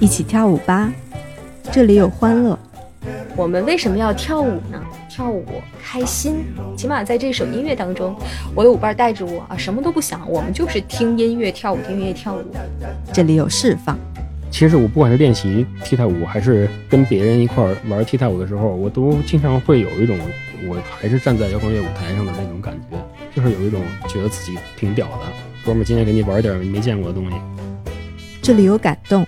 一起跳舞吧，这里有欢乐。我们为什么要跳舞呢？跳舞开心，起码在这首音乐当中，我有舞伴带着我啊，什么都不想，我们就是听音乐跳舞，听音乐跳舞。这里有释放。其实我不管是练习踢踏舞，还是跟别人一块儿玩踢踏舞的时候，我都经常会有一种我还是站在摇滚乐舞台上的那种感觉，就是有一种觉得自己挺屌的。哥们儿，今天给你玩点没见过的东西。这里有感动。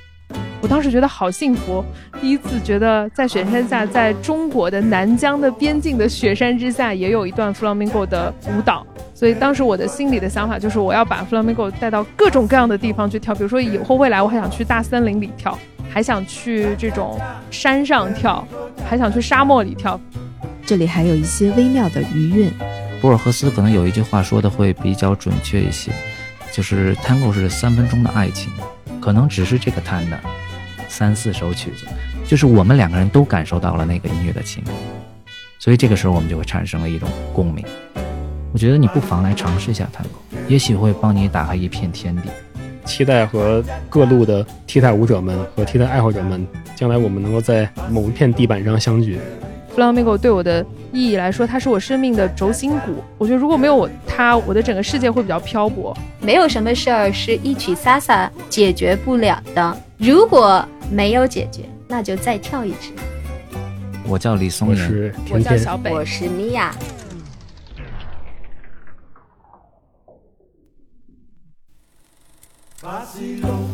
我当时觉得好幸福，第一次觉得在雪山下，在中国的南疆的边境的雪山之下，也有一段 flamingo 的舞蹈。所以当时我的心里的想法就是，我要把 flamingo 带到各种各样的地方去跳，比如说以后未来我还想去大森林里跳，还想去这种山上跳，还想去沙漠里跳。这里还有一些微妙的余韵。博尔赫斯可能有一句话说的会比较准确一些，就是 tango 是三分钟的爱情，可能只是这个 tango。三四首曲子，就是我们两个人都感受到了那个音乐的情感，所以这个时候我们就会产生了一种共鸣。我觉得你不妨来尝试一下探戈，也许会帮你打开一片天地。期待和各路的踢踏舞者们和踢踏爱好者们，将来我们能够在某一片地板上相聚。 Flamingo 对我的意义来说，它是我生命的轴心骨。我觉得如果没有我它，我的整个世界会比较漂泊。没有什么事儿是一曲萨萨解决不了的。如果没有解决，那就再跳一支。我叫李松我岩，是我甜叫甜，小北，我是米娅，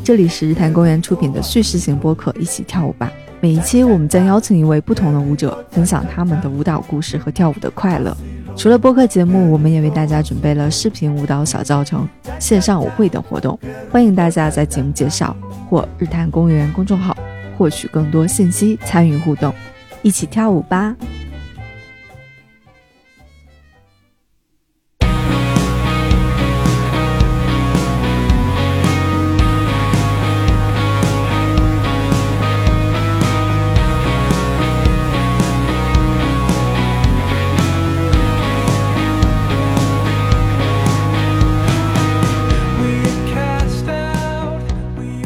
这里是日坛公园出品的叙事型播客《一起跳舞吧》，每一期我们将邀请一位不同的舞者，分享他们的舞蹈故事和跳舞的快乐。除了播客节目，我们也为大家准备了视频舞蹈小教程、线上舞会等活动，欢迎大家在节目介绍或日坛公园公众号获取更多信息，参与互动，一起跳舞吧。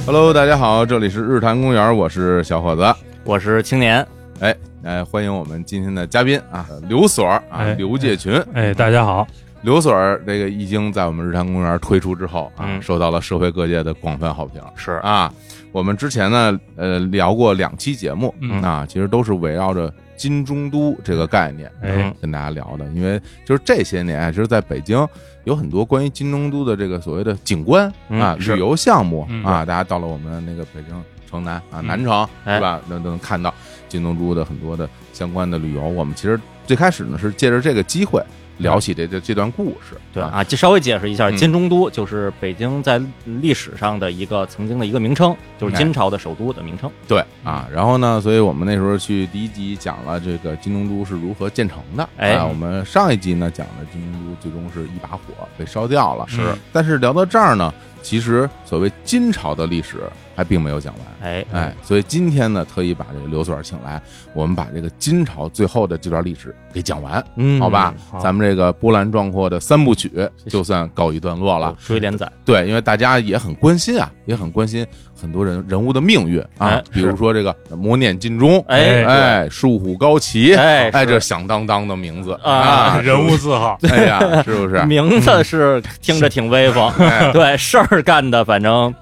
Hello，大家好，这里是日坛公园，我是小伙子。我是青年，哎，哎，欢迎我们今天的嘉宾啊，刘所儿啊哎，刘介群。哎，大家好，刘所儿这个一经在我们日坛公园推出之后啊，嗯受到了社会各界的广泛好评。是啊，我们之前呢，呃，聊过两期节目、嗯啊，其实都是围绕着金中都这个概念嗯哎，跟大家聊的，因为就是这些年啊，其实在北京有很多关于金中都的这个所谓的景观、嗯啊、是旅游项目、嗯啊，大家到了我们那个北京城南啊嗯南城、哎对吧，能能看到金中都的很多的相关的旅游。我们其实最开始呢是借着这个机会聊起这这这段故事，对啊，啊，就稍微解释一下，嗯金中都就是北京在历史上的一个曾经的一个名称，哎就是金朝的首都的名称。对啊，然后呢，所以我们那时候去第一集讲了这个金中都是如何建成的，哎啊，我们上一集呢讲的金中都最终是一把火被烧掉了，是但是聊到这儿呢，其实所谓金朝的历史还并没有讲完。哎哎，，所以今天呢，特意把这个刘所儿请来，我们把这个金朝最后的这段历史给讲完，嗯好吧？咱们这个波澜壮阔的三部曲就算告一段落好了。追连载，对，因为大家也很关心啊，也很关心很多人人物的命运啊哎，比如说这个磨碾尽忠，哎哎，树虎高旗，哎哎，是这响当当的名字啊啊， 人物字 号，哎 呀，是不是？嗯名字是听着挺威风， 哎对事儿干的反正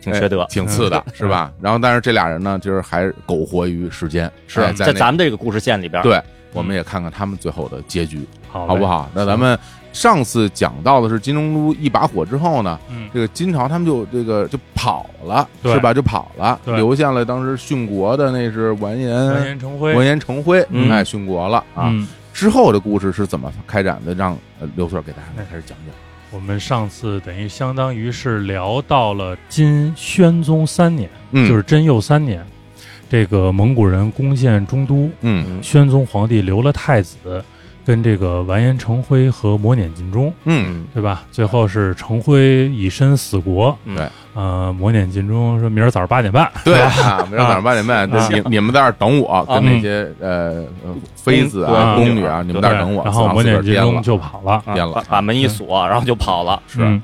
挺缺德哎。挺次 的，是吧？然后，但是这俩人呢，就是还是苟活于世间，是哎在在那咱们这个故事线里边，对，我们也看看他们最后的结局，好好不嘞？好？那咱们上次讲到的是金中都一把火之后呢，嗯，这个金朝他们就这个就跑了，对是吧？就跑了，对留下了当时殉国的那是完完颜颜成辉完颜成辉，嗯哎，殉国了啊。嗯，之后的故事是怎么开展的？让呃刘所给大家开始讲讲。我们上次等于相当于是聊到了金宣宗三年，嗯，就是贞佑三年，这个蒙古人攻陷中都，嗯宣宗皇帝留了太子，跟这个完颜成辉和磨碾尽忠，嗯对吧？最后是成辉以身死国，嗯对，呃，磨碾尽忠说明儿早上八点半，对啊，明儿早上八点 半，啊你你们在这儿等我，啊跟那嗯些呃呃妃子啊、啊宫女啊，你们在这儿对等我，然后我磨自碾个儿尽颠忠了。就跑了。啊变了把把门一锁，然后就跑了。是嗯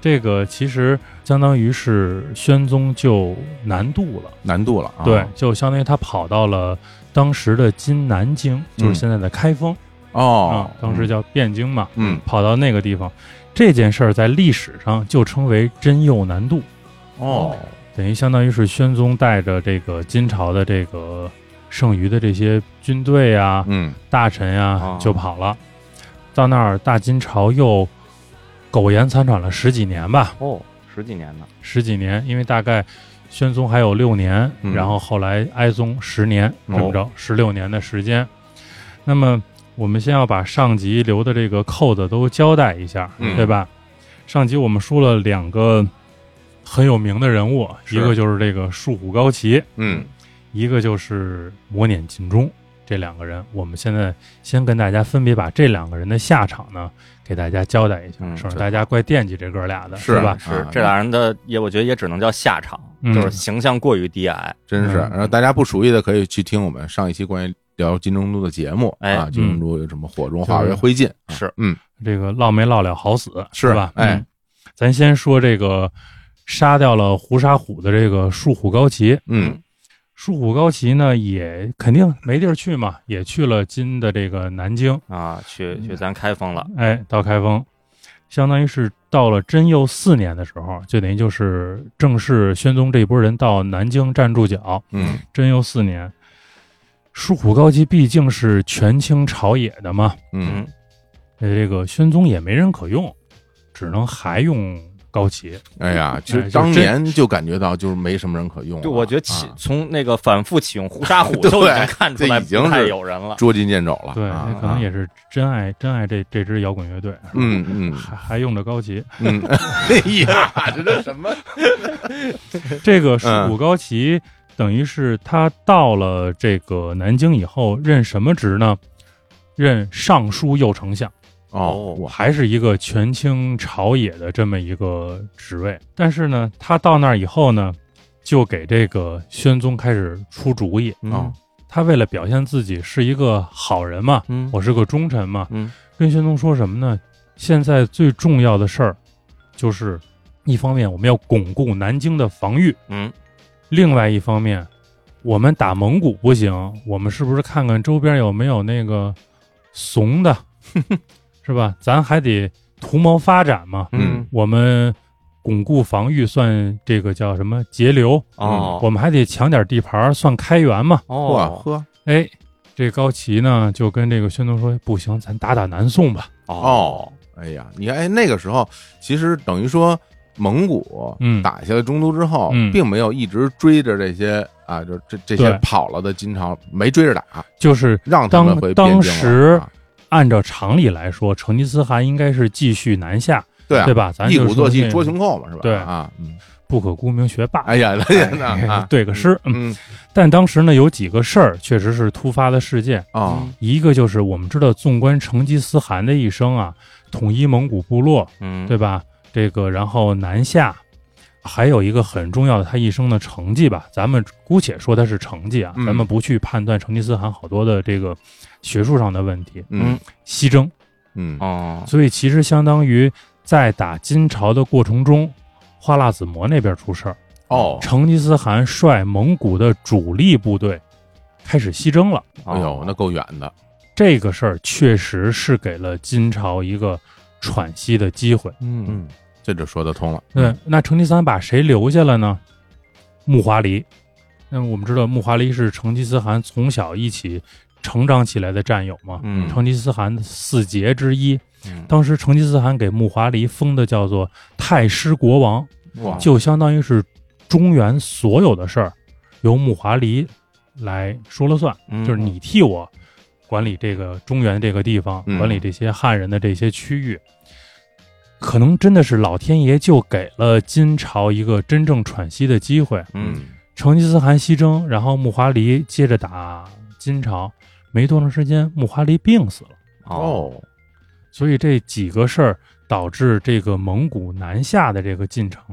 这个其实相当于是宣宗就南渡了，难度了嗯啊。对，就相当于他跑到了当时的今南京，就是现在的开封嗯哦啊，，当时叫汴京嘛，嗯跑到那个地方，这件事儿在历史上就称为真右南渡，哦，等于相当于是宣宗带着这个金朝的这个剩余的这些军队啊、嗯大臣呀、哦就跑了，到那儿大金朝又苟延残喘了十几年吧，哦，十几年呢，十几年，因为大概宣宗还有六年，嗯哦然后后来哀宗十年，这么着十六、16年的时间。那么我们先要把上集留的这个扣子都交代一下，嗯对吧？上集我们说了两个很有名的人物，是一个就是这个树虎高齐，嗯，一个就是磨碾尽忠。这两个人，我们现在先跟大家分别把这两个人的下场呢，给大家交代一下，嗯省这得大家怪惦记这哥俩的，是啊吧？是这俩人的也我觉得也只能叫下场，嗯就是形象过于低矮。真是。嗯然后大家不熟悉的可以去听我们上一期关于聊金中都的节目哎啊，金中嗯都有什么火中化为灰烬啊是嗯这个落没落了好死是吧？哎嗯，咱先说这个杀掉了胡沙虎的这个树虎高齐，嗯树虎高齐呢也肯定没地儿去嘛，也去了今的这个南京，啊，去嗯去咱开封了，哎，到开封，相当于是到了贞佑四年的时候，就等于就是正式宣宗这一波人到南京站住脚。嗯贞佑四年，树虎高齐毕竟是权倾朝野的嘛，嗯嗯，呃，这个宣宗也没人可用，只能还用高齐。哎呀，其哎实就当真年就感觉到就是没什么人可用了，就我觉得启啊从那个反复启用胡沙虎对就已经看出来这已经不太是有人了。捉襟见肘了，对，啊那可能也是真爱真爱这这支摇滚乐队，嗯 嗯还还用着高齐。嗯，哎呀，这都什么？这个是嗯古高齐，等于是他到了这个南京以后任什么职呢？任尚书右丞相，哦，哇，还是一个权倾朝野的这么一个职位。但是呢，他到那儿以后呢，就给这个宣宗开始出主意。哦嗯他为了表现自己是一个好人嘛，嗯我是个忠臣嘛，嗯，跟宣宗说什么呢？现在最重要的事儿，就是一方面我们要巩固南京的防御，嗯另外一方面，我们打蒙古不行，我们是不是看看周边有没有那个怂 的，是吧？咱还得图谋发展嘛。嗯我们巩固防御算这个叫什么节流，嗯哦我们还得抢点地盘儿算开源嘛。哇哦呵，哎，这高齐呢就跟这个宣宗说，不行，咱打打南宋吧。哦，哎呀，你看，哎，那个时候其实等于说蒙古嗯打下了中都之后，嗯并没有一直追着这些啊，就这这些对跑了的金朝没追着打，就是让他们当回当边境了时啊按照常理来说，成吉思汗应该是继续南下，对啊对吧？咱一就鼓作说气那捉穷寇嘛，是吧？对啊，嗯不可沽名学霸。哎呀， 那啊， 对个诗，嗯，嗯但当时呢有几个事儿确实是突发的事件，啊，一个就是我们知道，纵观成吉思汗的一生啊，统一蒙古部落，嗯对吧？这个然后南下，还有一个很重要的他一生的成绩吧，咱们姑且说他是成绩啊，嗯咱们不去判断成吉思汗好多的这个学术上的问题，嗯西征，嗯哦所以其实相当于在打金朝的过程中，花剌子模那边出事儿。哦，成吉思汗率蒙古的主力部队开始西征了。哎哦呦，那够远的，这个事儿确实是给了金朝一个喘息的机会。嗯，这就说得通了，嗯，那成吉思汗把谁留下了呢？木华黎。那么我们知道，木华黎是成吉思汗从小一起成长起来的战友嘛。嗯成吉思汗的四杰之一，嗯当时成吉思汗给木华黎封的叫做太师国王，哇，就相当于是中原所有的事儿由木华黎来说了算，嗯就是你替我管理这个中原这个地方，嗯管理这些汉人的这些区域。可能真的是老天爷就给了金朝一个真正喘息的机会。嗯成吉思汗西征，然后木华黎接着打金朝，没多长时间，木华黎病死了。哦哦，所以这几个事儿导致这个蒙古南下的这个进程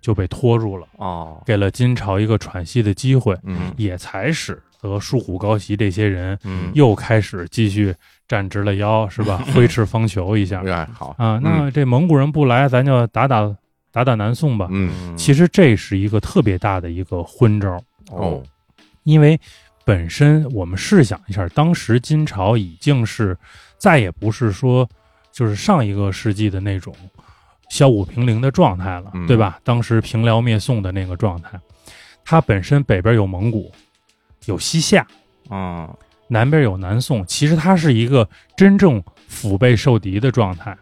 就被拖住了。哦给了金朝一个喘息的机会，嗯也才使得树虎高齐这些人嗯又开始继续站直了 腰，是吧？挥斥方遒一下啊哎好，啊！那这蒙古人不来，咱就打打打打南宋吧。嗯，其实这是一个特别大的一个昏招，哦，因为本身我们试想一下，当时金朝已经是再也不是说就是上一个世纪的那种萧武平陵的状态了，嗯对吧？当时平辽灭宋的那个状态，它本身北边有蒙古，有西夏，嗯南边有南宋，其实它是一个真正腹背受敌的状态。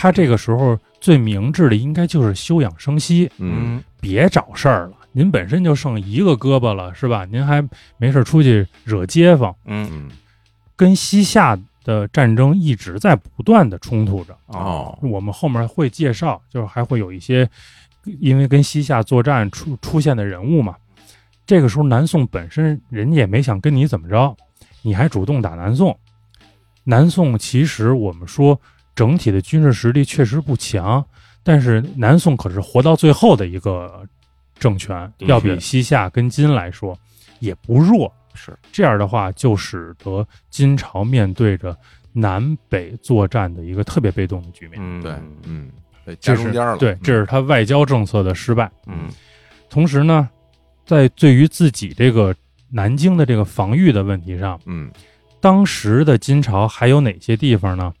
他这个时候最明智的应该就是休养生息，嗯，别找事儿了。您本身就剩一个胳膊了，是吧？您还没事儿出去惹街坊，嗯嗯，跟西夏的战争一直在不断的冲突着。哦，我们后面会介绍，就是还会有一些因为跟西夏作战出出现的人物嘛。这个时候，南宋本身人家也没想跟你怎么着，你还主动打南宋。南宋其实我们说整体的军事实力确实不强，但是南宋可是活到最后的一个政权，的确要比西夏跟金来说也不弱。是这样的话，就使得金朝面对着南北作战的一个特别被动的局面。嗯对，嗯，对，夹这中是间了，嗯对，这是他外交政策的失败。嗯同时呢，在对于自己这个南京的这个防御的问题上，嗯当时的金朝还有哪些地方呢？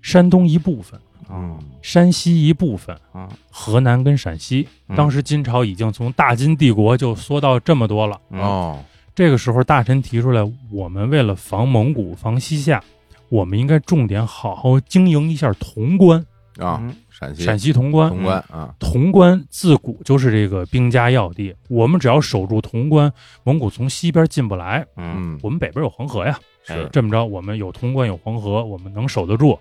山东一部分，嗯哦山西一部分，啊河南跟陕西。嗯当时金朝已经从大金帝国就缩到这么多了。啊嗯，哦，这个时候，大臣提出来，我们为了防蒙古、防西夏，我们应该重点好好经营一下潼关，啊，嗯陕西陕西潼关。潼关啊，潼关自古就是这个兵家要地，我们只要守住潼关，蒙古从西边进不来。嗯嗯，我们北边有黄河呀，是这么着，我们有潼关有黄河，我们能守得住。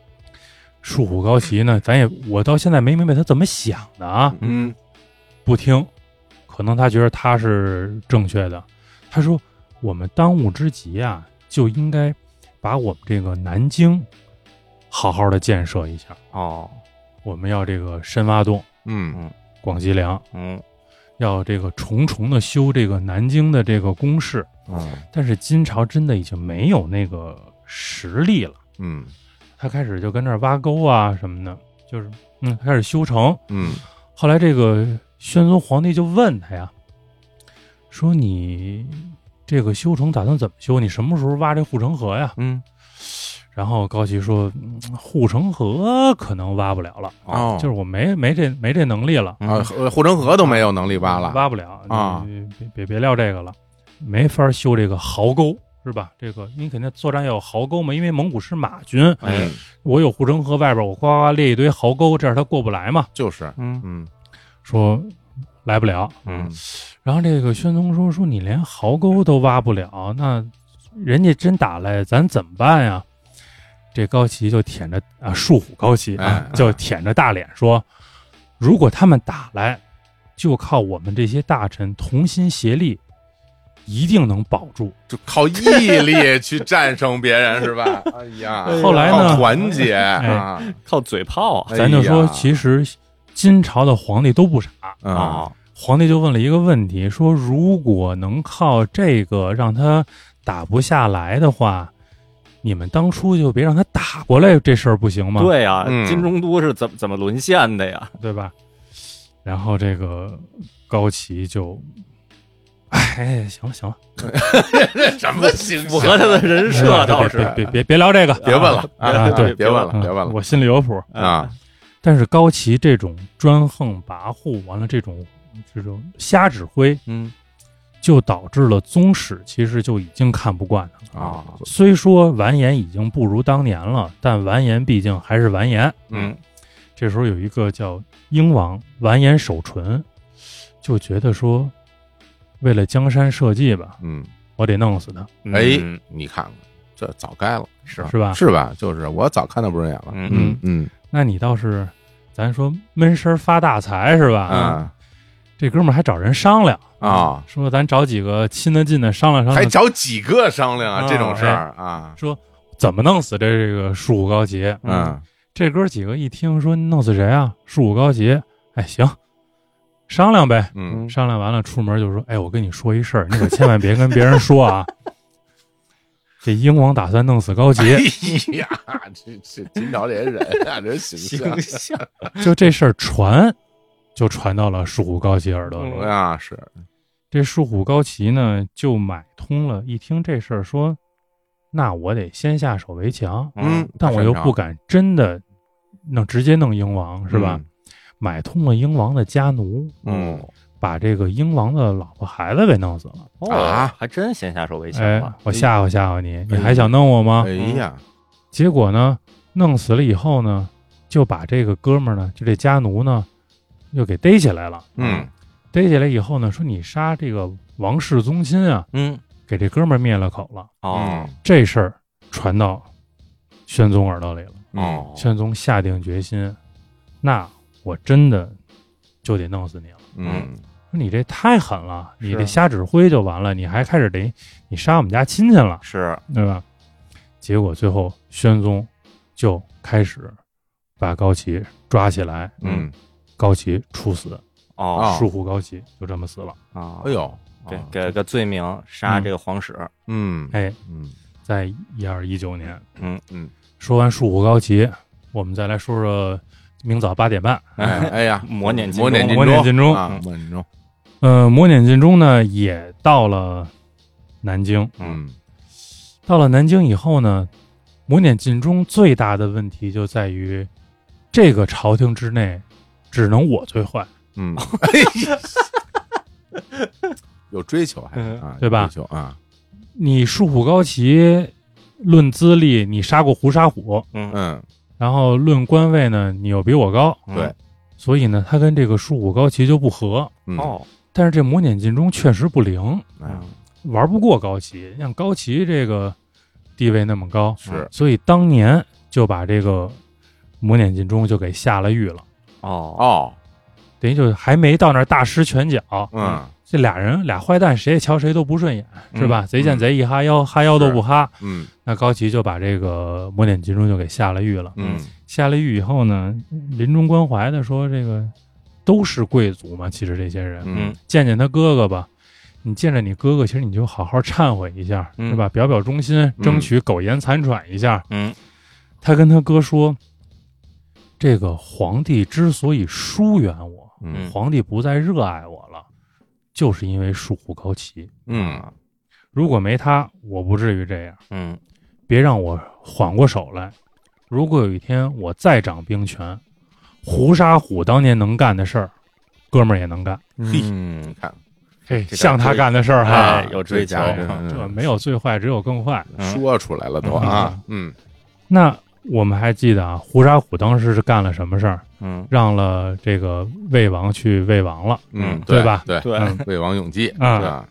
树虎高旗呢，咱也我到现在没明白他怎么想的啊，嗯不听，可能他觉得他是正确的。他说我们当务之急啊，就应该把我们这个南京好好的建设一下，哦我们要这个深挖洞、嗯广积粮，嗯要这个重重的修这个南京的这个工事，嗯但是金朝真的已经没有那个实力了，嗯他开始就跟那儿挖沟啊什么的，就是嗯开始修城。嗯后来这个宣宗皇帝就问他呀，说你这个修城打算怎么修？你什么时候挖这护城河呀？嗯然后高祺说，嗯护城河可能挖不了了，哦，就是我没没这没这能力了。啊，护护城河都没有能力挖了，挖不了啊！你别别别聊这个了，没法修这个壕沟是吧？这个你肯定作战要有壕沟嘛，因为蒙古是马军，哎嗯我有护城河外边，我呱呱列一堆壕沟，这样他过不来嘛。就是，嗯嗯说来不了，嗯然后这个宣宗说说你连壕沟都挖不了，那人家真打来，咱怎么办呀？这高齐就舔着啊，树虎高齐啊哎，就舔着大脸说，如果他们打来，就靠我们这些大臣同心协力，一定能保住。就靠毅力去战胜别人是吧？ 哎呀，后来呢靠团结啊，靠嘴炮啊哎呀咱就说，其实金朝的皇帝都不傻。啊，啊皇帝就问了一个问题，说如果能靠这个让他打不下来的话，你们当初就别让他打过来，这事儿不行吗？对呀嗯，金中都是怎么怎么沦陷的呀？对吧？然后这个高齐就，哎，行了行了，这哎什么形符合象？他的人嗯设倒别是别别别别聊这个，别问了啊，对，别问了，嗯别问了我心里有谱。啊，但是高齐这种专横跋扈，完了这种这种瞎指挥，嗯就导致了宗室其实就已经看不惯他了。哦啊虽说完颜已经不如当年了，但完颜毕竟还是完颜。啊嗯这时候有一个叫英王完颜守纯，就觉得说，为了江山社稷吧，嗯，我得弄死他，嗯哎，你看看，这早该了，是是吧？是吧？就是我早看到不顺眼了，嗯嗯那你倒是，咱说闷声发大财是吧？啊这哥们儿还找人商量，啊，说咱找几个亲得近的商量商还量，找几个商量啊这种事儿啊，说怎么弄死这这个树谷高杰。嗯这哥几个一听说弄死谁啊，树谷高杰，哎，行，商量呗。嗯商量完了，出门就说：“哎，我跟你说一事儿，你可千万别跟别人说啊。 这英王打算弄死高哎杰，呀， 这这金朝这些人啊，这形象形象就这事儿传就传到了树虎高旗耳朵里。嗯啊，是这树虎高旗呢，就买通了。一听这事儿，说：“那我得先下手为强。”嗯，但我又不敢真的弄直接弄英王，是吧？买通了英王的家奴，嗯？把这个英王的老婆孩子给弄死了。哦啊还真先下手啊为强哎了，，我吓唬吓唬你，你还想弄我吗嗯嗯，哎？呀，结果呢，弄死了以后呢，就把这个哥们儿呢，就这家奴呢，又给逮起来了。嗯逮起来以后呢，说你杀这个王室宗亲啊，嗯给这哥们儿灭了口了。嗯哦这事儿传到宣宗耳朵里了。哦，哦，宣宗下定决心，那我真的就得弄死你了。嗯说你这太狠了，你是这瞎指挥就完了，你还开始得你杀我们家亲戚了，是对吧？结果最后宣宗就开始把高齐抓起来，嗯，啊高齐处死，哦束缚高齐就这么死了。啊哎，呦，给啊给个罪名杀嗯这个皇室，嗯哎，嗯在一二一九年，嗯 嗯，说完束缚高齐，我们再来说说明早八点半，哎哎呀，磨碾金磨碾钟磨金碾金钟啊，磨碾金钟，呃，磨碾尽忠呢也到了南京。嗯到了南京以后呢，磨碾尽忠最大的问题就在于，这个朝廷之内，只能我最坏。 嗯，哎呀 有追求还嗯啊，对吧有追求啊，你树虎高齐，论资历你杀过胡沙虎，嗯嗯然后论官位呢，你又比我高，对所以呢，他跟这个树虎高齐就不合。嗯，哦，嗯但是这磨碾尽忠确实不灵，哎呀玩不过高齐。像高齐这个地位那么高，是所以当年就把这个磨碾尽忠就给下了狱了，哦哦，等于就还没到那儿大施拳脚，嗯这俩人俩坏蛋谁也瞧谁都不顺眼，是吧？贼见嗯贼一哈腰，哈腰都不哈。嗯那高齐就把这个磨碾尽忠就给下了狱了。嗯下了狱以后呢，临终关怀的说这个都是贵族嘛，其实这些人、嗯见见他哥哥吧。你见着你哥哥，其实你就好好忏悔一下，嗯是吧？表表忠心，嗯争取苟延残喘一下。嗯他跟他哥说：“这个皇帝之所以疏远我，嗯皇帝不再热爱我了，就是因为树虎高齐。嗯如果没他，我不至于这样。嗯别让我缓过手来。如果有一天我再掌兵权，胡沙虎当年能干的事儿，哥们儿也能干。嗯，看嘿，这像他干的事儿哈，哎有追这求家哎真这没有最坏，只有更坏。嗯说出来了都啊，嗯那我们还记得啊，胡沙虎当时是干了什么事儿？嗯让了这个魏王去魏王了。嗯，对吧对，对嗯魏王永济啊是吧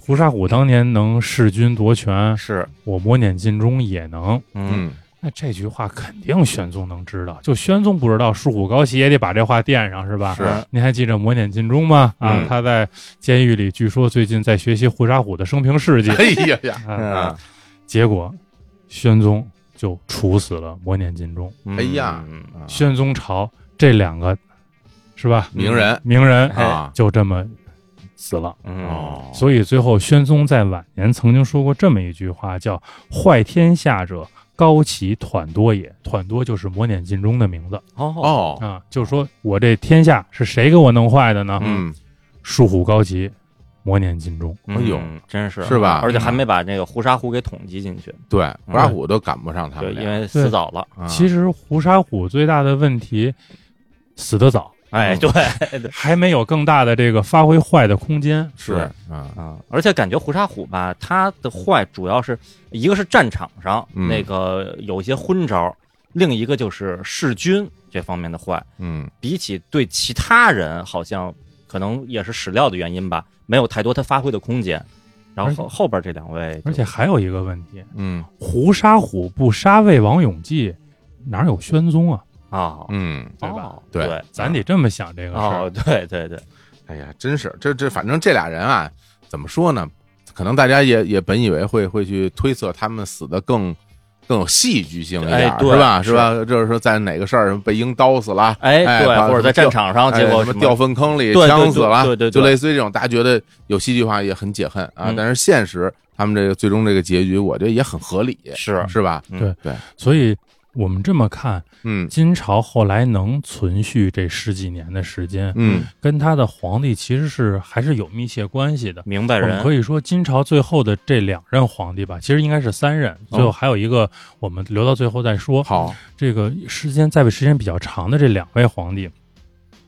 胡沙虎当年能弑君夺权，是我磨碾尽忠也能。嗯嗯那这句话肯定玄宗能知道，就玄宗不知道，树虎高齐也得把这话垫上，是吧？是您还记着磨碾尽忠吗？啊，嗯他在监狱里，据说最近在学习胡沙虎的生平事 迹。哎呀呀，嗯啊、啊结果宣宗就处死了磨碾尽忠。哎呀嗯啊宣宗朝这两个是吧？名人名人哎啊就这么死了。嗯哦，所以最后，宣宗在晚年曾经说过这么一句话，叫“坏天下者，高齐团多也”。团多就是磨碾尽忠的名字哦哦，啊，就是说我这天下是谁给我弄坏的呢？嗯树虎高齐，磨碾尽忠。哎哎呦真是是吧而且还没把那个胡沙虎给统计进去，对，八虎都赶不上他对，们因俩，为死早了，啊其实胡沙虎最大的问题，死得早，哎，对 对还没有更大的这个发挥坏的空间。是啊，啊，而且感觉胡沙虎吧，他的坏主要是一个是战场上嗯那个有一些昏招，另一个就是弑君这方面的坏，嗯比起对其他人，好像可能也是史料的原因吧，没有太多他发挥的空间。然后后后边这两位就，而且还有一个问题，嗯胡沙虎不杀魏王永济，哪有宣宗啊？啊，嗯，对吧哦对对，咱得这么想这个事儿。哦，对对对，哎呀，真是这这，反正这俩人啊，怎么说呢？可能大家也也本以为会会去推测他们死的更更有戏剧性一点儿，哎对是吧？是是吧？就是说在哪个事儿被鹰刀死了，哎对，把或者在战场上哎啊结果什什么么掉粪坑里对对呛对死了，对对对就类似于这种，大家觉得有戏剧化也很解恨啊。嗯但是现实，他们这个最终这个结局，我觉得也很合理，是是吧？嗯所以我们这么看，嗯金朝后来能存续这十几年的时间，嗯跟他的皇帝其实是还是有密切关系的。明白我们人可以说，金朝最后的这两任皇帝吧，其实应该是三任，最后还有一个我们留到最后再说。哦好，这个时间在位时间比较长的这两位皇帝，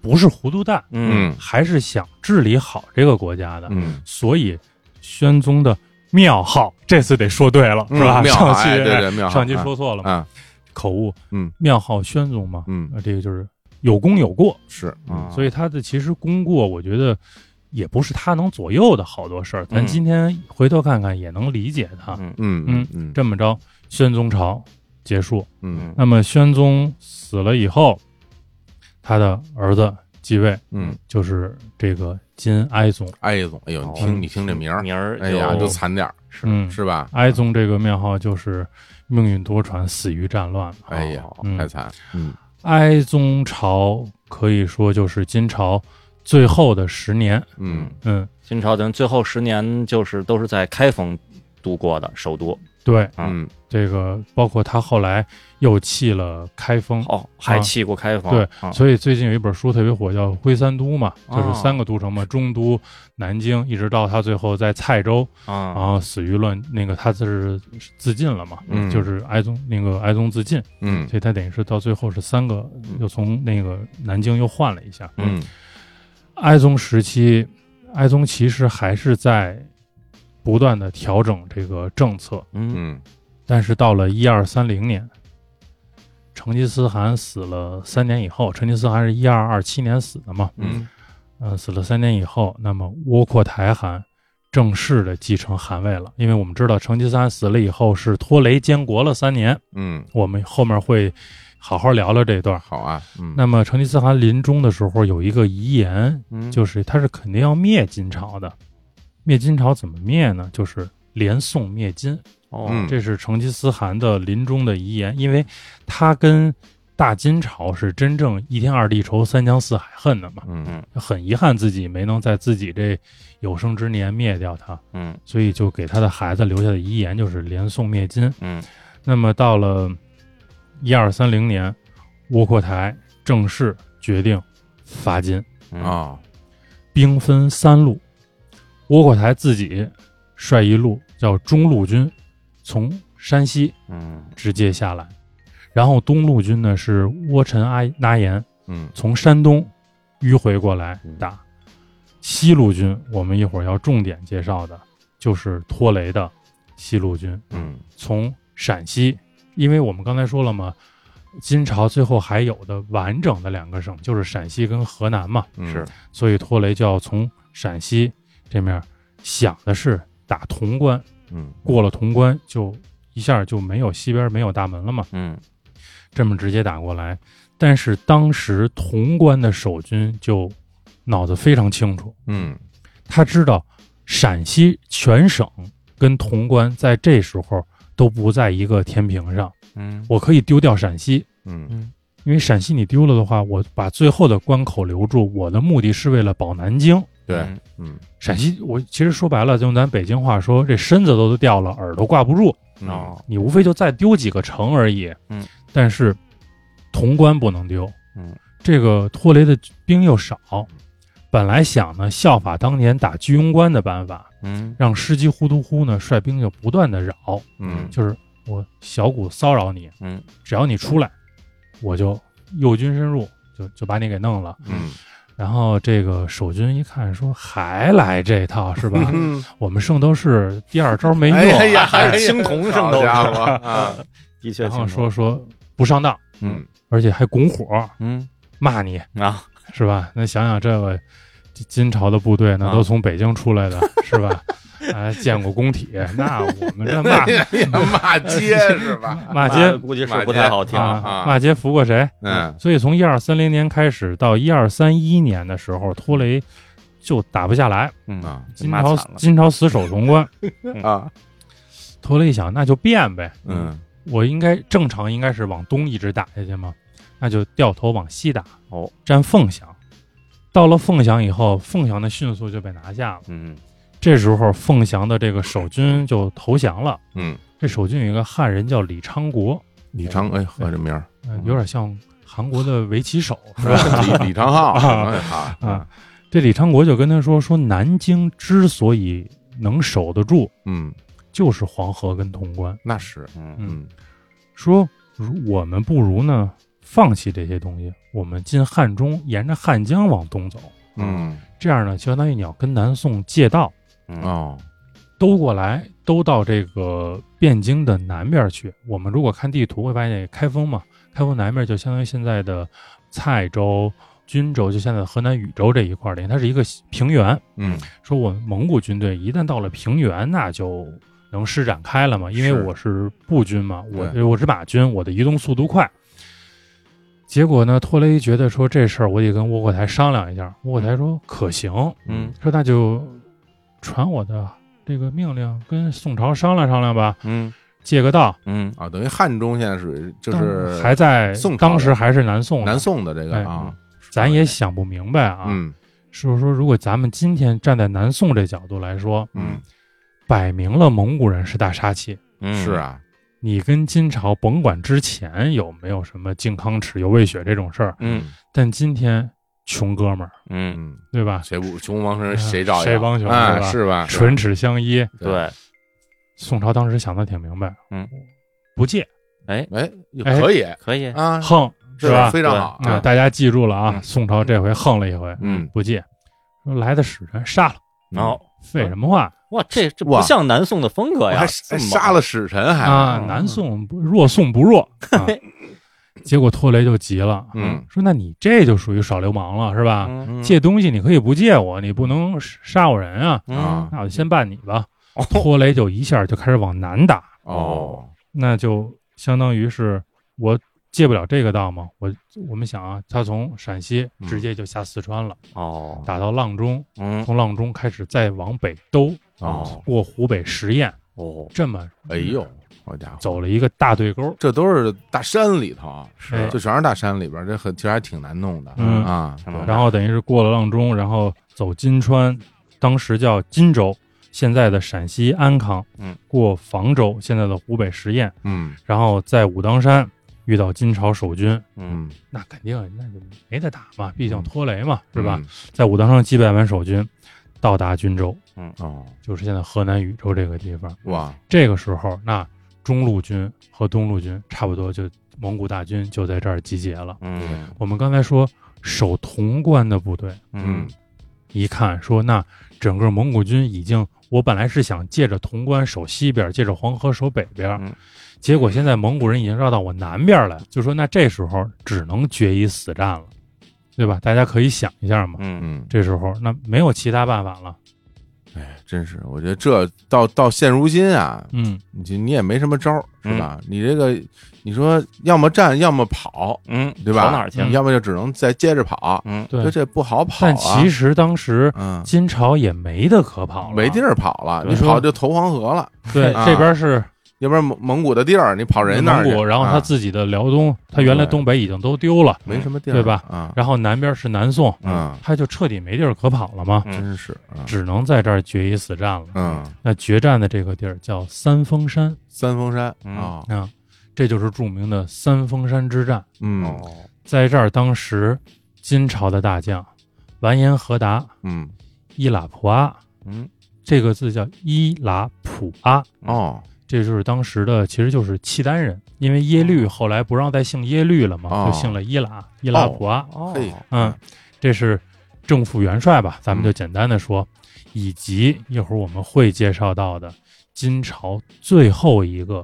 不是糊涂蛋，嗯，还是想治理好这个国家的，嗯，所以宣宗的庙号这次得说对了，嗯是吧？庙号上期哎对对庙号上期说错嗯了嘛，啊，口误，嗯，庙号宣宗嘛，嗯啊，这个就是有功有过，嗯是，啊所以他的其实功过，我觉得也不是他能左右的好多事儿，咱嗯今天回头看看也能理解他。嗯嗯嗯嗯这么着，宣宗朝结束，嗯那么宣宗死了以后，他的儿子继位，嗯，就是这个金哀宗。哀宗，哎呦，你听你听这名儿，哦名儿，哎呀，有就惨点儿，是嗯，是吧？哀宗这个庙号就是命运多舛，死于战乱。哎呀，哦嗯太惨，嗯哀宗朝可以说就是金朝最后的十年。嗯嗯，金朝等于最后十年就是都是在开封度过的首都，啊对，嗯这个包括他后来又弃了开封，啊哦，还弃过开封，对啊所以最近有一本书特别火，叫《徽三都》嘛，啊就是哦三个都城嘛，中都、南京，一直到他最后在蔡州，然啊，后死于乱，那个他是自尽了嘛，嗯就是哀宗那个哀宗自尽，嗯所以他等于是到最后是三个，又从那个南京又换了一下。嗯哀宗时期，哀宗其实还是在不断的调整这个政策，嗯嗯但是到了一二三零年，成吉思汗死了三年以后，成吉思汗是一二二七年死的嘛，嗯呃，死了三年以后，那么窝阔台汗正式的继承汗位了，因为我们知道成吉思汗死了以后是拖雷监国了三年，嗯，我们后面会好好聊聊这段。好啊，嗯那么成吉思汗临终的时候有一个遗言，嗯就是他是肯定要灭金朝的。灭金朝怎么灭呢？就是连宋灭金，哦嗯这是成吉思汗的临终的遗言，因为他跟大金朝是真正一天二地仇，三江四海恨的嘛。嗯很遗憾自己没能在自己这有生之年灭掉他，嗯所以就给他的孩子留下的遗言就是连宋灭金。嗯那么到了一二三零年，窝阔台正式决定伐金，嗯啊，兵分三路。窝阔台自己率一路叫中路军，从山西嗯直接下来，然后东路军呢是窝臣阿那延嗯从山东迂回过来打。西路军我们一会儿要重点介绍的，就是拖雷的西路军。嗯从陕西，因为我们刚才说了嘛，金朝最后还有的完整的两个省就是陕西跟河南嘛，嗯是所以拖雷就要从陕西这面想的是打潼关，嗯过了潼关就一下就没有西边没有大门了嘛，嗯这么直接打过来。但是当时潼关的守军就脑子非常清楚，嗯他知道陕西全省跟潼关在这时候都不在一个天平上。嗯我可以丢掉陕西，嗯因为陕西你丢了的话，我把最后的关口留住，我的目的是为了保南京。对，嗯陕西，我其实说白了，就用咱北京话说，这身子都掉了，耳朵挂不住，哦哦啊你无非就再丢几个城而已。嗯，但是潼关不能丢。嗯，这个拖雷的兵又少，本来想呢效法当年打居庸关的办法，嗯让师机忽突忽呢率兵就不断的扰，嗯就是我小股骚扰你，嗯只要你出来，我就右军深入，就就把你给弄了。嗯然后这个守军一看说还来这套是吧？嗯，我们圣斗士第二招没用，啊哎呀，家伙好家伙啊，的确然后挺说说不上当， 嗯而且还拱火嗯骂你啊是吧？那想想这个金金朝的部队那啊都从北京出来的是吧？ 啊，见过工体，那我们这 骂骂街是吧？骂啊街估计是不太好听啊啊，骂街服过谁？嗯所以从一二三零年开始到一二三一年的时候，拖雷就打不下来，嗯啊金骂朝惨了金朝死守潼关。啊，拖雷一想，那就变呗，嗯我应该正常应该是往东一直打下去嘛，那就掉头往西打，哦，占凤翔。到了凤翔以后，凤翔的迅速就被拿下了。嗯这时候，凤翔的这个守军就投降了。嗯这守军有一个汉人叫李昌国，李长哎，和这 名儿呃有点像韩国的围棋手，是吧？李李长 浩啊啊啊，这李昌国就跟他说说，南京之所以能守得住，嗯，就是黄河跟潼关。那是，嗯说如我们不如呢放弃这些东西，我们进汉中，沿着汉江往东走，嗯这样呢，相当于你要跟南宋借道，嗯哦，兜过来，兜到这个汴京的南边去。我们如果看地图会发现，开封嘛，开封南边就相当于现在的蔡州、均州，就现在的河南禹州这一块儿，等于它是一个平原。嗯说我们蒙古军队一旦到了平原，那就能施展开了嘛，因为是我是步军嘛，对我我是马军，我的移动速度快。结果呢，托雷觉得说这事儿我得跟窝阔台商量一下，窝阔台说可行，嗯说那就传我的这个命令，跟宋朝商量商量吧，嗯借个道。嗯啊，等于汉中现在属于就当是还在宋朝的当时还是南宋，南，宋的这个啊，咱也想不明白啊。嗯是不是说，如果咱们今天站在南宋这角度来说，嗯摆明了蒙古人是大杀器。嗯，是，啊，你跟金朝甭管之前有没有什么靖康耻、犹未雪这种事儿，嗯但今天穷哥们儿，嗯，嗯，对吧？谁不穷王生嗯谁照应谁帮穷啊是吧是吧？唇齿相依。对，宋朝当时想的挺明白，嗯，不借哎，哎，也哎可以可以，啊，横是吧？吧？非常好，啊，啊大家记住了啊，嗯宋朝这回横了一回，嗯，不借，说来的使臣杀了，然后嗯废什么话哇，这这哇不像南宋的风格我呀，还这还么猛杀了使臣还，啊？南宋不弱宋不 弱，啊结果托雷就急了，啊嗯说那你这就属于耍流氓了，是吧？嗯嗯借东西你可以不借我，你不能杀我人啊！嗯啊那我就先办你吧。托雷就一下就开始往南打，哦，那就相当于是我借不了这个道嘛。我我们想啊，他从陕西直接就下四川了，哦，打到阆中，嗯从阆中开始再往北兜，哦过湖北十堰，哦，这么哎呦，好家伙，走了一个大对勾。这都是大山里头，啊是就全是大山里边儿，这很其实还挺难弄的，嗯啊，嗯然后等于是过了阆中，然后走金川，当时叫金州，现在的陕西安康，嗯，过房州，现在的湖北十堰，嗯然后在武当山遇到金朝守军，嗯嗯，那肯定那就没得打嘛，毕竟拖雷嘛，是吧？嗯？在武当山击败完守军，到达均州，嗯哦，就是现在河南禹州这个地方。哇，这个时候，那中路军和东路军差不多就蒙古大军就在这儿集结了。嗯我们刚才说守潼关的部队，嗯嗯，一看说，那整个蒙古军已经，我本来是想借着潼关守西边，借着黄河守北边，嗯结果现在蒙古人已经绕到我南边来，就说那这时候只能决一死战了，对吧？大家可以想一下嘛。嗯嗯，这时候那没有其他办法了，哎，真是，我觉得这到到现如今啊，嗯，你就你也没什么招儿，嗯是吧？你这个，你说要么战，要么跑，嗯，对吧？跑哪儿去？嗯要么就只能再接着跑，嗯对就。这不好跑啊。但其实当时嗯，金朝也没得可跑了，没地。儿跑了，对你跑就投黄河了，对，啊这边是要不然蒙蒙古的地儿，你跑人那蒙儿去，古，然后他啊自己的辽东，他原来对东北已经都丢了，没什么地儿，对吧啊，然后南边是南宋，嗯，他就彻底没地儿可跑了嘛，嗯真是，啊只能在这儿决一死 战了。嗯，那决战的这个地儿叫三峰山三峰山嗯啊，啊，这就是著名的三峰山之战。嗯哦，在这儿，当时金朝的大将完颜和达嗯伊喇普阿，嗯，这个字叫伊喇普阿，哦这就是当时的，其实就是契丹人，因为耶哦律后来不让再姓耶律了嘛，哦就姓了伊喇伊喇普阿。哦嘿嗯，这是正副元帅吧？咱们嗯就简单的说，以及一会儿我们会介绍到的金朝最后一个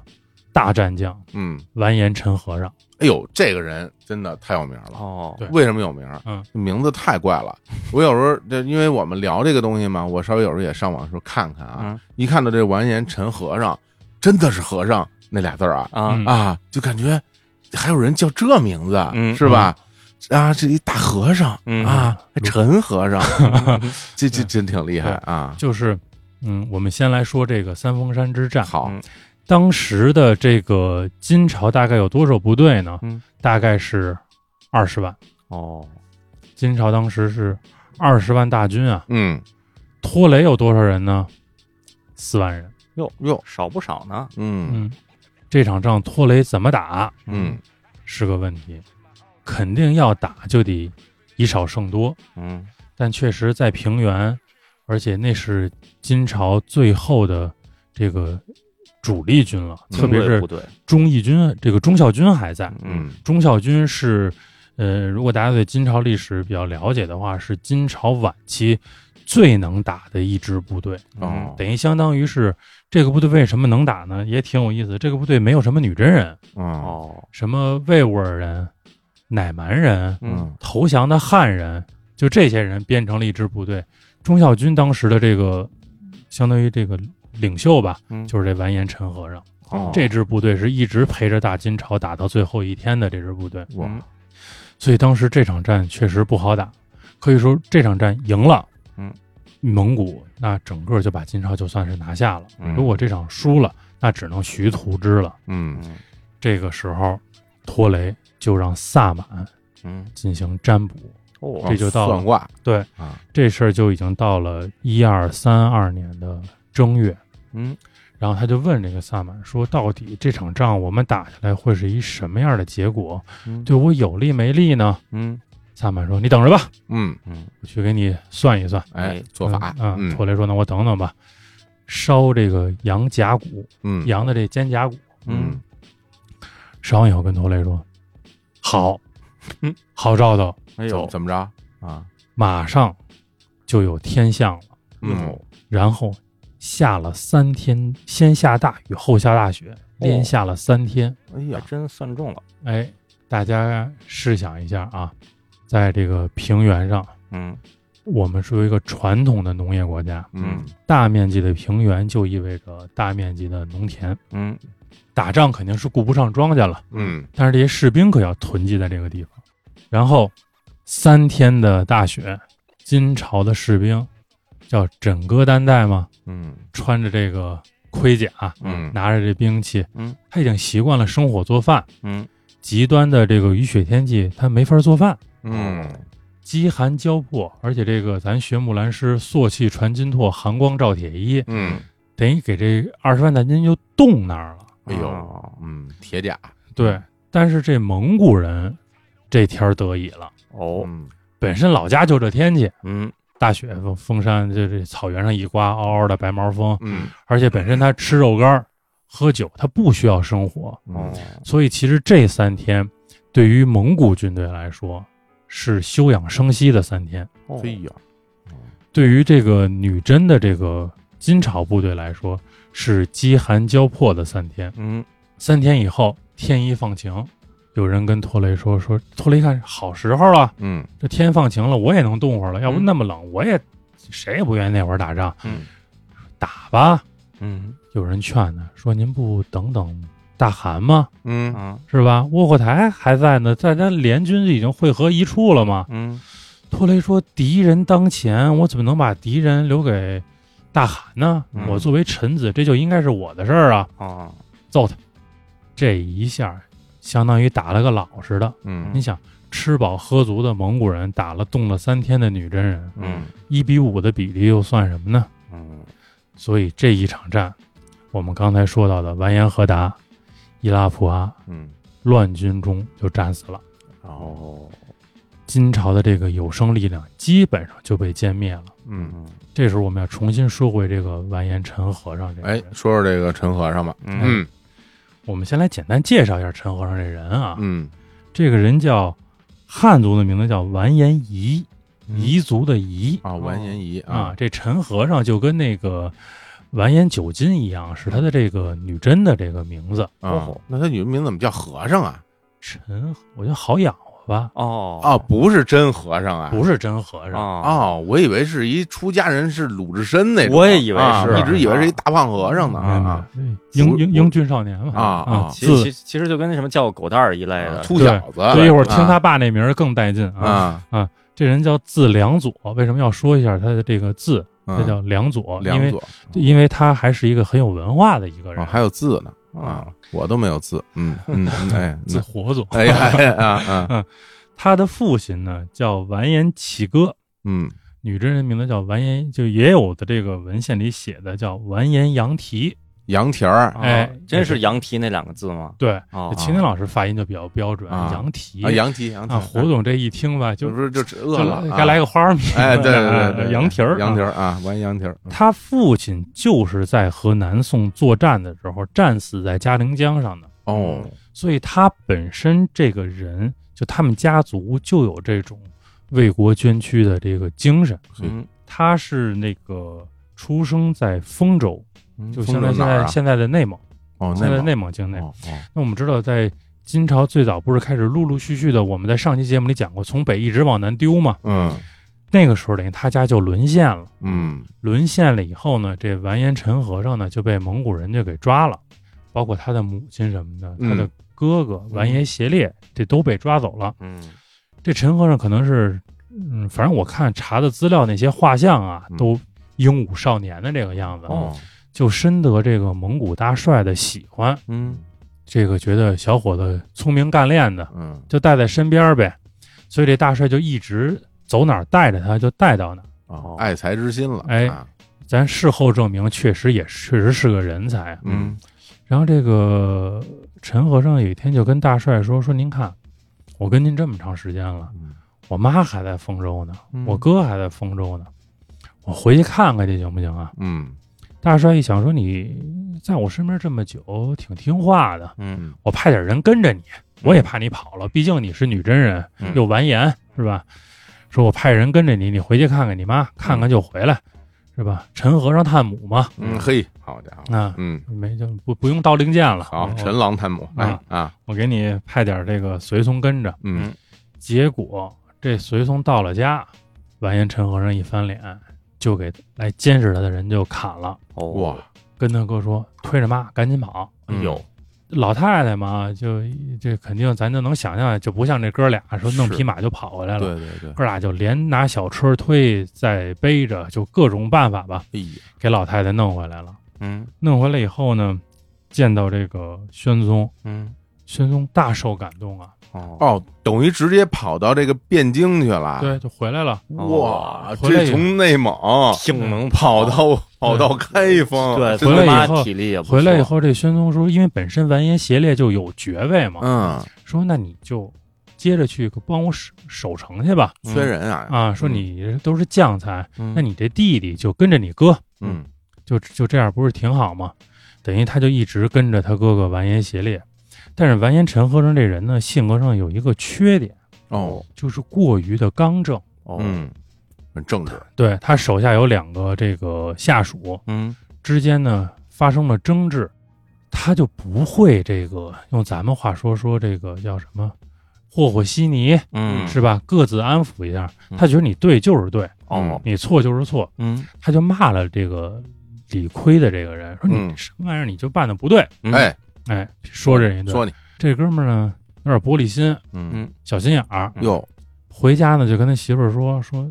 大战将嗯，完颜陈和尚。哎呦，这个人真的太有名了。哦，对为什么有名？嗯，名字太怪了。我有时候这，因为我们聊这个东西嘛，我稍微有时候也上网的时候看看啊，嗯一看到这完颜陈和尚，真的是和尚那俩字儿啊、啊嗯，啊，就感觉还有人叫这名字，嗯是吧？啊，这一大和尚、嗯啊，还陈和尚，这这真挺厉害啊！就是，嗯，我们先来说这个三峰山之战。好，嗯当时的这个金朝大概有多少部队呢？嗯大概是二十万。哦，金朝当时是二十万大军啊，嗯拖雷有多少人呢？四万人。哟哟，少不少呢？嗯嗯，这场仗托雷怎么打嗯是个问题，肯定要打就得以少胜多，嗯但确实在平原，而且那是金朝最后的这个主力军了，特别轻轨是部队，忠义军这个忠孝军还在。嗯嗯忠孝军是，呃，如果大家对金朝历史比较了解的话，是金朝晚期最能打的一支部队，哦等于相当于是这个部队为什么能打呢？也挺有意思。这个部队没有什么女真人，哦哦，什么维吾尔人、乃蛮人、嗯投降的汉人，就这些人编成了一支部队。忠孝军当时的这个，相当于这个领袖吧，嗯就是这完颜陈和尚。哦这支部队是一直陪着大金朝打到最后一天的这支部队。哇所以当时这场战确实不好打，可以说这场战赢了，嗯，蒙古那整个就把金朝就算是拿下了。嗯如果这场输了，那只能徐图之了。嗯这个时候，托雷就让萨满嗯进行占卜，哦这就到了算卦对啊这事儿就已经到了一二三二年的正月。嗯然后他就问这个萨满说：“到底这场仗我们打下来会是一什么样的结果？嗯对我有利没利呢嗯？”萨满说：“你等着吧，嗯嗯我去给你算一算。”哎哎做法嗯啊，嗯托雷说：“那我等等吧，烧这个羊甲骨，嗯羊的这肩胛骨，嗯烧完以后跟托雷说，好，嗯，好兆头，哎怎呦怎么着啊马上就有天象了。嗯然后下了三天，先下大雨，后下大哦雪，连下了三天。哎还呀真算中了哎，大家试想一下啊，在这个平原上，嗯我们是有一个传统的农业国家，嗯大面积的平原就意味着大面积的农田。嗯打仗肯定是顾不上庄稼了，嗯但是这些士兵可要囤积在这个地方。然后三天的大雪，金朝的士兵叫枕戈担带嘛，嗯穿着这个盔甲，嗯拿着这兵器，嗯，他已经习惯了生火做饭。嗯极端的这个雨雪天气，他没法做饭，嗯饥寒交迫，而且这个咱学木兰诗“朔气传金柝，寒光照铁衣嗯”，等于给这二十万大军就冻那儿了。哎呦哦嗯铁甲对，但是这蒙古人这天儿得以了，哦嗯本身老家就这天气，嗯大雪风风山，这这草原上一刮，嗷嗷的白毛风，嗯而且本身他吃肉干儿、喝酒，他不需要生火，哦所以其实这三天对于蒙古军队来说是休养生息的三天，哦哎呀对于这个女真的这个金朝部队来说是饥寒交迫的三天。嗯三天以后天一放晴，有人跟托雷说说，托雷一看好时候了，嗯这天放晴了，我也能动会儿了，要不嗯那么冷，我也谁也不愿意那会儿打仗，嗯打吧。嗯有人劝他说：“您不等等大汗吗？嗯啊是吧？窝火台还在呢，大家联军已经汇合一处了嘛。嗯”托雷说：“敌人当前，我怎么能把敌人留给大汗呢？嗯我作为臣子，这就应该是我的事儿啊！啊揍他！”这一下相当于打了个老实的。嗯你想，吃饱喝足的蒙古人打了冻了三天的女真人，嗯一比五的比例又算什么呢？嗯所以这一场战，我们刚才说到的完颜和达、伊拉普阿嗯乱军中就战死了。哦金朝的这个有生力量基本上就被歼灭了。嗯这时候我们要重新说回这个完颜陈和尚这个哎人。说说这个陈和尚吧嗯嗯我们先来简单介绍一下陈和尚这人啊。嗯这个人叫汉族的名字叫完颜彝，彝族的彝、啊完颜仪啊。这陈和尚就跟那个完颜九斤一样，是他的这个女真的这个名字。啊那他女名怎么叫和尚啊陈和，我觉得好养活吧，哦哦不是真和尚啊不是真和尚。啊哦，我以为是一出家人，是鲁智深那种，我也以为啊是一直以为是一大胖和尚呢没有没有啊嗯英不英英俊少年嘛啊啊其实字其实其实就跟那什么叫狗蛋儿一类啊，的秃小子。所以一会儿听他爸那名儿更带劲啊。啊，这人叫字良佐，为什么要说一下他的这个字？嗯他叫良佐，因梁为左，因为他还是一个很有文化的一个啊人，还有字呢啊，我都没有字， 嗯嗯嗯哎哦字活总。哎呀哎呀啊啊 他的父亲呢叫完颜启哥，嗯女真人名字叫完颜，就也有的这个文献里写的叫完颜杨提。杨蹄儿啊哎真是羊蹄那两个字吗？对，啊，秦林老师发音就比较标准，哦啊羊蹄啊，羊蹄，羊蹄啊，胡总这一听吧，就不是就只饿就了该来个个花儿米，哎，对对对，对羊蹄儿，羊蹄儿。儿啊，完羊蹄 儿，嗯他父亲就是在和南宋作战的时候战死在嘉陵江上的，哦，所以他本身这个人，就他们家族就有这种为国捐躯的这个精神。嗯，他是那个出生在丰州，嗯就相风当于筝哪现儿在啊？现在的内蒙，哦，现在内内蒙境内。哦哦那我们知道，在金朝最早不是开始陆陆续续的，我们在上期节目里讲过，从北一直往南丢嘛。嗯那个时候等于他家就沦陷了，嗯沦陷了以后呢，这完颜陈和尚呢就被蒙古人就给抓了，包括他的母亲什么的，嗯他的哥哥完颜协烈这都被抓走了。嗯，这陈和尚可能是，嗯，反正我看查的资料，那些画像啊嗯，都英武少年的这个样子，哦就深得这个蒙古大帅的喜欢。嗯这个觉得小伙子聪明干练的，嗯就带在身边呗。所以这大帅就一直走哪儿带着他，就带到哪儿。哦，爱才之心了，哎啊咱事后证明，确实也确实是个人才啊。嗯然后这个陈和尚有一天就跟大帅说：“说您看，我跟您这么长时间了，嗯我妈还在丰州呢，嗯我哥还在丰州呢，我回去看看去行不行啊嗯？”大帅一想说：“你在我身边这么久，挺听话的，嗯我派点人跟着你，我也怕你跑了，毕竟你是女真人，嗯又完颜是吧？说我派人跟着你，你回去看看你妈，看看就回来，是吧？陈和尚探母嘛，嗯，嘿，好家伙，啊，嗯，没就不不用到令箭了，好，我陈郎探母，哎哦啊啊，我给你派点这个随从跟着。嗯结果这随从到了家，完颜陈和尚一翻脸，就给来监视他的人就砍了，哦，哇，跟他哥说推着妈赶紧跑。嗯有，老太太嘛，就这肯定咱就能想象，就不像这哥俩说弄是匹马就跑回来了。对对对，哥俩就连拿小车推，再背着，就各种办法吧，哎呀，给老太太弄回来了。嗯弄回来以后呢，见到这个宣宗，嗯，宣宗大受感动啊，哦，哦，等于直接跑到这个汴京去了，对，就回来了。哇，回来这以后从内蒙挺能跑到跑到开封，对，真回来以他哦妈后体力也不回来以错，后，这宣宗说，因为本身完颜协烈就有爵位嘛，嗯，说那你就接着去帮我守守城去吧。缺人啊，啊，说你都是将才，嗯那你这弟弟就跟着你哥，嗯就就这样不是挺好吗？等于他就一直跟着他哥哥完颜协烈，但是完颜陈和尚这人呢，性格上有一个缺点，哦，就是过于的刚正。哦，嗯，很正直，对他手下有两个这个下属嗯之间呢发生了争执，他就不会这个用咱们话说说这个叫什么和和稀泥嗯是吧？各自安抚一下嗯，他觉得你对就是对，哦你错就是错，嗯他就骂了这个李逵的这个人，说你嗯什么玩意儿你就办的不对。嗯哎，哎，说这一顿，说你，这哥们儿呢有点玻璃心，嗯小心眼儿，哟，回家呢就跟他媳妇儿说说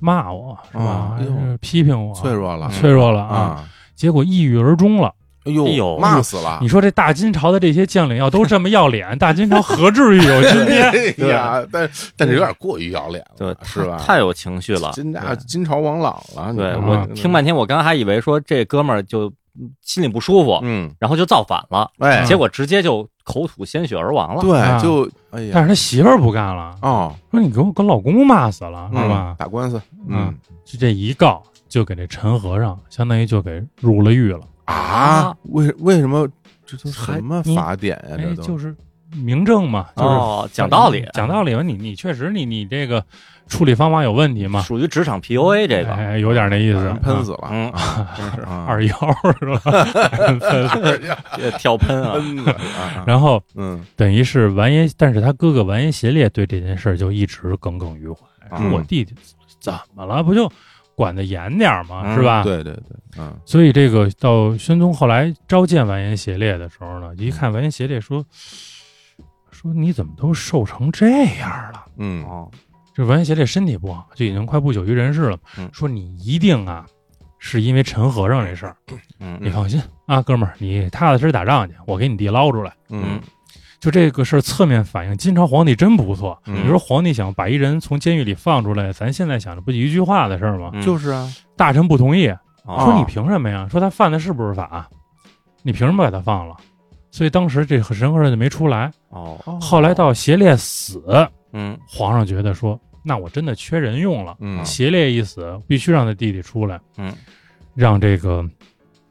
骂我是吧啊？哎呦还是批评我，脆弱了，脆弱了啊！啊，结果抑郁而终了。哎哎呦，呦骂死了你，说这大金朝的这些将领要都这么要脸，大金朝何至于有今 天？哎呀，但但是有点过于要脸对了，，啊是吧？太有情绪了，金家对金朝王朗了，你对看我嗯听，半天，我刚刚还以为说这哥们儿就嗯心里不舒服，嗯，然后就造反了，哎，嗯结果直接就口吐鲜血而亡了。啊对，就哎呀但，是他媳妇儿不干了，哦，说你给我给老公骂死了是嗯吧？打官司，嗯嗯就这一告，就给这陈和尚相当于就给入了狱了。啊，为为什么这都还什么你法典呀？哎这，都就是明证嘛，就是哦，讲道理，讲道理嘛，你你确实你你这个处理方法有问题嘛，属于职场 PUA 这个。哎，有点那意把思人，喷死了，嗯，真是啊，二幺 是吧？这跳喷啊，喷死嗯啊， 然后嗯等于是完颜，但是他哥哥完颜协烈对这件事儿就一直耿耿于怀，嗯啊说我弟弟怎么了？不就管得严点儿吗？嗯是吧？。对对对，嗯所以这个到宣宗后来召见完颜协烈的时候嗯呢，一看完颜协烈说说你怎么都瘦成这样了？嗯哦，这完颜协烈身体不好，就已经快不久于人世了。嗯说你一定啊，是因为陈和尚这事儿，嗯你放心啊，哥们儿，你踏踏实实打仗去，我给你弟捞出来。嗯就这个事儿侧面反映金朝皇帝真不错。嗯你说皇帝想把一人从监狱里放出来，咱现在想着不就一句话的事儿吗？嗯就是啊，大臣不同意，哦说你凭什么呀？说他犯的是不是法？你凭什么把他放了？所以当时这个神和尚就没出来。哦，后来到邪烈死，嗯皇上觉得说，那我真的缺人用了。嗯邪烈一死，必须让他弟弟出来。嗯，让这个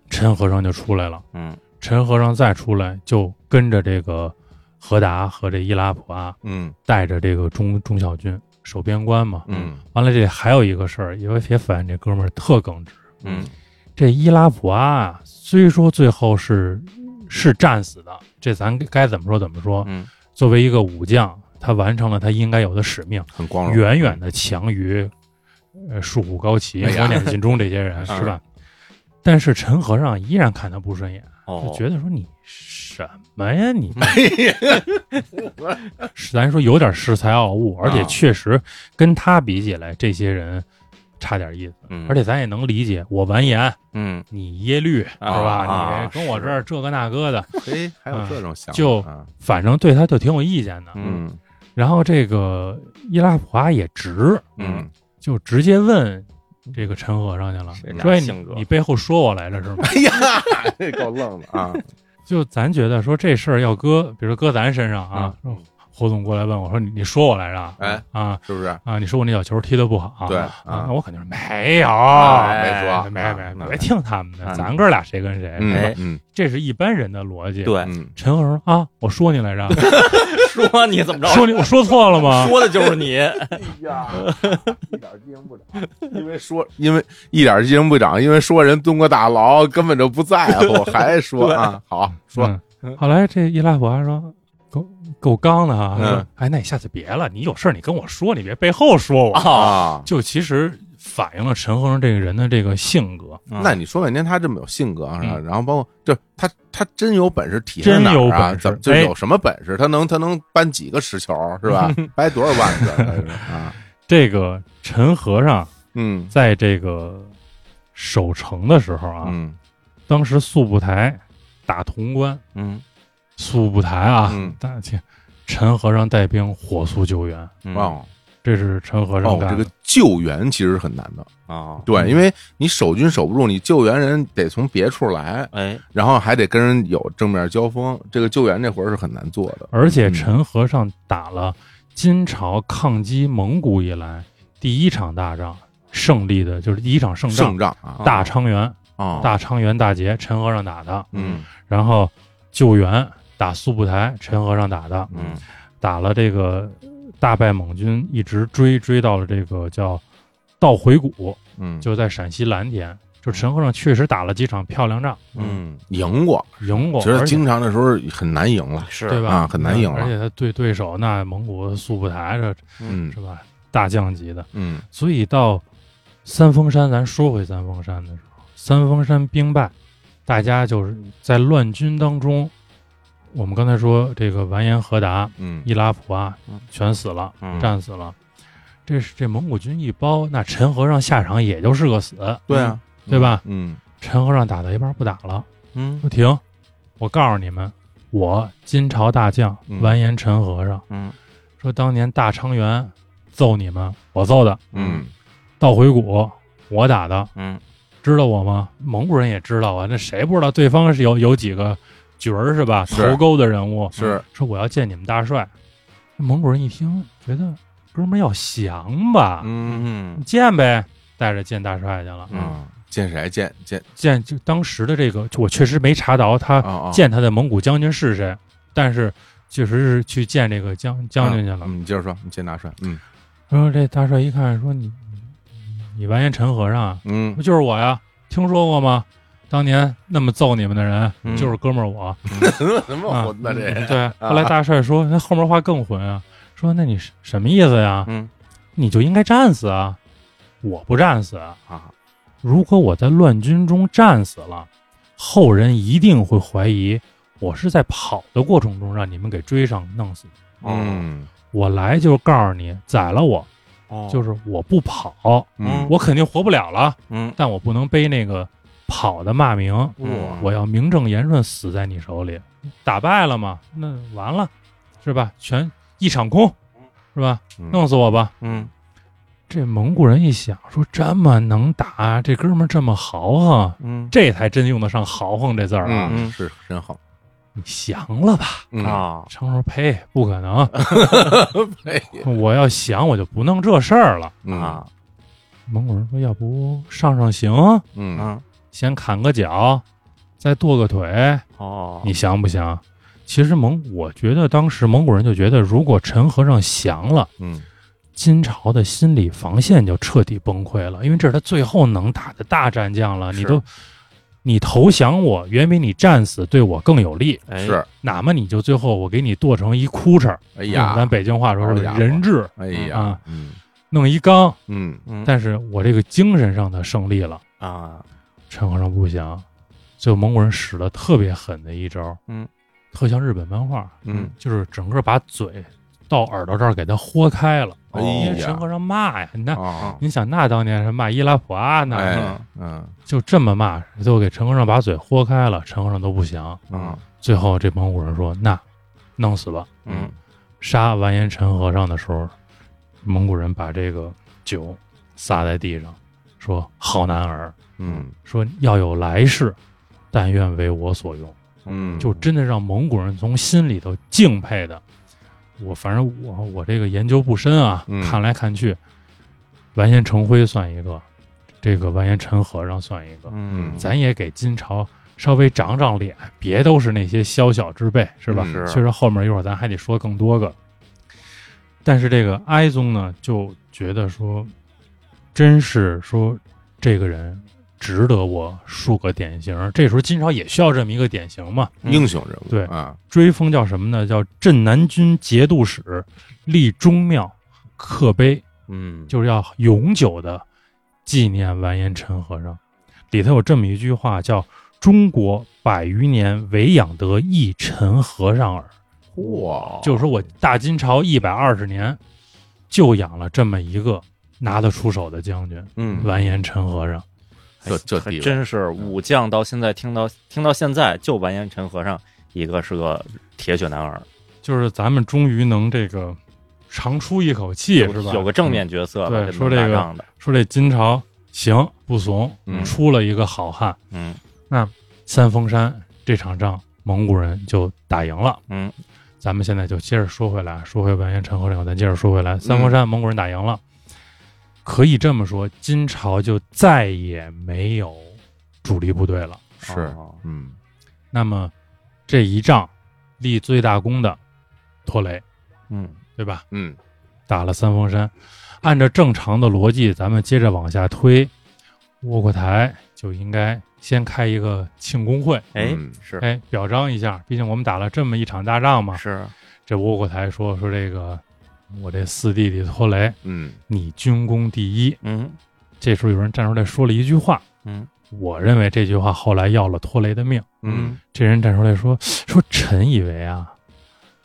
陈和尚就出来了。嗯陈和尚再出来，就跟着这个何达和这伊拉普啊阿，嗯带着这个中中小军守边关嘛。嗯完了，这还有一个事儿，也也反映这哥们儿特耿直。嗯这伊拉普阿啊，虽说最后是是战死的，这咱该怎么说怎么说。嗯作为一个武将，他完成了他应该有的使命，很光荣，远远的强于呃树虎高旗、哎呀火嗯脸尽忠这些人，是吧？但是陈和尚依然看他不顺眼，就哦，觉得说你什么呀你？嗯 是咱说有点恃才傲物，而且啊确实跟他比起来，这些人差点意思。嗯而且咱也能理解，我完颜，嗯你耶律是吧？啊你跟我这儿这个那个的，哎，还有这种想法，就啊反正对他就挺有意见的。嗯然后这个伊拉普阿也直，嗯，就直接问这个陈和尚去了是，哪说哎你性格你背后说我来了是吗？哎呀，这 够愣的啊，就咱觉得说这事儿要搁，比如说搁咱身上啊，说侯总过来问我说你你说我来着啊，嗯哎啊是不是？啊，你说我那小球踢得不好，对啊，啊那我肯定是没有，哎没说没啊没那没，别听他们啊的，咱哥俩谁跟谁，嗯哎嗯这是一般人的逻辑。，对，嗯，陈和尚说啊，我说你来 着，说你怎么着？说你我说错了吗？说的就是你，哎 呀，一点记性不长，因为说，因为一点记性不长，因为说人蹲过大牢，根本就不在乎，还说啊，好说，嗯后来这伊拉伯还说够够刚的哈，嗯说哎，那你下次别了，你有事儿你跟我说，你别背后说我。啊，就其实反映了陈和尚这个人的这个性格，那你说半天他这么有性格啊，啊嗯然后包括就他他真有本事体现哪真有儿啊？本事怎么就哎有什么本事？他能他能搬几个石球是 吧？掰多少万个这是啊？这个陈和尚嗯在这个守城的时候啊，嗯当时速不台打潼关，嗯速不台啊，嗯大庆陈和尚带兵火速救援，嗯哦这是陈和尚哦，干这的。个救援其实很难的，哦，嗯对，因为你守军守不住，你救援人得从别处来，哎，然后还得跟人有正面交锋，这个救援这活儿是很难做的。而且嗯陈和尚打了金朝抗击蒙古以来第一场大仗，胜利的就是第一场胜仗胜，仗啊，大昌原，啊，大昌原大捷，陈和尚打的，嗯然后救援打苏布台，陈和尚打的，嗯打了这个大败蒙军，一直追追到了这个叫到回谷，嗯，就在陕西蓝田。就陈和尚确实打了几场漂亮仗，嗯赢过，赢过，其实哦而且经常的时候很难赢了，是对吧？啊很难赢了而且他对对手那蒙古苏布台这嗯是吧？大将级的，嗯所以到三峰山，咱说回三峰山的时候，三峰山兵败，大家就是在乱军当中，我们刚才说这个完颜和达、嗯伊拉普啊嗯，全死了，嗯战死了。这是这蒙古军一包，那陈和尚下场也就是个死，对啊，对吧？嗯陈和尚打到一半不打了，嗯说停，我告诉你们，我金朝大将嗯完颜陈和尚嗯说，当年大昌原揍你们，我揍的，嗯到回谷我打的，嗯知道我吗？蒙古人也知道啊，那谁不知道对方是有有几个角儿是吧？是头钩的人物是说我要见你们大帅，蒙古人一听觉得哥们儿要降吧，嗯嗯见呗，带着见大帅去了。啊，见谁见见见就当时的这个，就我确实没查到他、啊啊，见他的蒙古将军是谁，但是确实是去见这个将将军去了。嗯，你接着说，你接着拿出来，嗯然后这大帅一看说你你你完颜陈和尚啊，不嗯就是我呀？听说过吗？当年那么揍你们的人，嗯就是哥们儿我。 什啊么混的这嗯对，后来大帅说，那后面话更混啊，说那你是什么意思呀？嗯你就应该战死啊！我不战死，啊，如果我在乱军中战死了，后人一定会怀疑我是在跑的过程中让你们给追上弄死的。嗯我来就是告诉你，宰了我，哦就是我不跑，嗯我肯定活不了了，嗯但我不能背那个跑的骂名。哇我要名正言顺死在你手里，打败了嘛，那完了，是吧？全一场空，是吧？嗯弄死我吧！嗯这蒙古人一想，说这么能打，这哥们儿这么豪横，嗯这才真用得上“豪横”这字儿啊！嗯，是真好，你降了吧？嗯，啊，张说：“呸，不可能！哎我要想，我就不弄这事儿了。嗯啊，蒙古人说：“要不上上刑，嗯，嗯，先砍个脚，再剁个腿，哦，你降不降？”其实蒙，我觉得当时蒙古人就觉得，如果陈和尚降了，嗯，金朝的心理防线就彻底崩溃了，因为这是他最后能打的大战将了。是你都，你投降我，远比你战死对我更有利。哎是，，哪怕你就最后我给你剁成一枯碴儿，哎用咱呀，北京话说是好家伙人质，哎呀啊，嗯弄一缸。嗯嗯但是我这个精神上的胜利了，啊，陈和尚不行。最后蒙古人使了特别狠的一招，嗯，特像日本漫画，嗯，就是整个把嘴到耳朵这儿给他豁开了。哎因为呀陈和尚骂呀，那哦，你想那当年是骂伊拉普阿呢，哎，嗯就这么骂，最后给陈和尚把嘴豁开了，陈和尚都不行。嗯最后这蒙古人说：“那弄死吧。”嗯，杀完颜陈和尚的时候，蒙古人把这个酒洒在地上，说：“好男儿，嗯说要有来世，但愿为我所用。嗯，”就真的让蒙古人从心里头敬佩的。我反正我我这个研究不深啊，嗯看来看去，完颜成辉算一个，这个完颜陈和尚算一个，嗯，咱也给金朝稍微长长脸，别都是那些宵小之辈，是吧？嗯是确实，后面一会儿咱还得说更多个。但是这个哀宗呢，就觉得说，真是说这个人值得我树个典型。这时候金朝也需要这么一个典型嘛。英雄人物，对啊，追封叫什么呢？叫镇南军节度使，立宗庙，刻碑。嗯，就是要永久的纪念完颜陈和尚。里头有这么一句话，叫“中国百余年唯养得一陈和尚耳哇”，，就是说我大金朝一百二十年就养了这么一个拿得出手的将军嗯，完颜陈和尚。这这地还位真是武将到现在听到听到现在，就完颜陈和尚一个是个铁血男儿，就是咱们终于能这个长出一口气，嗯是吧？有个正面角色吧，对说能这打个仗的，说这金朝行不怂嗯，出了一个好汉。嗯三峰山这场仗，蒙古人就打赢了。嗯，咱们现在就接着说回来，说回完颜陈和尚，咱接着说回来，三峰山蒙古人打赢了，可以这么说，金朝就再也没有主力部队了。是，哦嗯那么这一仗立最大功的拖雷，嗯对吧？嗯打了三峰山，按照正常的逻辑，咱们接着往下推，窝阔台就应该先开一个庆功会。哎嗯是哎，表彰一下，毕竟我们打了这么一场大仗嘛。是这窝阔台说说这个，我这四弟弟托雷，嗯你军功第一。嗯这时候有人站出来说了一句话，嗯我认为这句话后来要了托雷的命。嗯这人站出来说说，臣以为啊，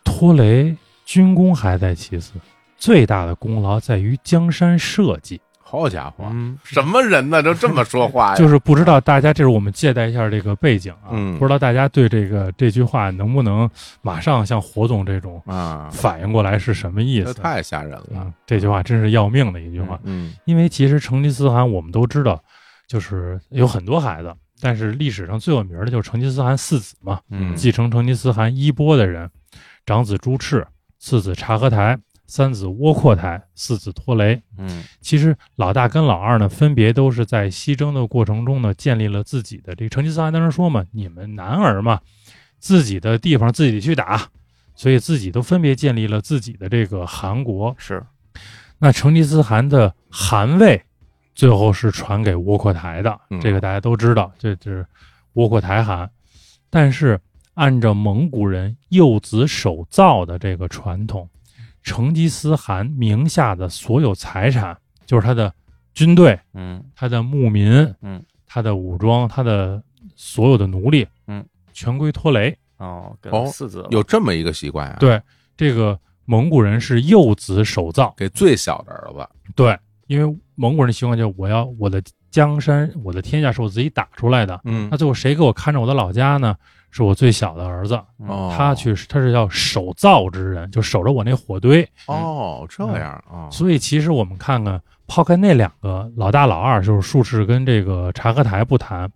托雷军功还在其次，最大的功劳在于江山社稷。好家伙，嗯什么人呢？就这么说哎话呀？就是不知道大家，这是我们借代一下这个背景啊，嗯不知道大家对这个这句话能不能马上像火总这种啊，反应过来是什么意这思。太吓人了。啊，这句话真是要命的一句话。嗯因为其实成吉思汗我们都知道，就是有很多孩子，但是历史上最有名的就是成吉思汗四子嘛，嗯继承成吉思汗衣钵的人，长子朱赤，次子察合台，三子窝阔台，四子拖雷。嗯其实老大跟老二呢，分别都是在西征的过程中呢，建立了自己的这个成吉思汗当时说嘛，你们男儿嘛，自己的地方自己去打，所以自己都分别建立了自己的这个汗国。是那成吉思汗的汗位，最后是传给窝阔台的嗯，这个大家都知道，这这是窝阔台汗。但是按照蒙古人幼子守造的这个传统，成吉思汗名下的所有财产，就是他的军队、嗯他的牧民、嗯、他的武装、他的所有的奴隶，嗯，全归托雷。哦跟哦四子有这么一个习惯啊，，对，这个蒙古人是幼子守造，给最小的儿子，对，因为蒙古人的习惯就是我要我的江山，我的天下是我自己打出来的。嗯那最后谁给我看着我的老家呢？是我最小的儿子，哦他去他是叫守灶之人，就守着我那火堆。哦这样啊，所以其实我们看看，抛开那两个老大老二，就是术士跟这个察合台不谈，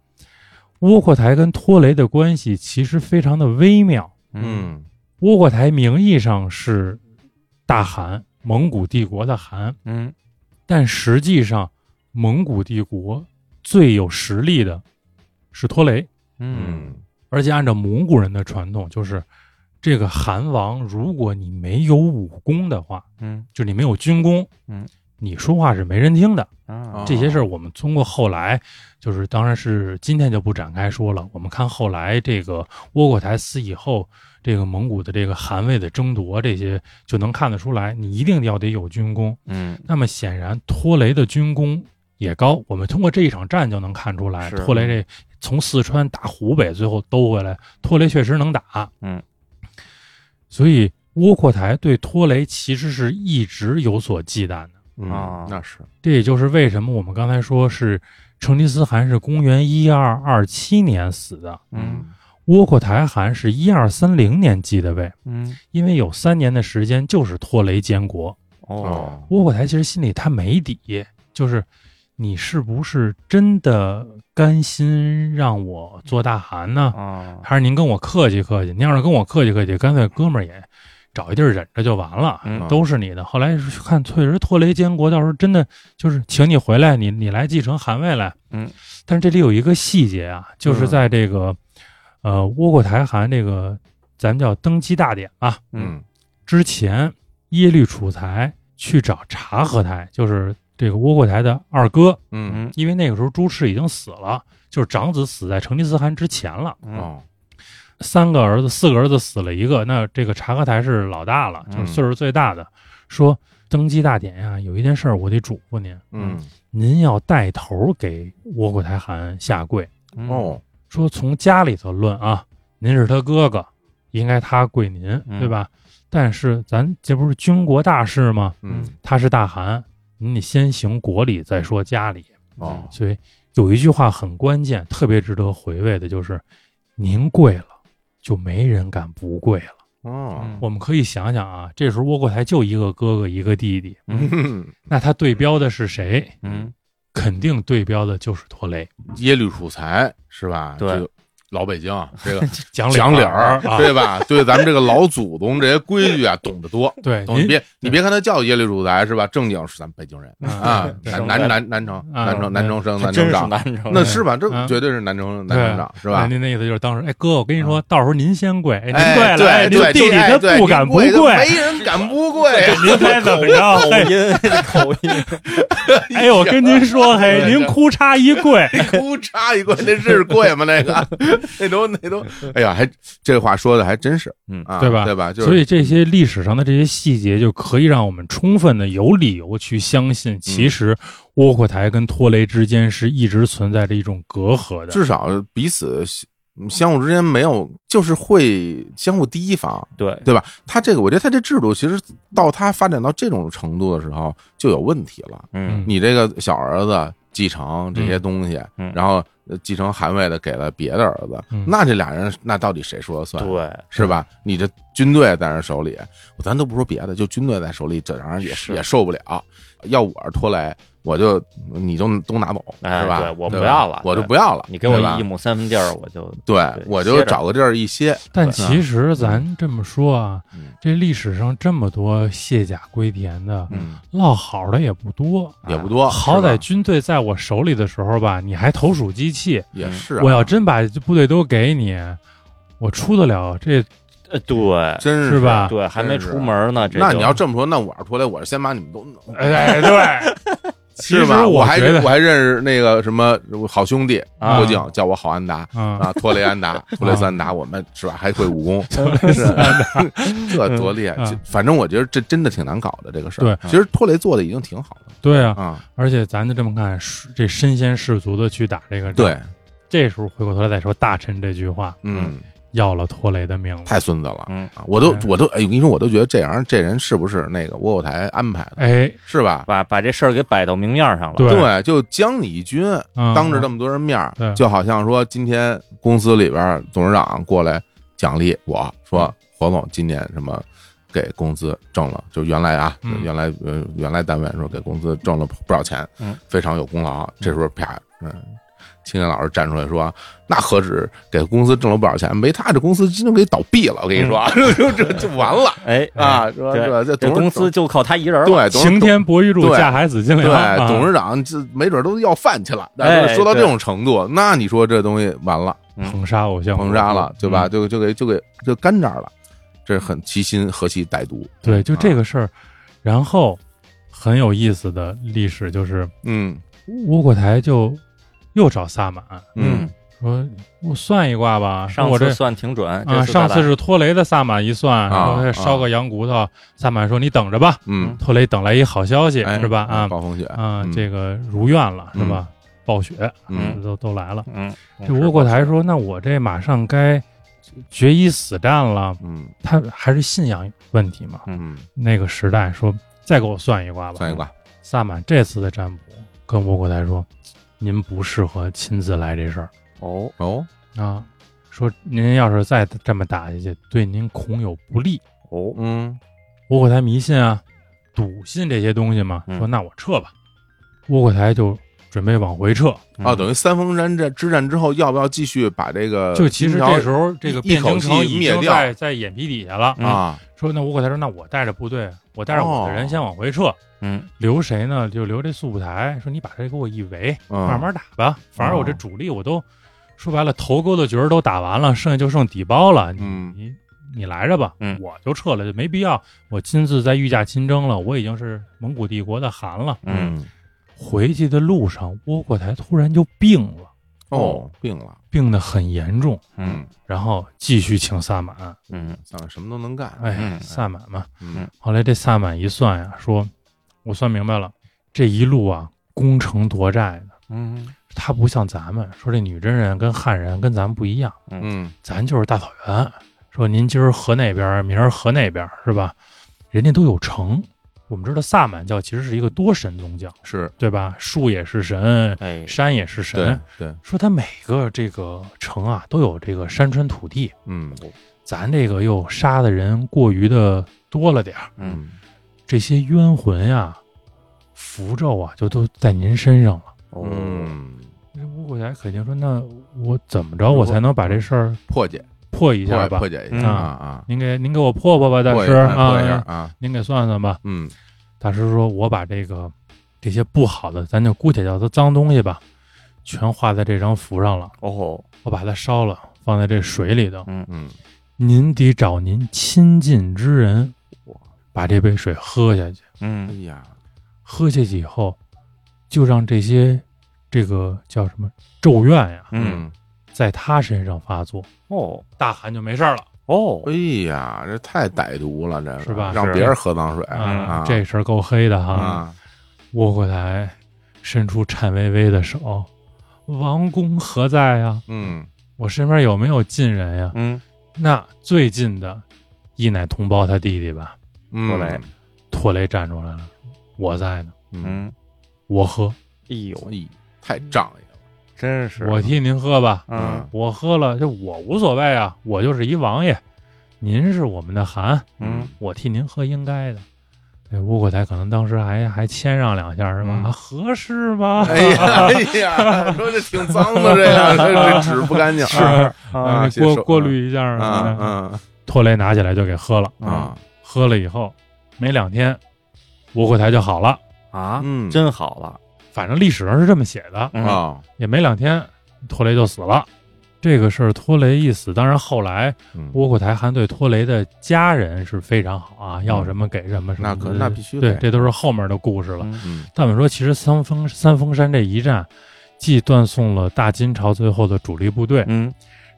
窝阔台跟托雷的关系其实非常的微妙。嗯窝阔台名义上是大汗，蒙古帝国的汗，嗯但实际上蒙古帝国最有实力的是托雷，嗯而且按照蒙古人的传统，就是这个汗王，如果你没有武功的话，嗯就你没有军功，嗯，你说话是没人听的。啊这些事儿我们通过后来，就是当然是今天就不展开说了。我们看后来这个窝阔台死以后，这个蒙古的这个汗位的争夺，这些就能看得出来，你一定要得有军功。嗯那么显然，托雷的军功也高。我们通过这一场战就能看出来，是托雷这从四川打湖北，最后兜回来，托雷确实能打。嗯，所以窝阔台对托雷其实是一直有所忌惮的。啊嗯，那是这也就是为什么我们刚才说是成吉思汗是公元一二二七年死的，嗯窝阔台汗是一二三零年继的位，嗯因为有三年的时间就是拖雷监国。嗯哦窝阔台其实心里他没底，就是你是不是真的甘心让我做大汗哦呢？啊还是您跟我客气客气？您要是跟我客气客气，干脆哥们儿也找一地儿忍着就完了，嗯都是你的。后来是看确实拖雷监国，到时候真的就是请你回来，你你来继承汗位来。嗯，但是这里有一个细节啊，就是在这个、呃窝阔台汗这个咱们叫登基大典啊，嗯之前耶律楚材去找察合台，就是这个窝阔台的二哥，嗯嗯因为那个时候朱赤已经死了，就是长子死在成吉思汗之前了。哦三个儿子，四个儿子死了一个，那这个察合台是老大了，就是岁数最大的。说登基大典呀，有一件事儿我得嘱咐您，嗯您要带头给窝阔台汗下跪。嗯哦说从家里头论啊，您是他哥哥，应该他跪您，嗯对吧？但是咱这不是军国大事吗？嗯他是大汗，你得先行国礼，再说家里。嗯哦所以有一句话很关键，特别值得回味的就是：您跪了，就没人敢不跪了。哦我们可以想想啊，这时候窝阔台就一个哥哥一个弟弟， 嗯，那他对标的是谁？嗯肯定对标的就是托雷、耶律楚材是吧？对这个老北京这个讲讲理儿，啊。对吧？对咱们这个老祖宗这些规矩啊，懂得多。对，懂哎你您别你别看他叫耶律楚材是吧？正经是咱们北京人啊，对南南南南城啊南城南城生还南真城是长，南城那人 是吧？这嗯绝对是南城南对城长是那吧？嗯您那意思就是当时，哎哥，我跟你说到时候您先跪，哎您哎，跪了，哎对您对，弟弟哎他对不敢不您跪跪他，没人敢不啊跪。 您猜怎么着？口嘿音 口音哎，我跟您说，嘿， 对您对哭嚓一跪，哭嚓一跪，那是跪吗？那个，那都 那都，哎呀，还这话说的还真是，嗯啊，对吧对吧？ 就是所以这些历史上的这些细节，就可以让我们充分的有理由去相信，嗯其实窝阔台跟托雷之间是一直存在着一种隔阂的。至少彼此嗯相互之间没有，就是会相互提防，对对吧？他这个，我觉得他这制度其实到他发展到这种程度的时候就有问题了。嗯你这个小儿子继承这些东西，嗯然后呃继承汗位的给了别的儿子，嗯那这俩人那到底谁说了算？对是吧？你这军队在人手里，咱都不说别的，就军队在手里，这让人也是也受不了。要我是拖雷，我就你就都拿走，哎是吧？对我对不吧要了我就对不要了。你给我对吧一亩三分地儿我就对对我歇就着找个地儿一歇。但啊其实咱这么说啊嗯，这历史上这么多卸甲归田的，嗯，落好的也不多。啊也不多，好哦是歹吧军队在我手里的时候吧，你还投鼠忌器。嗯也是啊，我要真把部队都给你，我出得了 这呃对真是？吧？对还没真是出门呢，这那就你要这么说，那我要是拖雷，我是先把你们都弄哎哎， 对，其是实吧？我还觉得我还认识那个什么我好兄弟啊郭靖，叫我好安达啊，啊，托雷安达，托雷斯安达，我们是吧？还会武功，是这多厉害！嗯这反正我觉得这真的挺难搞的这个事儿。对其实托雷做的已经挺好了对啊，啊，而且咱就这么看，是这身先士卒的去打这个仗，对，这时候回过头来再说大臣这句话，嗯要了托雷的命了。太孙子了。嗯，啊我都哎我都哎，我跟你说，我都觉得这样这人是不是那个窝火台安排的，哎，是吧？把把这事儿给摆到明面上了。对对，就将你一军嗯当着这么多人面儿对，就好像说今天公司里边儿董事长过来奖励我嗯说，火总今年什么给公司挣了，就原来啊嗯，原来呃原来单位说给公司挣了不少钱嗯，非常有功劳。啊这时候啪，嗯。青年老师站出来说：“那何止给公司挣了不少钱，没他这公司今天给倒闭了。我跟你说，嗯 就就就完了哎，啊！说对这呃这这董事公司就靠他一人了。对董事晴天博玉柱，对架海紫金对莲啊。董事长这没准都要饭去了。哎但是说到这种程度，那你说这东西完了，嗯捧杀偶像，捧杀了，对嗯吧？就就给就给就干这儿了，这很其心何其歹毒。啊对，就这个事儿。然后很有意思的历史就是，嗯乌果台就又找萨满嗯说：“我算一卦吧，说上我这次算挺准，啊，这上咱次俩是托雷的萨满一算，啊说烧个羊骨头，萨满说你等着吧。嗯，托雷等来一好消息哎是吧？啊暴风雪啊，嗯这个如愿了是嗯吧？暴雪啊嗯都都来了。嗯，这吴国台说：“那我这马上该决一死战了。嗯”他还是信仰问题嘛？嗯，那个时代说再给我算一卦吧。算一。卦，萨满这次的占卜跟吴国台说：“您不适合亲自来这事儿哦，哦啊。”说您要是再这么打下去，对您恐有不利。哦，嗯窝火台迷信啊、笃信这些东西嘛，嗯说那我撤吧。窝火台就准备往回撤，嗯哦，等于三峰山这之战之后，要不要继续把这个就其实金朝这时候这个呃一汴京口城气已灭经掉在在眼皮底下了。嗯啊，说那窝火台说那我带着部队，我带着我的人哦先往回撤，嗯留谁呢？就留这素不台，说你把这给我一围，嗯慢慢打吧。反正我这哦主力我都说白了，头沟的角儿都打完了，剩下就剩底包了。你嗯你你来着吧，嗯我就撤了，就没必要我亲自再御驾亲征了。我已经是蒙古帝国的汗了。嗯，回去的路上，窝阔台突然就病了，哦，病了，病得很严重，嗯然后继续请萨满。嗯算了，什么都能干，哎，嗯萨满嘛。嗯后来这萨满一算呀，说我算明白了，这一路啊攻城夺寨的，嗯他不像咱们说这女真人跟汉人跟咱们不一样，嗯咱就是大草原。说您今儿河那边，明儿河那边，是吧？人家都有城。我们知道萨满教其实是一个多神宗教，是对吧？树也是神，哎山也是神，对对，说它每个这个城啊都有这个山川土地，嗯咱这个又杀的人过于的多了点儿，嗯这些冤魂呀、符咒啊，就都在您身上了。哦嗯，这乌鬼才肯定说，那我怎么着我才能把这事儿破解破一下破吧破？解一嗯下啊啊。您给您给我破破吧，大过一师下过一下啊，啊，您给算算吧。嗯大师说，我把这个这些不好的，咱就姑且叫它脏东西吧，全画在这张符上了，哦，我把它烧了，放在这水里头。嗯您得找您亲近之人，把这杯水喝下去。哎嗯呀，喝下去以后，就让这些这个叫什么咒怨呀，嗯在他身上发作，哦大喊就没事儿了哦哎呀，这太歹毒了，这是吧让是别人喝脏水啊！啊，这事儿够黑的哈！啊，窝过来，伸出颤巍巍的手，王公何在呀？嗯我身边有没有近人呀？嗯那最近的一奶同胞他弟弟吧，嗯，过来托雷站出来了，我在呢，嗯，嗯，我喝，哎哎呦，呦太仗义了，真是啊我替您喝吧。嗯我喝了，这我无所谓啊，我就是一王爷，您是我们的汗，嗯我替您喝应该的。这乌国台可能当时还还谦让两下是吧？嗯啊合适吗？哎 呀哎呀，说这挺脏的，这样这这纸不干净，是啊啊啊你过接受过滤一下啊什么的。啊托雷拿起来就给喝了，啊喝了以后没两天，乌国台就好了。啊，嗯真好了，反正历史上是这么写的，嗯啊，也没两天，托雷就死了。这个事儿，托雷一死，当然后来嗯窝阔台还对托雷的家人是非常好啊，要什么给什么什么那的，可那必须对得，，这都是后面的故事了。嗯嗯但我们说，其实三峰三峰山这一战，既断送了大金朝最后的主力部队，嗯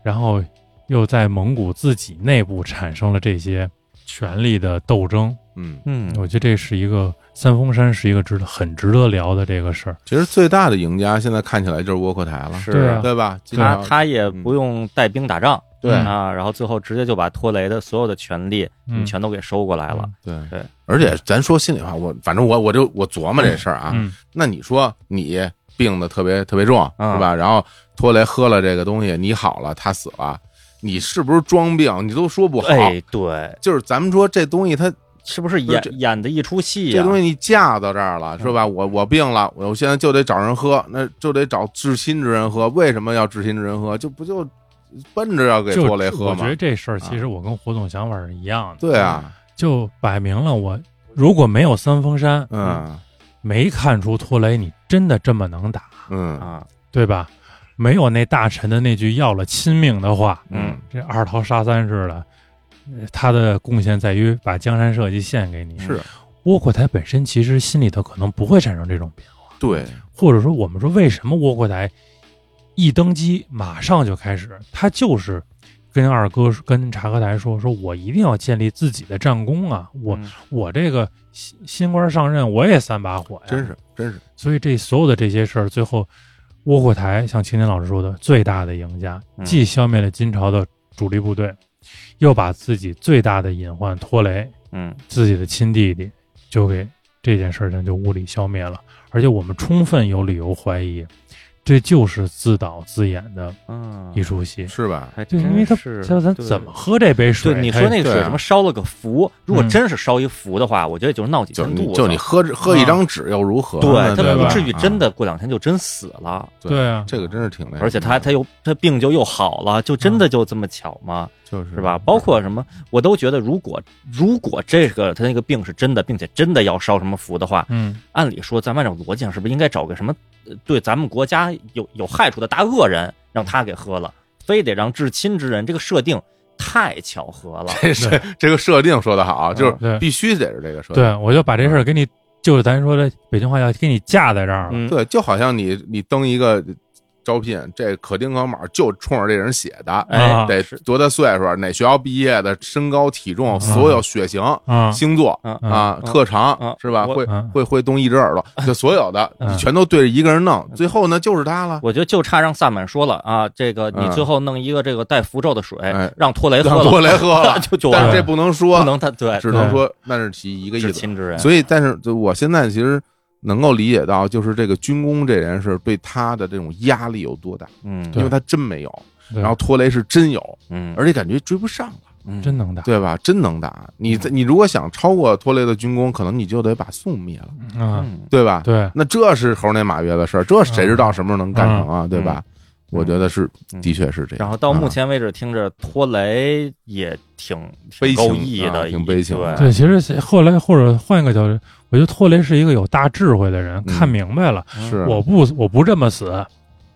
然后又在蒙古自己内部产生了这些权力的斗争。嗯，嗯我觉得这是一个三峰山是一个值得很值得聊的这个事儿。其实最大的赢家现在看起来就是窝阔台了，是对啊对吧？他金朝他也不用带兵打仗，对啊，然后最后直接就把托雷的所有的权利嗯全都给收过来了。对对，而且咱说心里话，我反正我我就我琢磨这事儿啊，嗯，那你说你病的特别特别重，嗯是吧？然后托雷喝了这个东西，你好了，他死了，你是不是装病？你都说不好。哎，对，就是咱们说这东西它，是不不是是演这演的一出戏这呀？嗯东西你架到这儿了，是吧？我我病了，我现在就得找人喝，那就得找至亲之人喝。为什么要至亲之人喝？就不就奔着要给就托雷喝我觉吗得？这事儿其实我跟胡总想法是一样的，啊嗯对啊，就摆明了我如果没有三峰山，，嗯没看出托雷你真的这么能打，嗯啊，对吧？没有那大臣的那句要了亲命的话，嗯，这二桃杀三似的，呃他的贡献在于把江山社稷献给你。是窝阔台本身其实心里头可能不会产生这种变化，哎对，或者说我们说为什么窝阔台一登基马上就开始，他就是跟二哥说跟察合台说，说我一定要建立自己的战功啊，我、嗯我这个新新官上任我也三把火呀，真是真是，所以这所有的这些事儿，最后窝阔台像青年老师说的，最大的赢家，嗯既消灭了金朝的主力部队，又把自己最大的隐患拖雷，嗯自己的亲弟弟，就给这件事情就物理消灭了。而且我们充分有理由怀疑，这就是自导自演的嗯一出戏。是吧？还对，真因为他是他他对怎么喝这杯水？对你他说那对水啊什么烧了个符，如果嗯真是烧一符的话，我觉得也就是闹几就天是肚你子。就你喝喝一张纸又如何呢？嗯对对他吧不至于真啊的过两天就真死了，对啊，这个真是挺那个的，而且他他又他病就又好了，就真嗯的就这么巧吗？就是是吧？包括什么，我都觉得如果如果这个他那个病是真的，并且真的要烧什么符的话，嗯，按理说咱们按照逻辑上是不是应该找个什么呃对咱们国家有有害处的大恶人，让他给喝了，非得让至亲之人，这个设定太巧合了。这是这个设定说的好，就是嗯对必须得是这个设定。对我就把这事儿给你，就是咱说的北京话叫给你架在这儿了。嗯，对，就好像你你登一个招聘，这可丁可卯就冲着这人写的，哎啊，得是多大岁数，哪学校毕业的，身高体重，嗯所有血型、啊，星座嗯嗯啊、嗯特长嗯是吧？我会嗯会会动一只耳朵，就所有的嗯你全都对着一个人弄，最后呢就是他了。我觉得就差让萨满说了啊，这个你嗯最后弄一个这个带符咒的水，哎让托雷喝让 了，托雷喝了 就就完但了是这不能不说，能他对只能说那是其一个意至思。亲之人，所以，但是就我现在其实能够理解到，就是这个军工这人是对他的这种压力有多大，嗯因为他真没有，对然后托雷是真有，嗯，而且感觉追不上了，嗯真能打。对吧？真能打，你你如果想超过托雷的军工，可能你就得把宋灭了，啊，嗯对吧？对，那这是猴年马月的事儿，这谁知道什么时候能干成啊？对吧？我觉得是，嗯的确是这样。然后到目啊，前为止，听着托雷也挺悲情挺高义啊的，挺悲情的对，其实后来或者换一个角度，我觉得托雷是一个有大智慧的人，嗯看明白了，是我不我不这么死，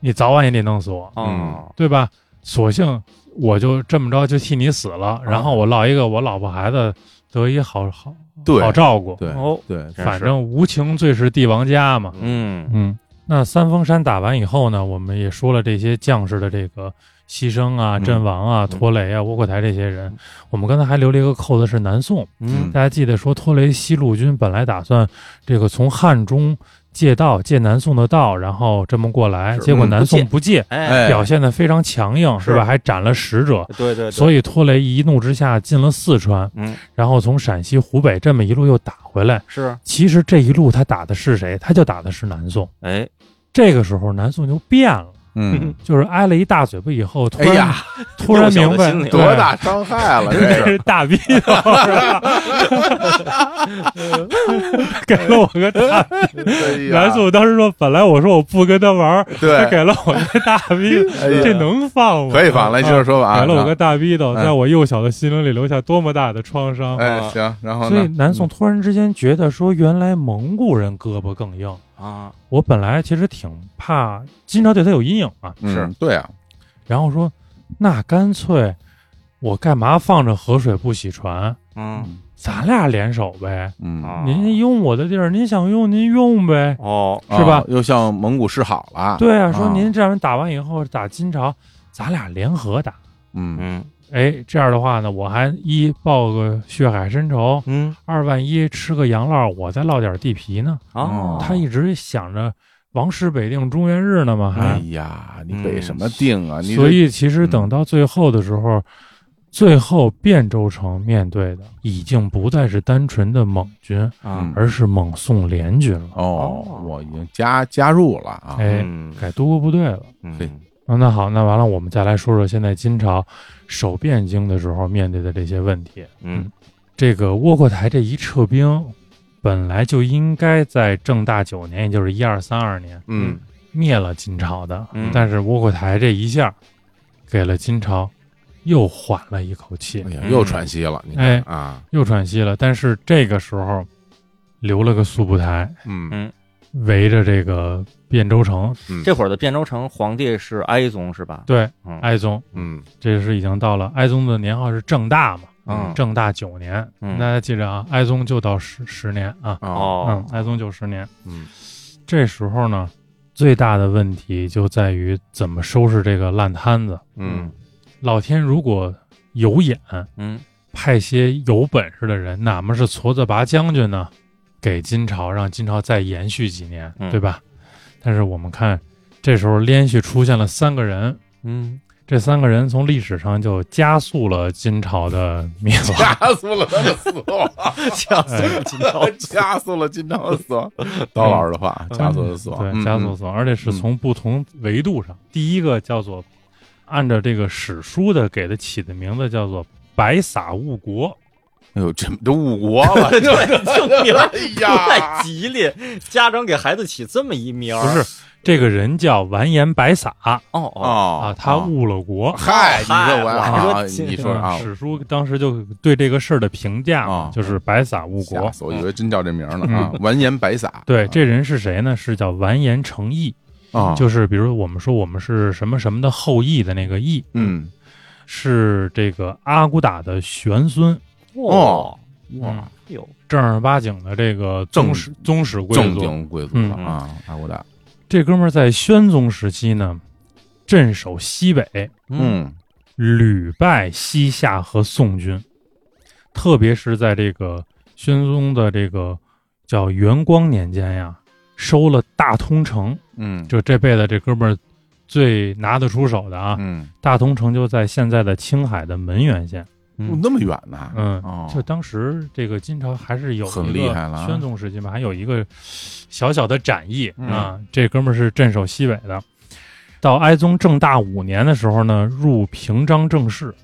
你早晚也得弄死我，啊，对吧？索性我就这么着就替你死了，然啊后我落一个我老婆孩子得以好好好对照顾，对哦对，真是反正无情最是帝王家嘛。嗯嗯，那三峰山打完以后呢，我们也说了这些将士的这个牺牲啊、嗯阵亡啊、拖雷啊、窝阔台这些人。我们刚才还留了一个扣子是南宋，嗯大家记得说拖雷西路军本来打算这个从汉中借道借南宋的道，然后这么过来，是结果嗯南宋不不借，哎，表现得非常强硬，是是吧？还斩了使者。对对对，所以拖雷一怒之下进了四川，嗯然后从陕西、湖北这么一路又打回来。是其实这一路他打的是谁？他就打的是南宋。哎这个时候南宋就变了，嗯，就是挨了一大嘴巴以后，突哎然、呀， 突然明又小白的心里 多大伤害了，对这这是 是大逼斗，是吧给了我个大。哎呀南宋当时说，本来我说我不跟他玩儿，他对，给了我个大 逼斗，哎呀这能放吗？可以放，来接着说吧啊啊。给了我个大逼斗，哎在我幼小的心灵里留下多么大的创伤。哎，行，然后呃所以呢？嗯南宋突然之间觉得说，原来蒙古人胳膊更硬。啊，我本来其实挺怕金朝对他有阴影啊，是对啊，然后说，那干脆我干嘛放着河水不洗船？嗯咱俩联手呗，嗯，啊您用我的地儿，您想用您用呗，哦是吧哦？又向蒙古示好了。对啊，说啊您这样打完以后打金朝，咱俩联合打。嗯，嗯哎，这样的话呢，我还一报个血海深仇，嗯二万一吃个羊烙，我再烙点地皮呢。哦，他一直想着王师北定中原日呢嘛，还哎呀，你北什么定啊？你嗯所这以其实等到最后的时候，最后汴州城面对的已经不再是单纯的蒙军，啊嗯而是蒙宋联军了，哦，我已经加加入了啊，哎，嗯改都国部队了。对嗯，啊，那好，那完了，我们再来说说现在金朝守汴京的时候面对的这些问题。嗯这个窝阔台这一撤兵，本来就应该在正大九年，也就是一二三二年，嗯灭了金朝的，嗯但是窝阔台这一下，给了金朝又缓了一口气哎，呀，又喘息了，你看哎啊，又喘息了。但是这个时候，留了个苏步台，嗯围着这个汴州城，嗯，这会儿的汴州城皇帝是哀宗是吧？对，嗯哀宗，嗯这是已经到了哀宗的年号是正大嘛，嗯正大九年，嗯大家记着啊，哀宗就到十十年啊，哦哦嗯，，哀宗就十年。嗯这时候呢，最大的问题就在于怎么收拾这个烂摊子。嗯老天如果有眼，嗯派些有本事的人，哪么是矬子拔将军呢？给金朝，让金朝再延续几年，嗯对吧？但是我们看，这时候连续出现了三个人， 嗯，这三个人从历史上就加速了金朝的灭 亡。哎掐嗯死了他的死 亡，吓死了金朝，掐死了金朝的死 亡。刀老师的话，掐死了死亡，嗯嗯对，加速死亡，而且是从不同维度上。第一个叫做，按照这个史书的给的起的名字叫做“白撒误国哎呦，这都误国了，这这名儿哎 呀太，吉利，家长给孩子起这么一名”，不儿，是这个人叫完颜白撒哦哦，哦啊，他哦误了国。嗨，你说我嗨我啊，还说你说 啊，史书当时就对这个事儿的评价嘛啊就是“白撒误吓国死我以为真叫这名儿呢啊，完颜白撒”。。对，这人是谁呢？是叫完颜成义，啊，就是比如我们说我们是什么什么的后裔的那个义，嗯，是这个阿骨打的玄孙，哦哇，哟，正儿八经的这个宗室宗室贵正族。经贵族嗯了啊，阿骨打，这哥们儿在宣宗时期呢，镇守西北，嗯屡败西夏和宋军，特别是在这个宣宗的这个叫元光年间呀，收了大通城，嗯，就这辈子这哥们儿最拿得出手的啊。嗯，大通城就在现在的青海的门源县，哦那么远呢，嗯，哦就当时这个金朝还是有很一个厉害了啊宣宗时期嘛，还有一个小小的展翼、嗯啊，这哥们儿是镇守西北的。到哀宗正大五年的时候呢，入平章政事，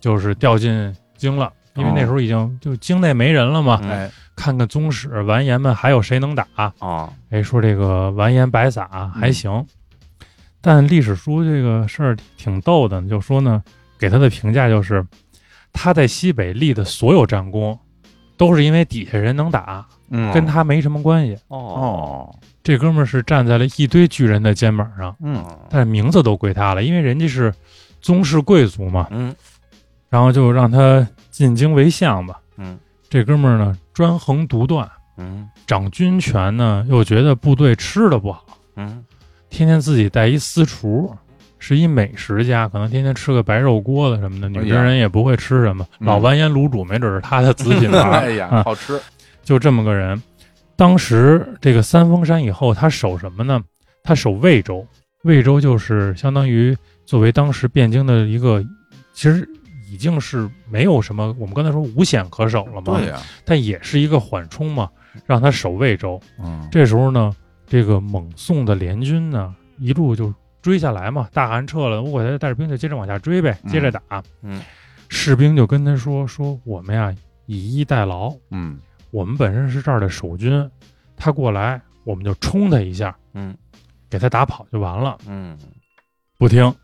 就是调进京了，因为哦那时候已经就京内没人了嘛，嗯哎，看看宗室完颜们还有谁能打、哦，哎，说这个完颜白撒啊还行，但历史书这个事儿挺逗的，就说呢，给他的评价就是，他在西北立的所有战功，都是因为底下人能打，嗯跟他没什么关系。哦，哦，这哥们儿是站在了一堆巨人的肩膀上，嗯但是名字都归他了，因为人家是宗室贵族嘛，嗯然后就让他进京为相吧。嗯，这哥们儿呢专横独断，嗯掌军权呢又觉得部队吃的不好。嗯天天自己带一私厨，是一美食家，可能天天吃个白肉锅子什么的，女真人也不会吃什么。哎嗯老完颜卤煮没准是他的子品吧 哎，呀，啊好吃，就这么个人。当时这个三峰山以后，他守什么呢？他守魏州，魏州就是相当于作为当时汴京的一个，其实已经是没有什么，我们刚才说无险可守了嘛，对呀，但也是一个缓冲嘛，让他守魏州。嗯，这时候呢，这个蒙宋的联军呢，一路就追下来嘛。大汗撤了，乌鬼台带着兵就接着往下追呗，嗯接着打。嗯士兵就跟他说：“说我们呀，以逸待劳，嗯我们本身是这儿的守军，他过来，我们就冲他一下，嗯给他打跑就完了。嗯”不听，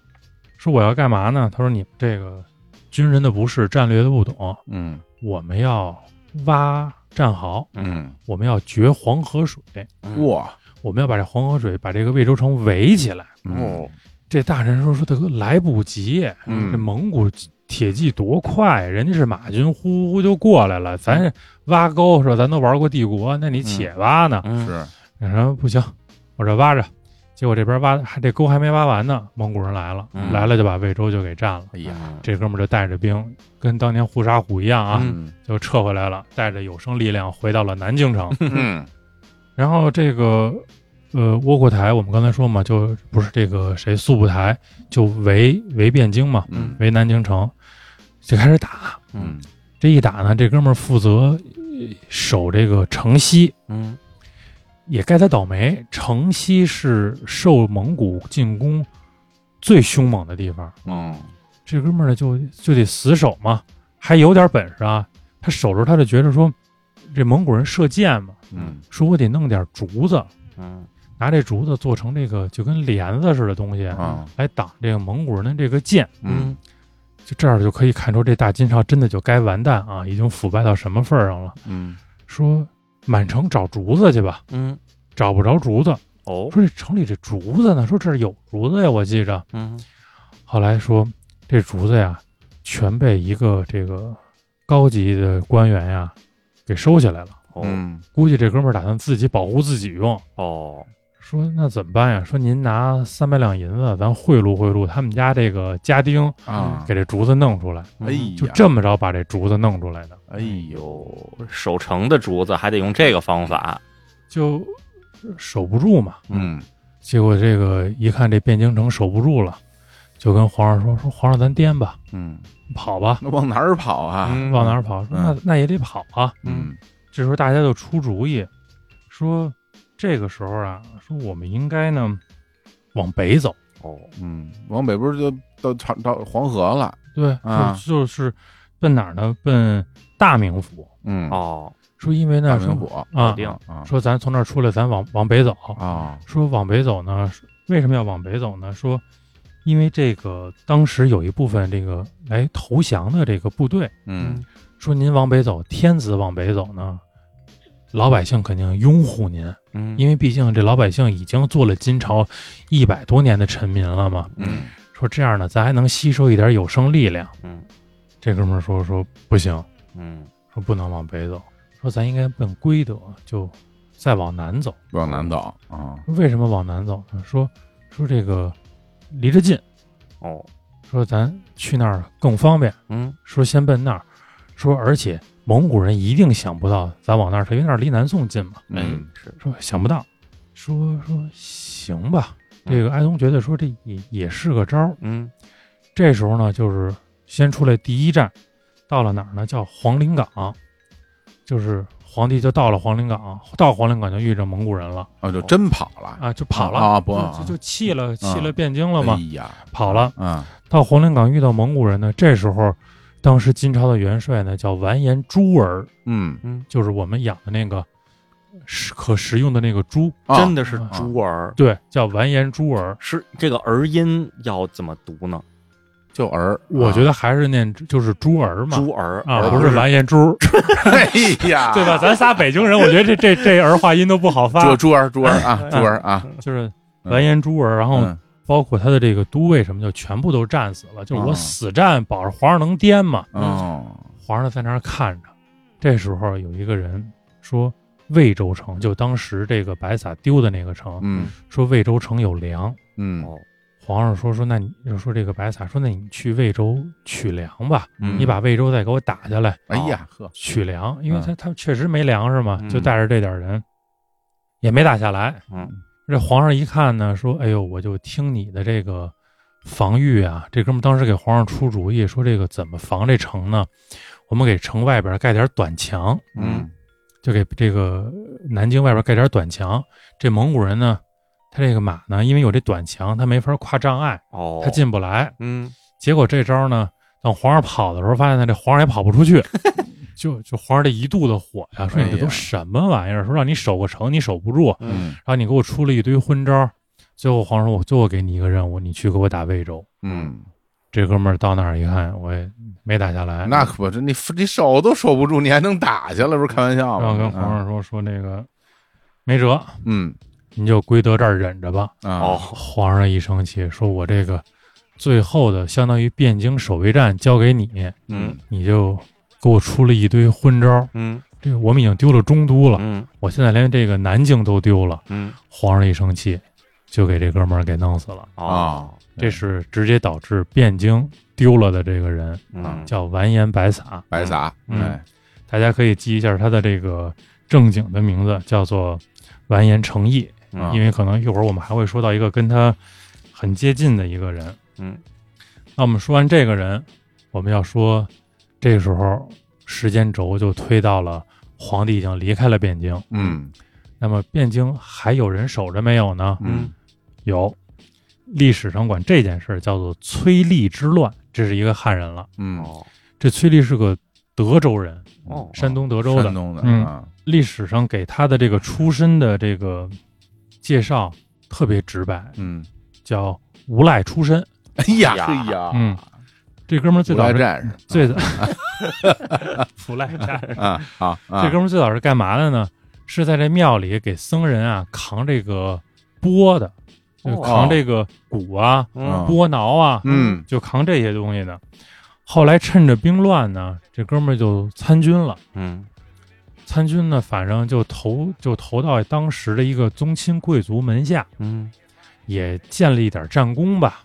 说我要干嘛呢？他说：“你们这个军人的不是，战略的不懂，嗯我们要挖战壕，嗯，我们要决黄河水。”嗯哇，我们要把这黄河水把这个魏州城围起来。哦，这大臣说说大哥来不及，嗯这蒙古铁骑多快，人家是马军呼呼就过来了，咱嗯是挖沟是吧？咱都玩过帝国，那你且挖呢？嗯是，然后不行，我这挖着，结果这边挖还这沟还没挖完呢，蒙古人来了，嗯来了就把魏州就给占了。哎呀，啊这哥们儿就带着兵，跟当年护沙虎一样啊，嗯就撤回来了，带着有生力量回到了南京城。嗯然后这个呃，窝阔台我们刚才说嘛，就不是这个谁速不台就围围汴京嘛，嗯围南京城，就开始打。嗯这一打呢，这哥们儿负责呃守这个城西，嗯也该他倒霉。城西是受蒙古进攻最凶猛的地方，嗯这哥们儿呢就就得死守嘛，还有点本事啊。他守着他就觉着说，这蒙古人射箭嘛，嗯说我得弄点竹子，嗯拿这竹子做成这个就跟帘子似的东西，啊来挡这个蒙古人的这个箭。嗯，就这样就可以看出，这大金朝真的就该完蛋啊，已经腐败到什么份儿上了。嗯说满城找竹子去吧，嗯找不着竹子。哦说这城里这竹子呢？说这儿有竹子呀，我记着。嗯后来说这竹子呀，全被一个这个高级的官员呀给收起来了。嗯哦估计这哥们儿打算自己保护自己用。哦说那怎么办呀？说您拿三百两银子，咱贿赂贿赂他们家这个家丁，啊，给这竹子弄出来。哎呀，就哦嗯这么着把这竹子弄出来的。哎呦，有守城的竹子还得用这个方法，就守不住嘛。嗯结果这个一看这汴京城守不住了，就跟皇上说：“说皇上，咱颠吧，嗯，跑吧，那往哪儿跑啊？往哪儿跑？”说：“那嗯那也得跑啊。嗯”这时候大家就出主意，说这个时候啊，说我们应该呢往北走。哦嗯，往北不是就到长到黄河了？对，啊就就是奔哪儿呢？奔大名府。嗯，哦说因为大呢，明说府啊定啊说咱从那儿出来，咱往往北走。啊，说往北走呢，为什么要往北走呢？说因为这个当时有一部分这个来投降的这个部队，嗯说您往北走，天子往北走呢，老百姓肯定拥护您，嗯因为毕竟这老百姓已经做了金朝一百多年的臣民了嘛。嗯说这样呢，咱还能吸收一点有生力量。嗯这哥们儿说说不行，嗯说不能往北走，说咱应该奔归德，就再往南走。往南走啊，为什么往南走呢？说说这个离着近。哦说咱去那儿更方便，嗯说先奔那儿，说而且蒙古人一定想不到咱往那儿去，因为那儿离南宋近嘛，哎嗯是说想不到，说说行吧，这个哀宗觉得说这也也是个招儿。嗯这时候呢，就是先出来第一站，到了哪儿呢？叫皇陵港，就是皇帝就到了皇陵港，到皇陵港就遇着蒙古人了啊，就真跑了，啊，就跑了啊不就就就弃了弃了汴京了嘛哎，呀，跑了。啊，到黄陵港遇到蒙古人呢，这时候，当时金朝的元帅呢叫完颜朱儿，嗯，就是我们养的那个食可食用的那个猪，啊真的是猪儿，对，叫完颜朱儿。是这个儿音要怎么读呢？就儿，我觉得还是念就是猪儿嘛，猪儿啊，啊不是完颜猪， 哎呀， 对吧？咱仨北京人，我觉得这这这儿化音都不好猪发，猪儿猪儿啊，哎 猪儿啊，就是嗯完颜朱儿，然后嗯包括他的这个都尉什么，就全部都战死了，就是我哦死战保着皇上能颠嘛，哦，皇上在那儿看着。这时候有一个人说：“魏州城，就当时这个白撒丢的那个城，嗯说魏州城有粮。嗯哦皇上说：“说那你就说这个白撒说，那你去魏州取粮吧，嗯你把魏州再给我打下来哎呀哦呵，取粮，因为嗯他他确实没粮食嘛，嗯就带着这点人，也没打下来。嗯，这皇上一看呢，说：哎呦，我就听你的这个防御啊，这哥们儿当时给皇上出主意说，这个怎么防这城呢？我们给城外边盖点短墙。”嗯就给这个南京外边盖点短墙。这蒙古人呢，他这个马呢，因为有这短墙，他没法跨障碍，哦，他进不来。嗯结果这招呢，等皇上跑的时候，发现呢，这皇上也跑不出 去，就就皇上这一肚子火呀，说你这哎呀都什么玩意儿？说让你守个城，你守不住，然嗯后你给我出了一堆昏招。最后皇上说，我最后给你一个任务，你去给我打魏州。嗯，这哥们儿到那儿一看，我也没打下来，嗯那可不是你你手都守不住，你还能打下来？不是开玩笑然后嗯吗？跟皇上说说那个没辙，嗯您就归德这儿忍着吧。啊，哦皇上一生气，说我这个最后的相当于汴京守卫战交给你，嗯你就给我出了一堆昏招。嗯这个我们已经丢了中都了，嗯我现在连这个南京都丢了。嗯皇上一生气，就给这哥们儿给弄死了。哦啊这是直接导致汴京丢了的这个人，啊嗯叫完颜白撒。白撒，嗯哎，大家可以记一下他的这个正经的名字，叫做完颜承义，嗯因为可能一会儿我们还会说到一个跟他很接近的一个人。嗯，那我们说完这个人，我们要说，这个时候时间轴就推到了皇帝已经离开了汴京。嗯那么汴京还有人守着没有呢？嗯有，历史上管这件事儿叫做崔杼之乱，这是一个汉人了。嗯，哦这崔杼是个德州人，哦山东德州的。山东的嗯啊，历史上给他的这个出身的这个介绍特别直白，嗯，叫无赖出身。哎呀呀哎呀，嗯，这哥们儿最古早代是战士最早 无赖战士。啊啊，啊这哥们儿最早是干嘛的呢？是在这庙里给僧人啊扛这个钵的，就哦扛这个鼓啊、嗯钵挠啊，哦嗯就扛这些东西的。后来趁着兵乱呢，这哥们儿就参军了。嗯参军呢，反正就投就投到当时的一个宗亲贵族门下，嗯也建立一点战功吧。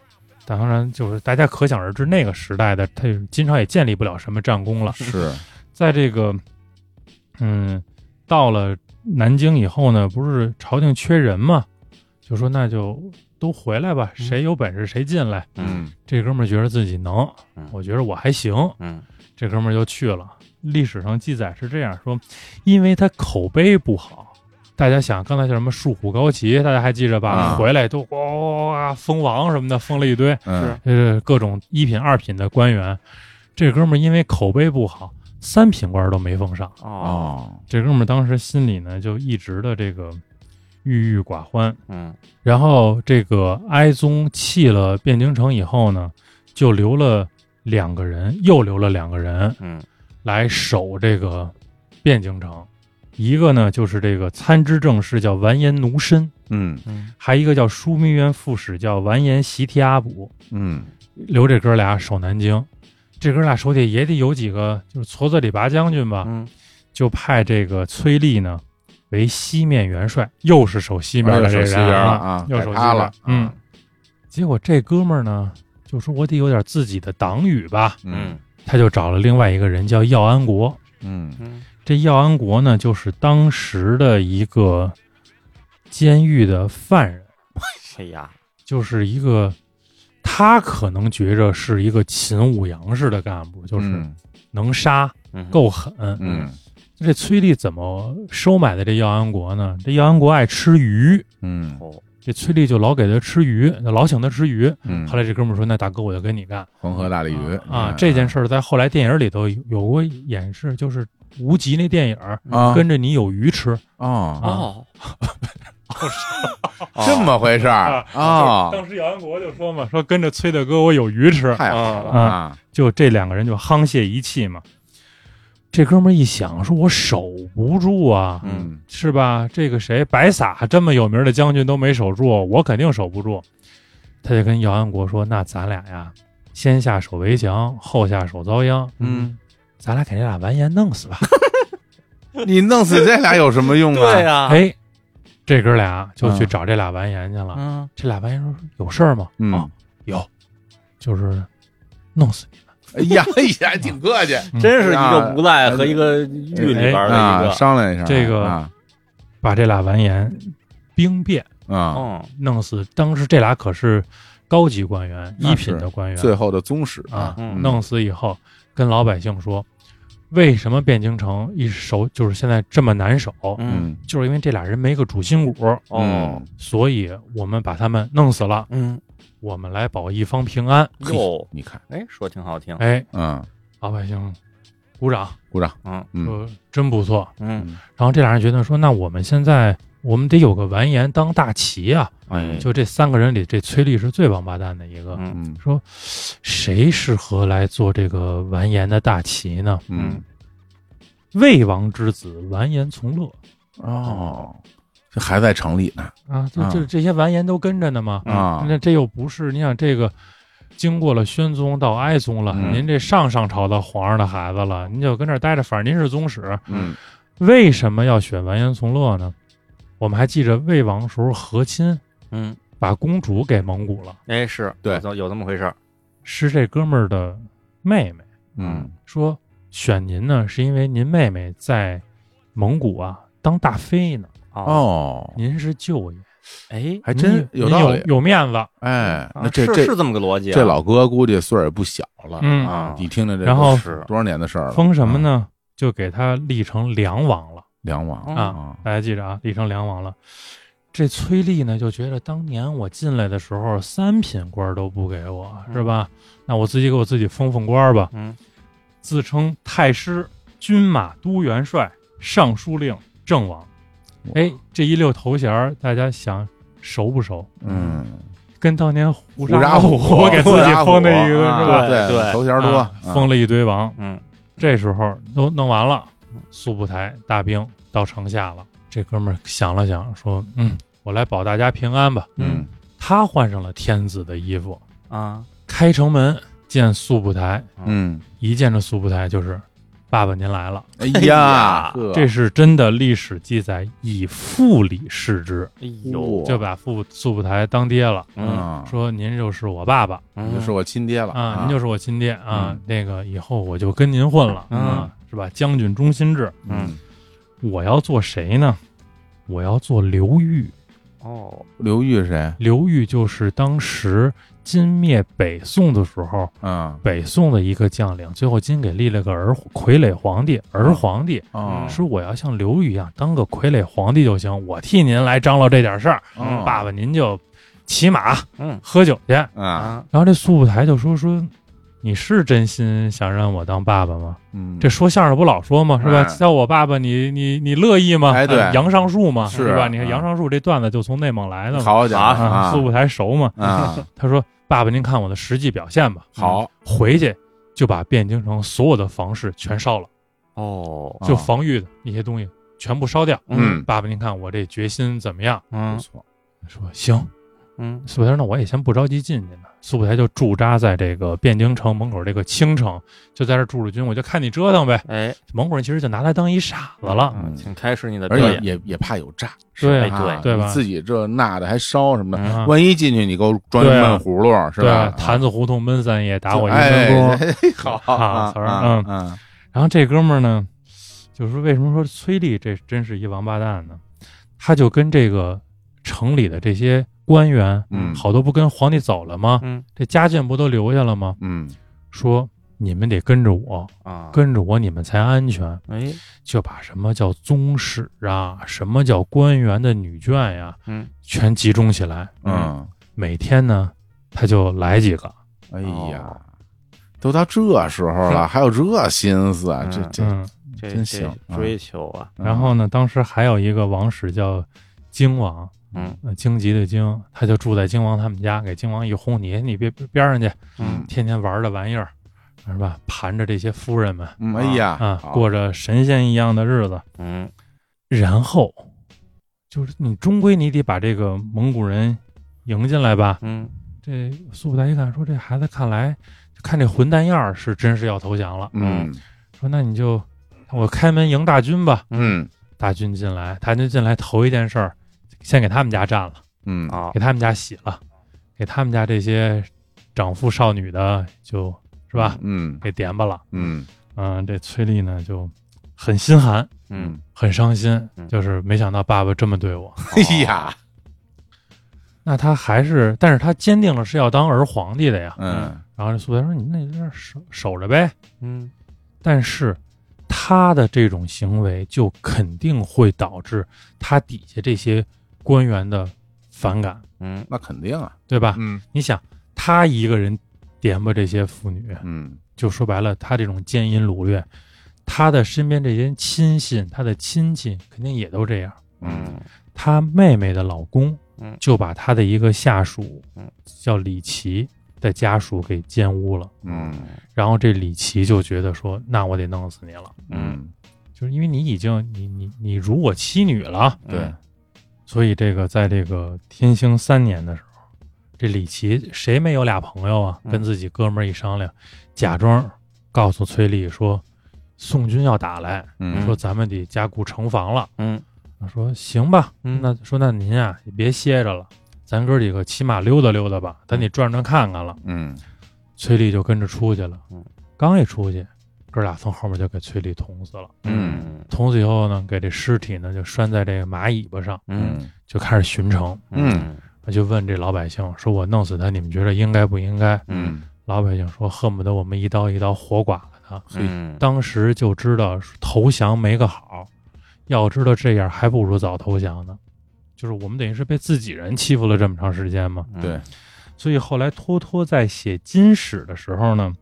当然，就是大家可想而知，那个时代的他金朝也建立不了什么战功了。是在这个，嗯，到了南京以后呢，不是朝廷缺人嘛，就说那就都回来吧，谁有本事谁进来。嗯嗯这哥们儿觉得自己能嗯，我觉得我还行，嗯这哥们儿就去了。历史上记载是这样说，因为他口碑不好，大家想刚才叫什么树虎高旗，大家还记着吧？啊回来都哇封王什么的，封了一堆，嗯呃，各种一品、二品的官员。这哥们儿因为口碑不好，三品官都没封上。哦哦这哥们儿当时心里呢就一直的这个郁郁寡欢。嗯然后这个哀宗弃了汴京城以后呢，就留了两个人，又留了两个人，嗯来守这个汴京城。一个呢，就是这个参知政事叫完颜奴申，嗯嗯还一个叫枢密院副使叫完颜习提阿卜，嗯留这哥俩守南京。这哥俩手底下也得有几个就是矬子里拔将军啊吧，嗯就派这个崔立呢为西面元帅，又是守西面的这又是守西人边了啊又改守西趴边了啊嗯，结果这哥们儿呢，就说我得有点自己的党羽吧，嗯他就找了另外一个人叫耀安国，嗯嗯这耀安国呢，就是当时的一个监狱的犯人，哎呀就是一个他可能觉着是一个勤武扬士的干部，就是嗯能杀嗯够狠。嗯这崔立怎么收买的这耀安国呢？这耀安国爱吃鱼，嗯哦这崔立就老给他吃鱼，老请他吃鱼。嗯，后来这哥们儿说：“那大哥，我就跟你干黄河大鲤鱼嗯啊！”这件事儿在后来电影里头有有过演示，就是无极那电影儿啊跟着你有鱼吃。哦哦这么回事儿啊，当时姚安哦国就说嘛，说跟着崔大哥我有鱼吃，太好了啊，就这两个人就沆瀣一气嘛。这哥们儿一想，说我守不住啊，嗯是吧？这个谁白撒这么有名的将军都没守住，我肯定守不住。他就跟姚安国说：“那咱俩呀，先下手为强，后下手遭殃。嗯，咱俩给这俩完颜弄死吧。嗯你弄死这俩有什么用啊？对呀哎，这哥俩就去嗯找这俩完颜去了。嗯这俩完颜说：“有事儿吗？”嗯啊，有，就是弄死你。哎呀 哎呀，挺客气真是一个无哎赖和一个狱里边的一啊，个商量一下这个啊把这俩完颜兵变哦啊，嗯弄死。当时这俩可是高级官员、那一品是的官员最后的宗室啊，嗯弄死以后跟老百姓说，为什么汴京城一守就是现在这么难守，嗯嗯就是因为这俩人没个主心骨，哦所以我们把他们弄死了，嗯我们来保一方平哦安。哟你看哎说挺好听哎，嗯，老百姓鼓掌鼓掌嗯嗯说真不错。嗯然后这俩人觉得说，那我们现在我们得有个完颜当大旗啊。哎就这三个人里，这崔丽是最王八蛋的一个。嗯嗯说谁适合来做这个完颜的大旗呢？嗯魏王之子完颜从乐哦，这还在城里呢啊，就啊就这些完颜都跟着呢嘛。啊，那这又不是你想这个。经过了宣宗到哀宗了，嗯您这上上朝的皇上的孩子了，您就跟这儿待着，反正您是宗室，嗯为什么要选完颜从乐呢？我们还记着魏王时候和亲嗯把公主给蒙古了，哎是对有有这么回事儿是这哥们儿的妹妹。嗯说选您呢，是因为您妹妹在蒙古啊当大妃呢，哦哦您是舅爷，哎，还真你有道理你。有有面子，哎，那这啊是这是这么个逻辑啊，这老哥估计岁数也不小了嗯啊！你听着这，然后是多少年的事儿了？封什么啊？哦呢？就给他立成梁王了。梁王啊大家记着啊，立成梁王了。这崔丽呢，就觉得当年我进来的时候，三品官儿都不给我，嗯是吧？那我自己给我自己封封官儿吧。嗯，自称太师、军马都元帅、尚书令、郑王。哎，这一溜头衔儿，大家想熟不熟？嗯，跟当年胡胡沙沙虎虎给自胡己沙封的虎一个啊是吧？对对头衔多啊，封了一堆王。嗯，这时候都弄完了，苏步台大兵到城下了。这哥们儿想了想，说：“嗯，我来保大家平安吧。”嗯，他换上了天子的衣服，啊，开城门见苏步台，嗯，一见着苏步台就是：“爸爸您来了。哎哎呀呵这是真的历史记载，以父礼视之，哎呦，就把父苏步台当爹了，嗯，说：“您就是我爸爸啊你就是我亲爹了啊，您就是是我亲爹啊嗯，那个以后我就跟您混了嗯啊，是吧？将军中心制。”嗯，我要做谁呢？我要做刘裕。哦，刘裕是谁？刘裕就是当时金灭北宋的时候，嗯北宋的一个将领，最后金给立了个儿傀儡皇帝，儿皇帝。哦说我要像刘裕一样当个傀儡皇帝就行，我替您来张罗这点事儿，哦爸爸您就骑马嗯喝酒去。啊啊，然后这苏武台就说说，你是真心想让我当爸爸吗？嗯，这说相声不老说吗？是吧？嗯叫我爸爸你，你你乐意吗？哎对呃杨上树嘛，是吧？你看嗯杨上树这段子就从内蒙来的嘛，好家伙啊，啊四五台熟嘛。啊，他说：“爸爸，您看我的实际表现吧。”好，回去就把汴京城所有的房市全烧了，哦，就防御的那些东西全部烧掉。嗯爸爸，您看我这决心怎么样？不嗯错，说行，嗯苏北台说那我也先不着急进去呢。苏北台就驻扎在这个汴京城门口这个青城，就在这儿驻着军，我就看你折腾呗。哎，蒙古人其实就拿他当一傻子了。啊嗯请开始你的表而且演，也也怕有诈，对哎啊对对吧你自己这那的还烧什么的，啊万一进去你给我装一对啊闷葫芦是对吧？坛子胡同闷三夜，打我一闷哎锅。哎好 好词儿嗯嗯然后这哥们儿呢，就是说为什么说崔丽这真是一王八蛋呢？他就跟这个城里的这些官员，嗯好多不跟皇帝走了吗？嗯这家眷不都留下了吗？嗯，说你们得跟着我，啊，跟着我你们才安全。哎，就把什么叫宗室啊，什么叫官员的女眷呀、嗯，全集中起来。嗯，每天呢，他就来几个。哦哎呀，都到这时 候了，还有这心思，啊这这嗯，这真行这追求啊，然后呢，当时还有一个王室叫荆王，嗯呃，荆棘的荆，他就住在荆王他们家，给荆王一轰，你你别边上去，嗯天天玩的玩意儿，是吧？盘着这些夫人们嗯，哎呀啊，过着神仙一样的日子。嗯然后就是你终归你得把这个蒙古人迎进来吧。嗯这苏布达一看说，这孩子看来看这混蛋样儿是真是要投降了。嗯说那你就我开门迎大军吧。嗯大军进来，大军进来头一件事儿，先给他们家占了。嗯啊给，他们家洗了，给他们家这些长妇少女的就，是吧，嗯给点吧了。嗯嗯、这崔丽呢就很心寒，嗯，很伤心嗯，就是没想到爸爸这么对我。哎呀，那他还是，但是他坚定了是要当儿皇帝的呀。嗯然后这苏培说：“你那在这儿守守着呗。嗯”但是他的这种行为就肯定会导致他底下这些官员的反感，嗯那肯定啊，对吧？嗯你想，他一个人点吧这些妇女，嗯就说白了，他这种奸淫掳掠，他的身边这些亲信，他的亲戚肯定也都这样。嗯嗯他妹妹的老公嗯，就把他的一个下属嗯，叫李琦的家属给奸污了。嗯然后这李琦就觉得说，那我得弄死你了，嗯，嗯，就是因为你已经你你你辱我妻女了，嗯对，所以这个在这个天兴三年的时候，这李琦谁没有俩朋友啊？嗯跟自己哥们儿一商量，假装告诉崔丽说，宋军要打来，嗯说咱们得加固城防了。嗯他说行吧，嗯那说那您啊也别歇着了，咱哥几个骑马溜达溜达嗯吧，咱得转转看看了。嗯崔丽就跟着出去了嗯，刚一出去，哥俩从后面就给崔丽捅死了。嗯捅死以后呢，给这尸体呢就拴在这个马尾巴上，嗯就开始巡城。嗯就问这老百姓说：“我弄死他，你们觉得应该不应该？”嗯，老百姓说：“恨不得我们一刀一刀活剐了他。嗯”当时就知道投降没个好，要知道这样还不如早投降呢。就是我们等于是被自己人欺负了这么长时间嗯嘛。对，所以后来托托在写《金史》的时候呢，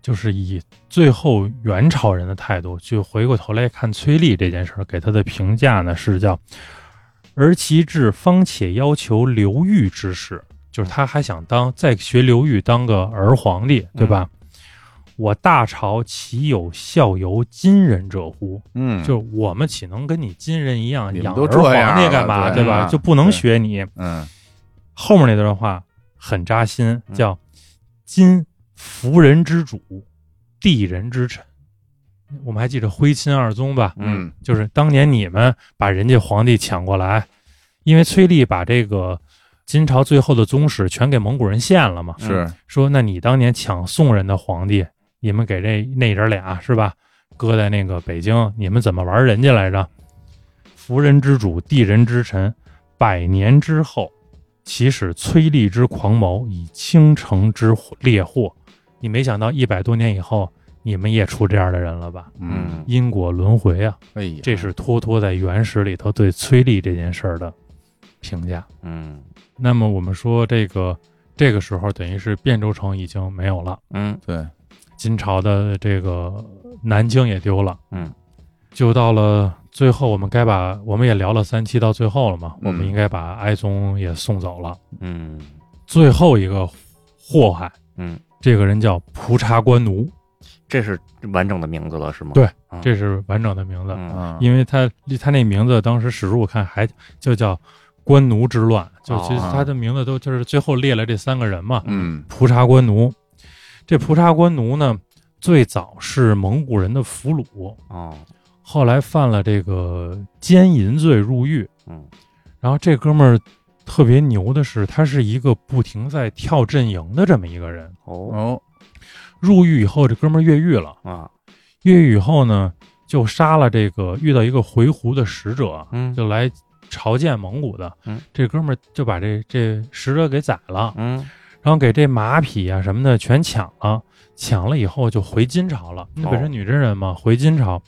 就是以最后元朝人的态度去回过头来看崔丽这件事儿，给他的评价呢是叫“而其志方且要求刘裕之事”，就是他还想当再学刘裕当个儿皇帝，对吧？嗯我大朝岂有效尤金人者乎？嗯，就是我们岂能跟你金人一样你们养都儿这皇样帝了干嘛，对对吧？嗯就不能对学你。嗯后面那段话很扎心，嗯叫“今服人之主，地人之臣”。我们还记得徽钦二宗吧？嗯就是当年你们把人家皇帝抢过来，因为崔丽把这个金朝最后的宗室全给蒙古人献了嘛。是说，那你当年抢宋人的皇帝，你们给这那人俩是吧？搁在那个北京，你们怎么玩人家来着？服人之主，地人之臣，百年之后，其使崔杼之狂谋，以倾城之烈祸。你没想到一百多年以后，你们也出这样的人了吧？嗯，因果轮回啊！哎呀，这是托托在《原始》里头对崔杼这件事儿的评价。嗯那么我们说，这个这个时候等于是汴州城已经没有了，嗯对，金朝的这个南京也丢了，嗯，就到了最后，我们该把我们也聊了三期，到最后了嘛，嗯我们应该把哀宗也送走了。嗯最后一个祸害，嗯，这个人叫蒲察官奴，这是完整的名字了是吗？对啊，这是完整的名字，嗯嗯，因为他他那名字当时史书我看还就叫官奴之乱，就哦其实他的名字都就是最后列了这三个人嘛，嗯蒲察官奴。这蒲察官奴呢，最早是蒙古人的俘虏，哦后来犯了这个奸淫罪入狱。嗯然后这哥们儿特别牛的是，他是一个不停在跳阵营的这么一个人。哦哦，入狱以后，这哥们儿越狱了，啊越狱以后呢，就杀了这个遇到一个回鹘的使者，嗯就来朝见蒙古的。嗯这哥们儿就把这这使者给宰了，嗯然后给这马匹啊什么的全抢了，抢了以后就回金朝了。那本身女真人嘛，回金朝，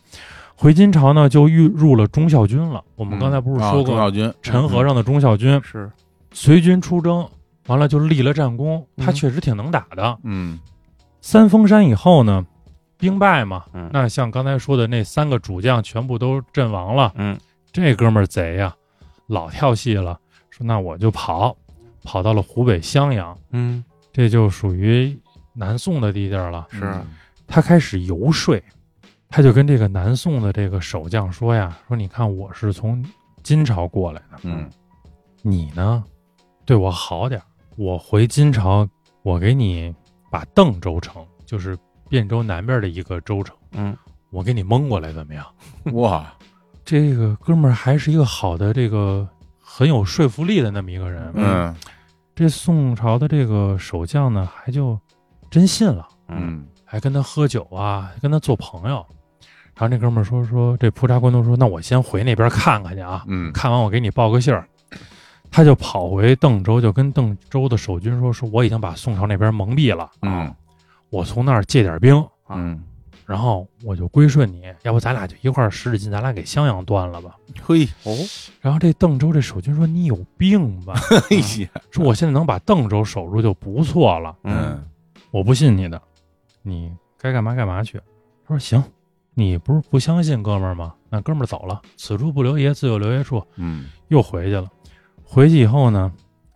回金朝呢就遇入了忠孝军了。我嗯们刚才不是啊说钟过小军，陈和尚的忠孝军是随军出征，完了就立了战功，他嗯确实挺能打的。嗯三峰山以后呢，兵败嘛，嗯那像刚才说的那三个主将全部都阵亡了，嗯这哥们儿贼呀、老跳戏了，说那我就跑，跑到了湖北襄阳，嗯这就属于南宋的地界儿嗯了。是他开始游说，他就跟这个南宋的这个守将说呀，说你看我是从金朝过来的，嗯你呢对我好点儿，我回金朝，我给你把邓州城，就是汴州南边的一个州城，嗯我给你蒙过来怎么样？哇，这个哥们儿还是一个好的这个很有说服力的那么一个人，嗯这宋朝的这个守将呢，还就真信了。嗯还跟他喝酒啊，跟他做朋友。然后那哥们儿说说这蒲察官都说，那我先回那边看看去啊，嗯看完我给你报个信儿。他就跑回邓州，就跟邓州的守军说说我已经把宋朝那边蒙蔽了，啊嗯我从那儿借点兵，嗯，然后我就归顺你，要不咱俩就一块儿使使劲，咱俩给襄阳断了吧。嘿，哦然后这邓州这守军说你有病 吧，啊嘿哎呀，说我现在能把邓州守住就不错了。嗯我不信你的，你该干嘛干嘛去。他说行，你不是不相信哥们儿吗？那哥们儿走了，此处不留爷，自有留爷处，嗯又回去了。回去以后呢，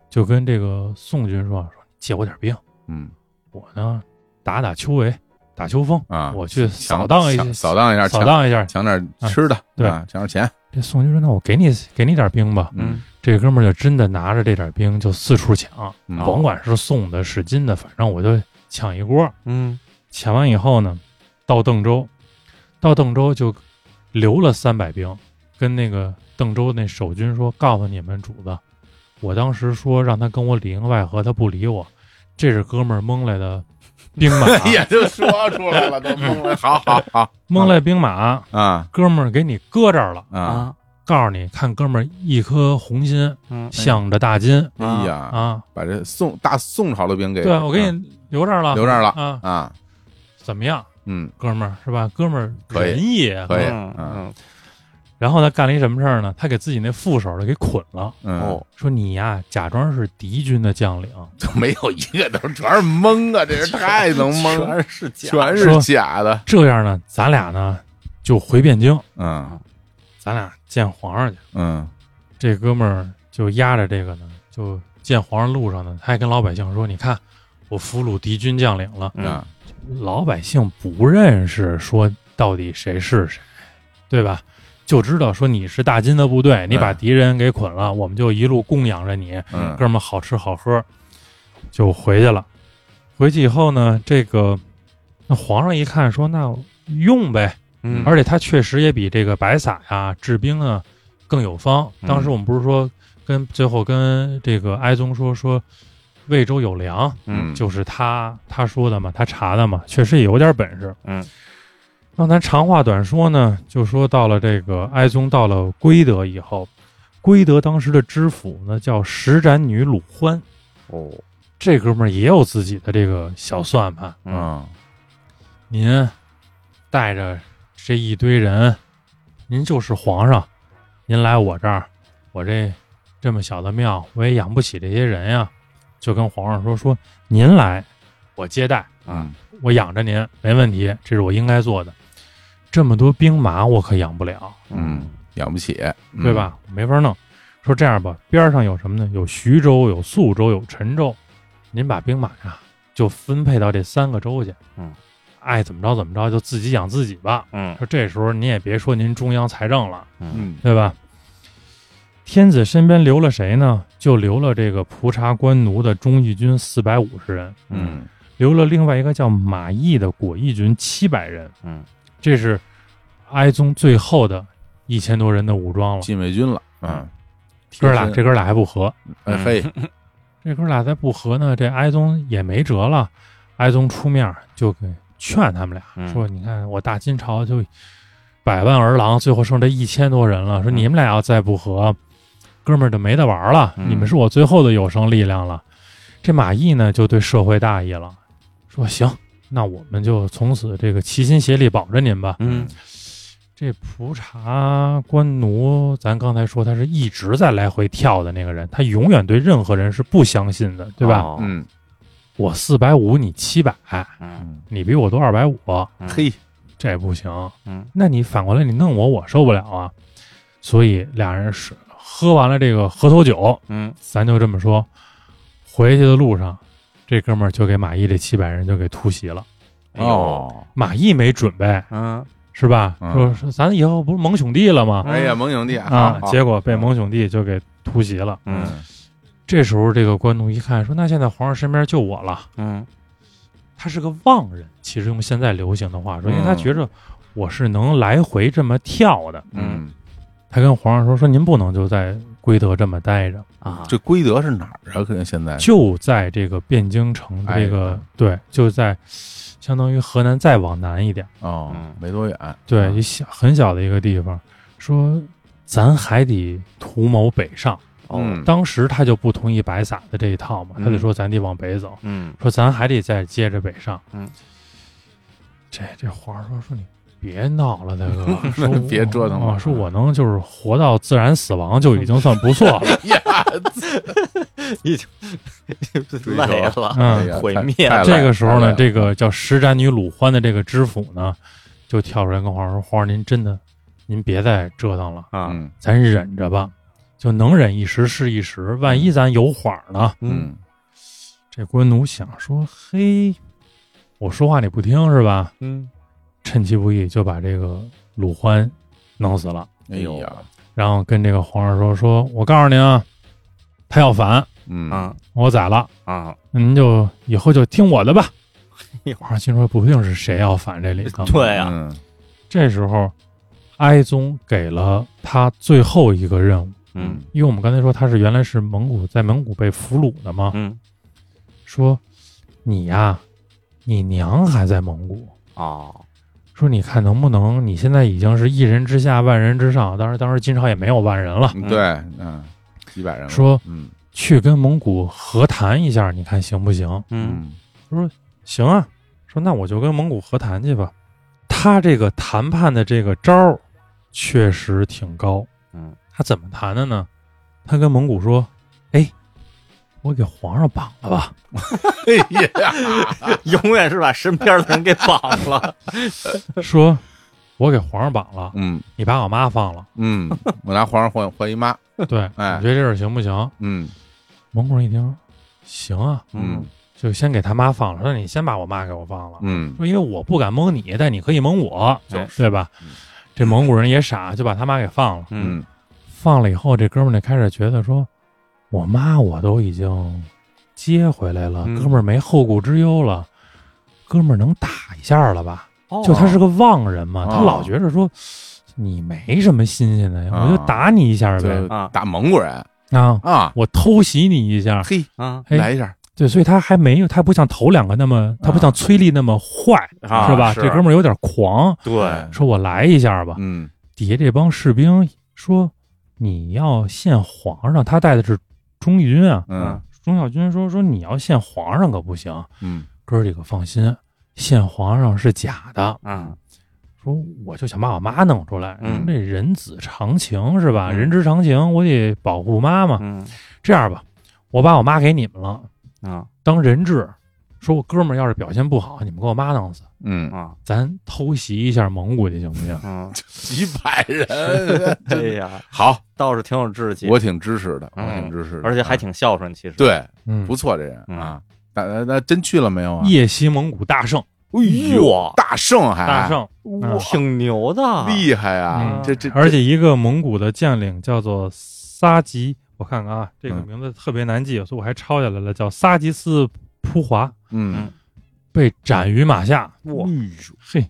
就跟这个宋军说说借我点兵，嗯我呢打打秋围，打秋风，啊，我去抢扫荡一抢下，扫荡一下，扫抢荡一下。抢点吃的，啊，抢点钱， 这宋军说那我给你给你点兵吧。嗯这哥们儿就真的拿着这点兵就四处抢，嗯甭管是宋的是金的，反正我就抢一锅。嗯抢完以后呢，到邓州，到邓州就留了三百兵，跟那个邓州那守军说：“告诉你们主子，我当时说让他跟我里应外合，他不理我，这是哥们儿蒙来的兵 马，也就说出来了，都懵了。啊 好好好蒙来兵马，啊哥们儿给你搁这儿了，啊！，告诉你，看哥们儿一颗红心嗯镶着大金哎呀，啊，把这宋大宋朝的兵给对啊我给你留这儿了，嗯留这儿了啊，啊，怎么样，嗯，哥们儿是吧？哥们儿可以仁义啊，可以，嗯嗯嗯然后他干了一什么事儿呢？他给自己那副手的给捆了，嗯，哦说你呀，假装是敌军的将领，就没有一个都全是蒙啊，这人太能蒙了，全是假的，全是假的，这样呢，咱俩呢就回汴京，嗯咱俩见皇上去。嗯这哥们儿就压着这个呢，就见皇上路上呢，他还跟老百姓说：“你看，我俘虏敌军将领了。嗯啊，”老百姓不认识，说到底谁是谁，对吧？就知道说你是大金的部队，你把敌人给捆了，我们就一路供养着你，嗯哥们儿好吃好喝，就回去了。回去以后呢，这个那皇上一看说：“那用呗，嗯啊而且他确实也比这个白撒呀、治兵啊更有方。嗯当时我们不是说跟最后跟这个哀宗说说魏州有粮，嗯，就是他他说的嘛，他查的嘛，确实也有点本事。嗯，那咱长话短说呢，就说到了这个哀宗到了归德以后，归德当时的知府呢叫石展女鲁欢，哦，这哥们儿也有自己的这个小算盘。嗯嗯您带着这一堆人，您就是皇上，您来我这儿，我这这么小的庙，我也养不起这些人呀，就跟皇上说说您来，我接待，嗯我养着您没问题，这是我应该做的。这么多兵马我可养不了，嗯，养不起，对？吧？没法弄。说这样吧，边儿上有什么呢？有徐州，有宿州，有陈州。您把兵马呀，就分配到这三个州去。嗯，爱怎么着怎么着，就自己养自己吧。嗯说这时候您也别说您中央财政了，嗯嗯对吧？天子身边留了谁呢？就留了这个蒲察官奴的忠义军四百五十人，嗯留了另外一个叫马邑的果毅军七百人。嗯，这是哀宗最后的一千多人的武装了。禁卫军了，嗯，哥俩这哥俩还不和，哎嘿，这哥俩再不和呢，这哀宗也没辙了。哀宗出面就给劝他们俩、嗯说：“你看我大金朝就百万儿郎，最后剩这一千多人嗯了。说你们俩要再不和，哥们儿就没得玩了。嗯你们是我最后的有生力量了。”这马邑呢，就对社会大意了，说：“行，那我们就从此这个齐心协力保着您吧。”嗯这蒲察官奴，咱刚才说他是一直在来回跳的那个人，他永远对任何人是不相信的，对吧？？哦嗯我四百五，你七百，嗯你比我多二百五，嘿，这不行。嗯，那你反过来你弄我，我受不了啊。所以俩人是喝完了这个河头酒，嗯咱就这么说，回去的路上，这哥们儿就给马毅这七百人就给突袭了。哎呦，哦，马毅没准备嗯是吧？嗯说说咱以后不是盟兄弟了吗？哎呀，蒙影帝啊，结果果被蒙兄弟就给突袭了。嗯这时候，这个官奴一看，说：“那现在皇上身边就我了。嗯”他是个妄人，其实用现在流行的话说，因为他嗯觉着我是能来回这么跳的。嗯，他跟皇上说：“说您不能就在归德这么待着，啊，这归德是哪儿啊？可能现在就在这个汴京城的这个、对，就在相当于河南再往南一点，哦嗯，没多远， 啊对，一小很小的一个地方。说咱还得图谋北上。”嗯，当时他就不同意白撒的这一套嘛，嗯他就说咱得往北走， 嗯说咱还得再接着北上。嗯，这这皇上说说你别闹了，大 哥，说别折腾了啊说我能就是活到自然死亡就已经算不错 了。呀，已经哎追求累了，哎嗯，呀毁太灭太累这个时候太累呢，了这个叫石展女鲁欢的这个知府呢，就跳出来跟皇上说：“皇上，您真的，您别再折腾了，啊，嗯咱忍着吧，就能忍一时是一时，万一咱有缓儿呢。”嗯这官奴想说：“嘿，我说话你不听是吧？嗯趁其不意就把这个鲁欢弄死了，哎呀，然后跟这个皇上说：‘说我告诉您啊，他要反，嗯啊我宰了，啊，您就以后就听我的吧。哎呦’皇上心说：不定是谁要反这里头。 对哎啊呀，嗯这时候，哀宗给了他最后一个任务，嗯因为我们刚才说他是原来是蒙古在蒙古被俘虏的嘛，嗯说你呀、你娘还在蒙古，哦，说你看能不能，你现在已经是一人之下万人之上，当然当时金朝也没有万人了，嗯对，嗯，几百人了说嗯去跟蒙古和谈一下，你看行不行？嗯， 行啊，说那我就跟蒙古和谈去吧。他这个谈判的这个招儿确实挺高，嗯，他怎么谈的呢？他跟蒙古说：“哎，我给皇上绑了吧。”哎呀，永远是把身边的人给绑了。 说：“我给皇上绑了，嗯你把我妈放 了。嗯，我拿皇上换换姨妈，对，哎你觉得这事儿行不行嗯？”蒙古人一听，行啊，嗯就先给他妈放了。说你先把我妈给我放了，嗯说因为我不敢蒙你，但你可以蒙我，就对吧？这蒙古人也傻，就把他妈给放了。嗯嗯放了以后，这哥们儿就开始觉得说，我妈我都已经接回来了，嗯哥们儿没后顾之忧了，哥们儿能打一下了吧？哦就他是个妄人嘛，哦他老觉着说你没什么新鲜的，啊我就打你一下就呗啊打蒙古人啊，啊，我偷袭你一下。嘿，啊哎来一下，对，所以他还没有，他不像头两个那么，他不像崔丽那么坏，啊是吧？是这哥们儿有点狂，对，说我来一下吧。嗯底下这帮士兵说：“你要献皇上，他带的是忠义军啊。嗯钟小军说：“说你要献皇上可不行，嗯哥儿几个放心，献皇上是假的。嗯说我就想把我妈弄出来，说嗯这人子常情是吧？嗯人之常情，我得保护妈妈。嗯这样吧，我把我妈给你们了，啊当人质。说我哥们儿要是表现不好，你们给我妈弄死，嗯，啊咱偷袭一下蒙古去行不行？ 嗯，几百 人，哎呀，好，倒是挺有志气，我挺支持的，我嗯挺支持的，而且还啊挺孝顺，其实对，嗯，不错，这人嗯啊，那那那真去了没有啊？夜袭蒙古大胜，哇，大胜还大胜。哇挺牛的，厉害啊！嗯这这而且一个蒙古的将领叫做撒吉，我看看啊，这个名字特别难记，所以我还抄下来了，叫撒吉斯扑华，嗯被斩于马下。哎哇，嘿，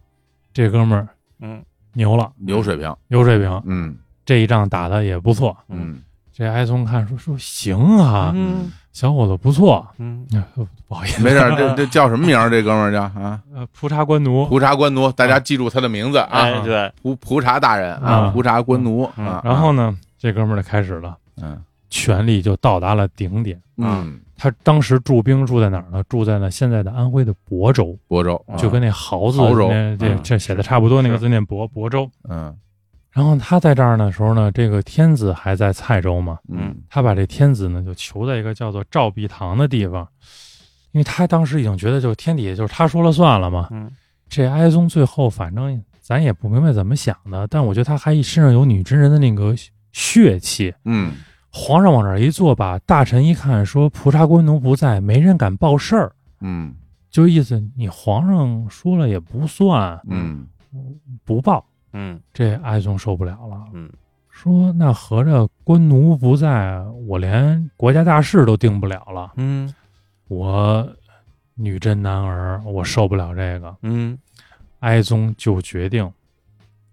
这哥们儿嗯牛了，有水平，有水平，嗯这一仗打的也不错。嗯这埃松看说说行啊，嗯小伙子不错，嗯哎呦不好意思，没事儿，这这叫什么名儿？这哥们儿叫啊，呃，蒲察官奴。蒲察官嗯奴，大家记住他的名字啊，哎对，蒲蒲察大人啊，啊蒲察官奴嗯啊。然后呢，这哥们儿就开始了，嗯权力就到达了顶点。嗯，他当时驻兵住在哪儿呢？住在了现在的安徽的亳州。亳州啊就跟那豪字豪州那这嗯这写的差不多，那个字念亳亳州。嗯然后他在这儿的时候呢，这个天子还在蔡州嘛，嗯他把这天子呢就囚在一个叫做赵壁堂的地方，因为他当时已经觉得就是天底下就是他说了算了嘛。嗯这哀宗最后反正咱也不明白怎么想的，但我觉得他还身上有女真人的那个血气。嗯皇上往这儿一坐吧，大臣一看说蒲察官奴不在，没人敢报事儿，嗯就意思你皇上说了也不算，嗯不报，嗯这哀宗受不了了，嗯，说那合着官奴不在，我连国家大事都定不了了，嗯我女真男儿，我受不了这个。嗯哀宗就决定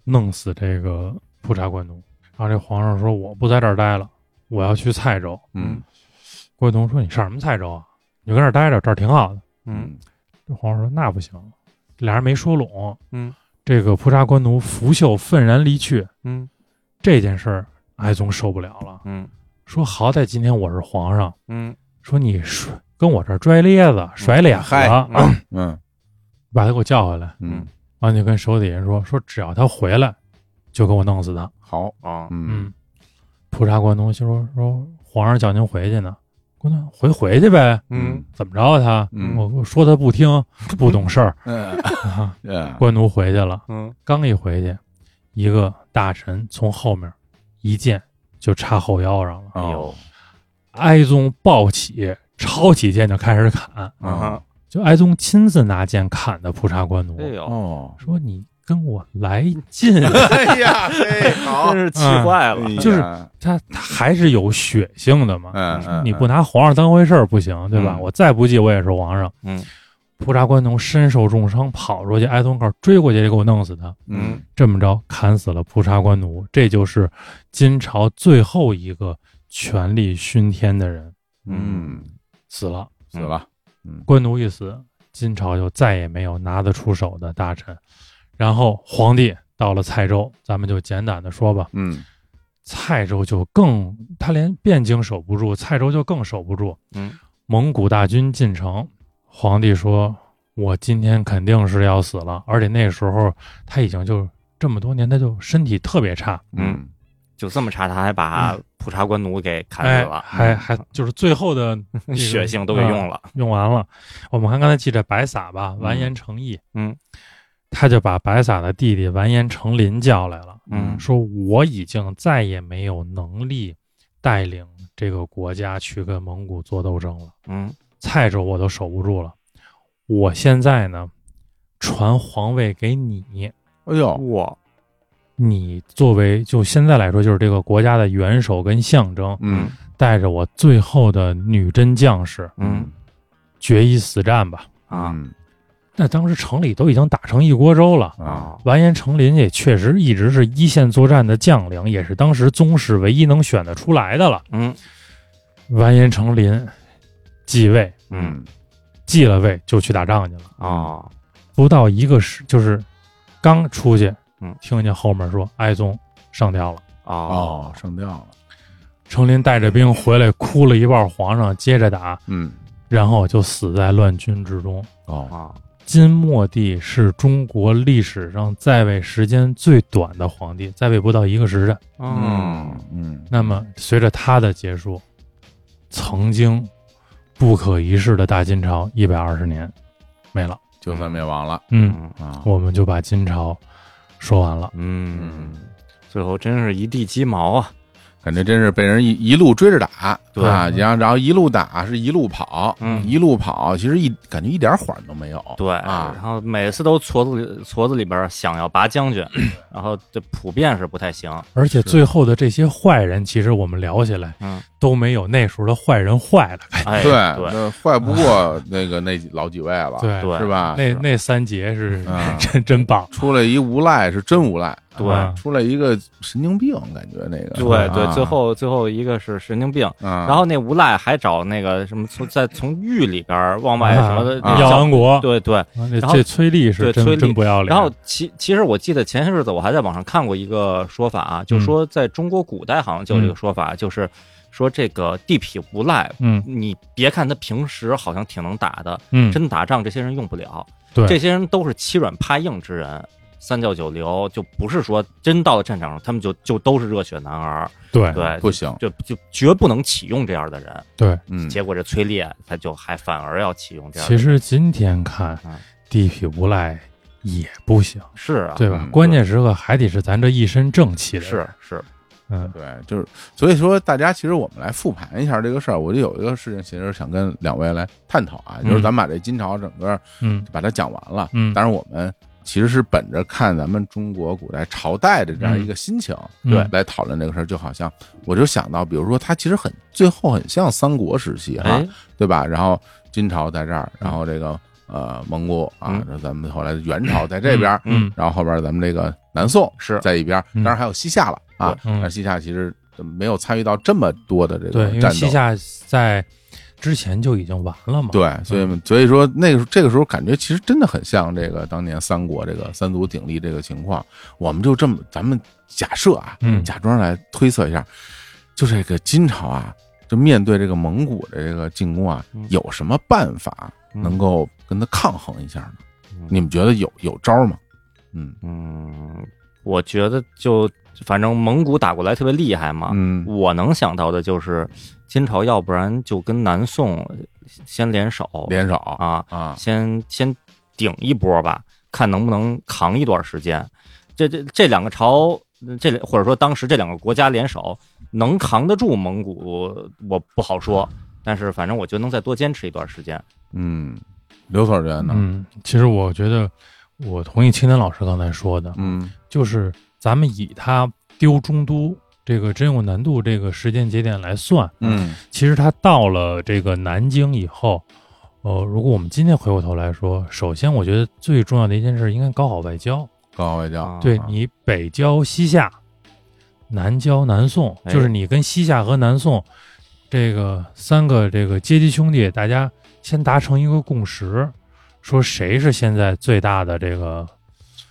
弄死这个蒲察官奴。然后这皇上说：“我不在这儿待了，我要去蔡州。嗯”官奴说：“你上什么蔡州啊？你就跟这儿待着，这儿挺好的。嗯嗯，”这皇上说：“那不行。”俩人没说拢。嗯，这个蒲察官奴拂袖愤然离去。嗯这件事儿，哀宗受不了了，嗯说好歹今天我是皇上，嗯说你甩跟我这儿拽咧子甩脸子，嗨啊嗯把他给我叫回来，嗯，完就跟手底下人说，说只要他回来，就给我弄死他。好，啊嗯，蒲察官奴就说说皇上叫您回去呢，姑娘回回去呗，嗯怎么着啊他？嗯我我说他不 听，不懂事儿。 嗯 啊嗯官奴回去了，嗯刚一回去，一个大臣从后面一剑就插后腰上哎了。哦哀宗抱起，抄起剑就开始砍。啊哈，就哀宗亲自拿剑砍的蒲察官奴哎，呦，哦， 说：“你跟我来劲啊！” 哎呀，嘿，好真，是气坏了， 就是嗯他他还是有血性的嘛。啊嗯，你不拿皇上当回事儿不行，对吧？嗯我再不济我也是皇上。嗯蒲察官奴身受重伤跑出去，哀宗告追过去就给我弄死他。嗯这么着砍死了蒲察官奴，这就是金朝最后一个权力熏天的人嗯，死了。死了，官奴一死，金朝就再也没有拿得出手的大臣。然后皇帝到了蔡州，咱们就简短的说吧，嗯蔡州就更他连汴京守不住，蔡州就更守不住。嗯，蒙古大军进城，皇帝说：“我今天肯定是要死了。”而且那时候他已经就这么多年，他就身体特别差，嗯就这么查，他还把普查官奴给砍哎死，了，嗯还还就是最后 的血性都给用了。用完了。我们看刚才记着白撒吧，完颜成义，嗯，他就把白撒的弟弟完颜成林叫来了，嗯说我已经再也没有能力带领这个国家去跟蒙古做斗争了，嗯蔡州我都守不住了，我现在呢，传皇位给你，哎呦，哇，你作为就现在来说，就是这个国家的元首跟象征，嗯带着我最后的女真将士嗯决一死战吧。啊嗯那当时城里都已经打成一锅粥了，啊，完颜成林也确实一直是一线作战的将领，也是当时宗室唯一能选得出来的了。嗯完颜成林继位，嗯继了位就去打仗去了。啊不到一个时，就是刚出去，嗯听见后面说哀宗上吊了。啊哦，上吊了，成林带着兵回来，哭了一半，皇上接着打，嗯然后就死在乱军之中。哦，啊！金末帝是中国历史上在位时间最短的皇帝，在位不到一个时辰。嗯嗯那么，随着他的结束，曾经不可一世的大金朝一百二十年没了。就算灭亡了嗯，啊，我们就把金朝说完了。嗯，最后真是一地鸡毛啊！感觉真是被人一一路追着打，对啊，嗯然后然后一路打是一路跑，嗯一路跑，其实一感觉一点缓都没有，对然啊，后每次都矬子里矬子里边想要拔将军， 然后这普遍是不太行。而且最后的这些坏人，其实我们聊起来，嗯都没有那时候的坏人坏了。哎，对，对那坏不过那个那老几位了，对对是吧？那那三杰是、嗯 真真棒。出来一无赖是真无赖，对啊出来一个神经病，感觉那个，对对，啊最，后最后一个是神经病，然然后那无赖还找那个什么从在从狱里边儿往外什么的啊那耀叫安国，对对，啊这然后这崔丽是对真崔丽真不要脸。然后其其实我记得前些日子我还在网上看过一个说法嗯啊，就说在中国古代好像就有这个说法，就是说这个地痞无赖，嗯你别看他平时好像挺能打的，嗯，真打仗这些人用不了，对这些人都是欺软怕硬之人。三教九流就不是说真到了战场上，他们就就都是热血男儿，对对，不行，就就绝不能启用这样的人。对。嗯，结果这崔烈他就还反而要启用这样的其实人，哎今天看啊地痞无赖也不行，是啊，对吧嗯？关键时刻还得是咱这一身正气的人。是是，嗯，对，就是所以说，大家其实我们来复盘一下这个事儿，我就有一个事情，其实想跟两位来探讨啊，就是嗯咱们把这金朝整个嗯把它讲完了，嗯当然我们其实是本着看咱们中国古代朝代的这样一个心情，嗯对来讨论这个事儿，就好像我就想到，比如说它其实很最后很像三国时期哈、哎，对吧？然后金朝在这儿，然后这个呃蒙古啊嗯，那、咱们后来的元朝在这边，嗯然后后边咱们这个南宋是在一边，嗯当然还有西夏了啊，嗯但西夏其实没有参与到这么多的这个对，因为战西斗。夏在之前就已经完了嘛。对，所以所以说那个时候这个时候感觉其实真的很像这个当年三国这个三足鼎立这个情况。我们就这么，咱们假设啊，嗯假装来推测一下，就这个金朝啊，就面对这个蒙古的这个进攻啊，嗯有什么办法嗯能够跟他抗衡一下呢？嗯你们觉得有有招吗？嗯嗯，我觉得就反正蒙古打过来特别厉害嘛，嗯我能想到的就是金朝，要不然就跟南宋先联手联手啊，啊，先先顶一波吧，看能不能扛一段时间。这这这两个朝，这两或者说当时这两个国家联手能扛得住蒙古，我不好说。但是反正我觉得能再多坚持一段时间。嗯，刘所觉得呢？嗯，其实我觉得我同意青年老师刚才说的，嗯就是咱们以他丢中都这个真有难度这个时间节点来算，嗯其实他到了这个南京以后，呃，如果我们今天回过头来说，首先我觉得最重要的一件事应该搞好外交，高外交，对啊你北交西夏，南交南宋，哎就是你跟西夏和南宋这个三个这个阶级兄弟，大家先达成一个共识，说谁是现在最大的这个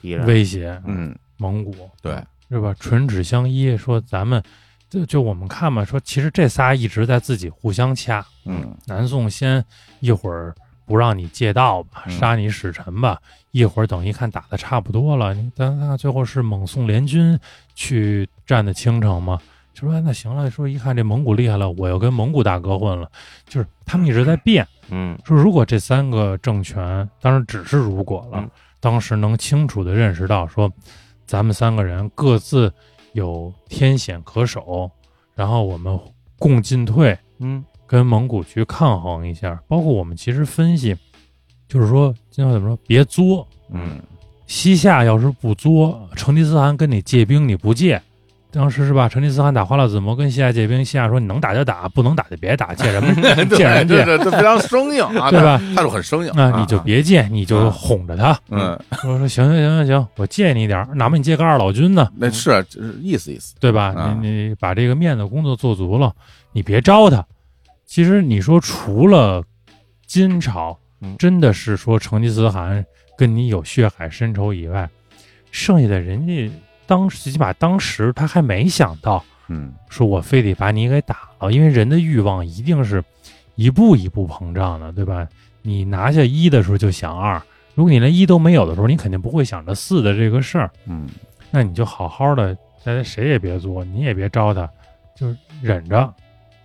敌人威胁？嗯，蒙古对，是吧？唇齿相依，说咱们就就我们看嘛，说其实这仨一直在自己互相掐。嗯，南宋先一会儿不让你借道吧，嗯杀你使臣吧，一会儿等一看打的差不多了，你咱看最后是蒙宋联军去占的青城嘛。就说那行了，说一看这蒙古厉害了，我又跟蒙古大哥混了，就是他们一直在变。嗯说如果这三个政权，当然只是如果了，嗯当时能清楚的认识到说，咱们三个人各自有天险可守，然后我们共进退，嗯跟蒙古去抗衡一下。包括我们其实分析，就是说，今天怎么说，别作，嗯，西夏要是不作，啊成吉思汗跟你借兵你不借，当时是吧？成吉思汗打花剌子模跟西夏借兵，西夏说你能打就打，不能打就别打，借什么 借什么 对，借，这这非常生硬啊，对吧？态度很生硬啊那你就别借，你就哄着他，嗯，说说行行行行行，我借你点儿，哪怕你借个二老君呢，那是啊就是意思意思，对吧啊？你你把这个面子工作做足了，你别招他。其实你说除了金朝嗯，真的是说成吉思汗跟你有血海深仇以外，剩下的人家当时起码当时他还没想到嗯说我非得把你给打了，因为人的欲望一定是一步一步膨胀的，对吧？你拿下一的时候就想二，如果你连一都没有的时候，你肯定不会想着四的这个事儿。嗯那你就好好的，大家谁也别作，你也别招他，就是忍着，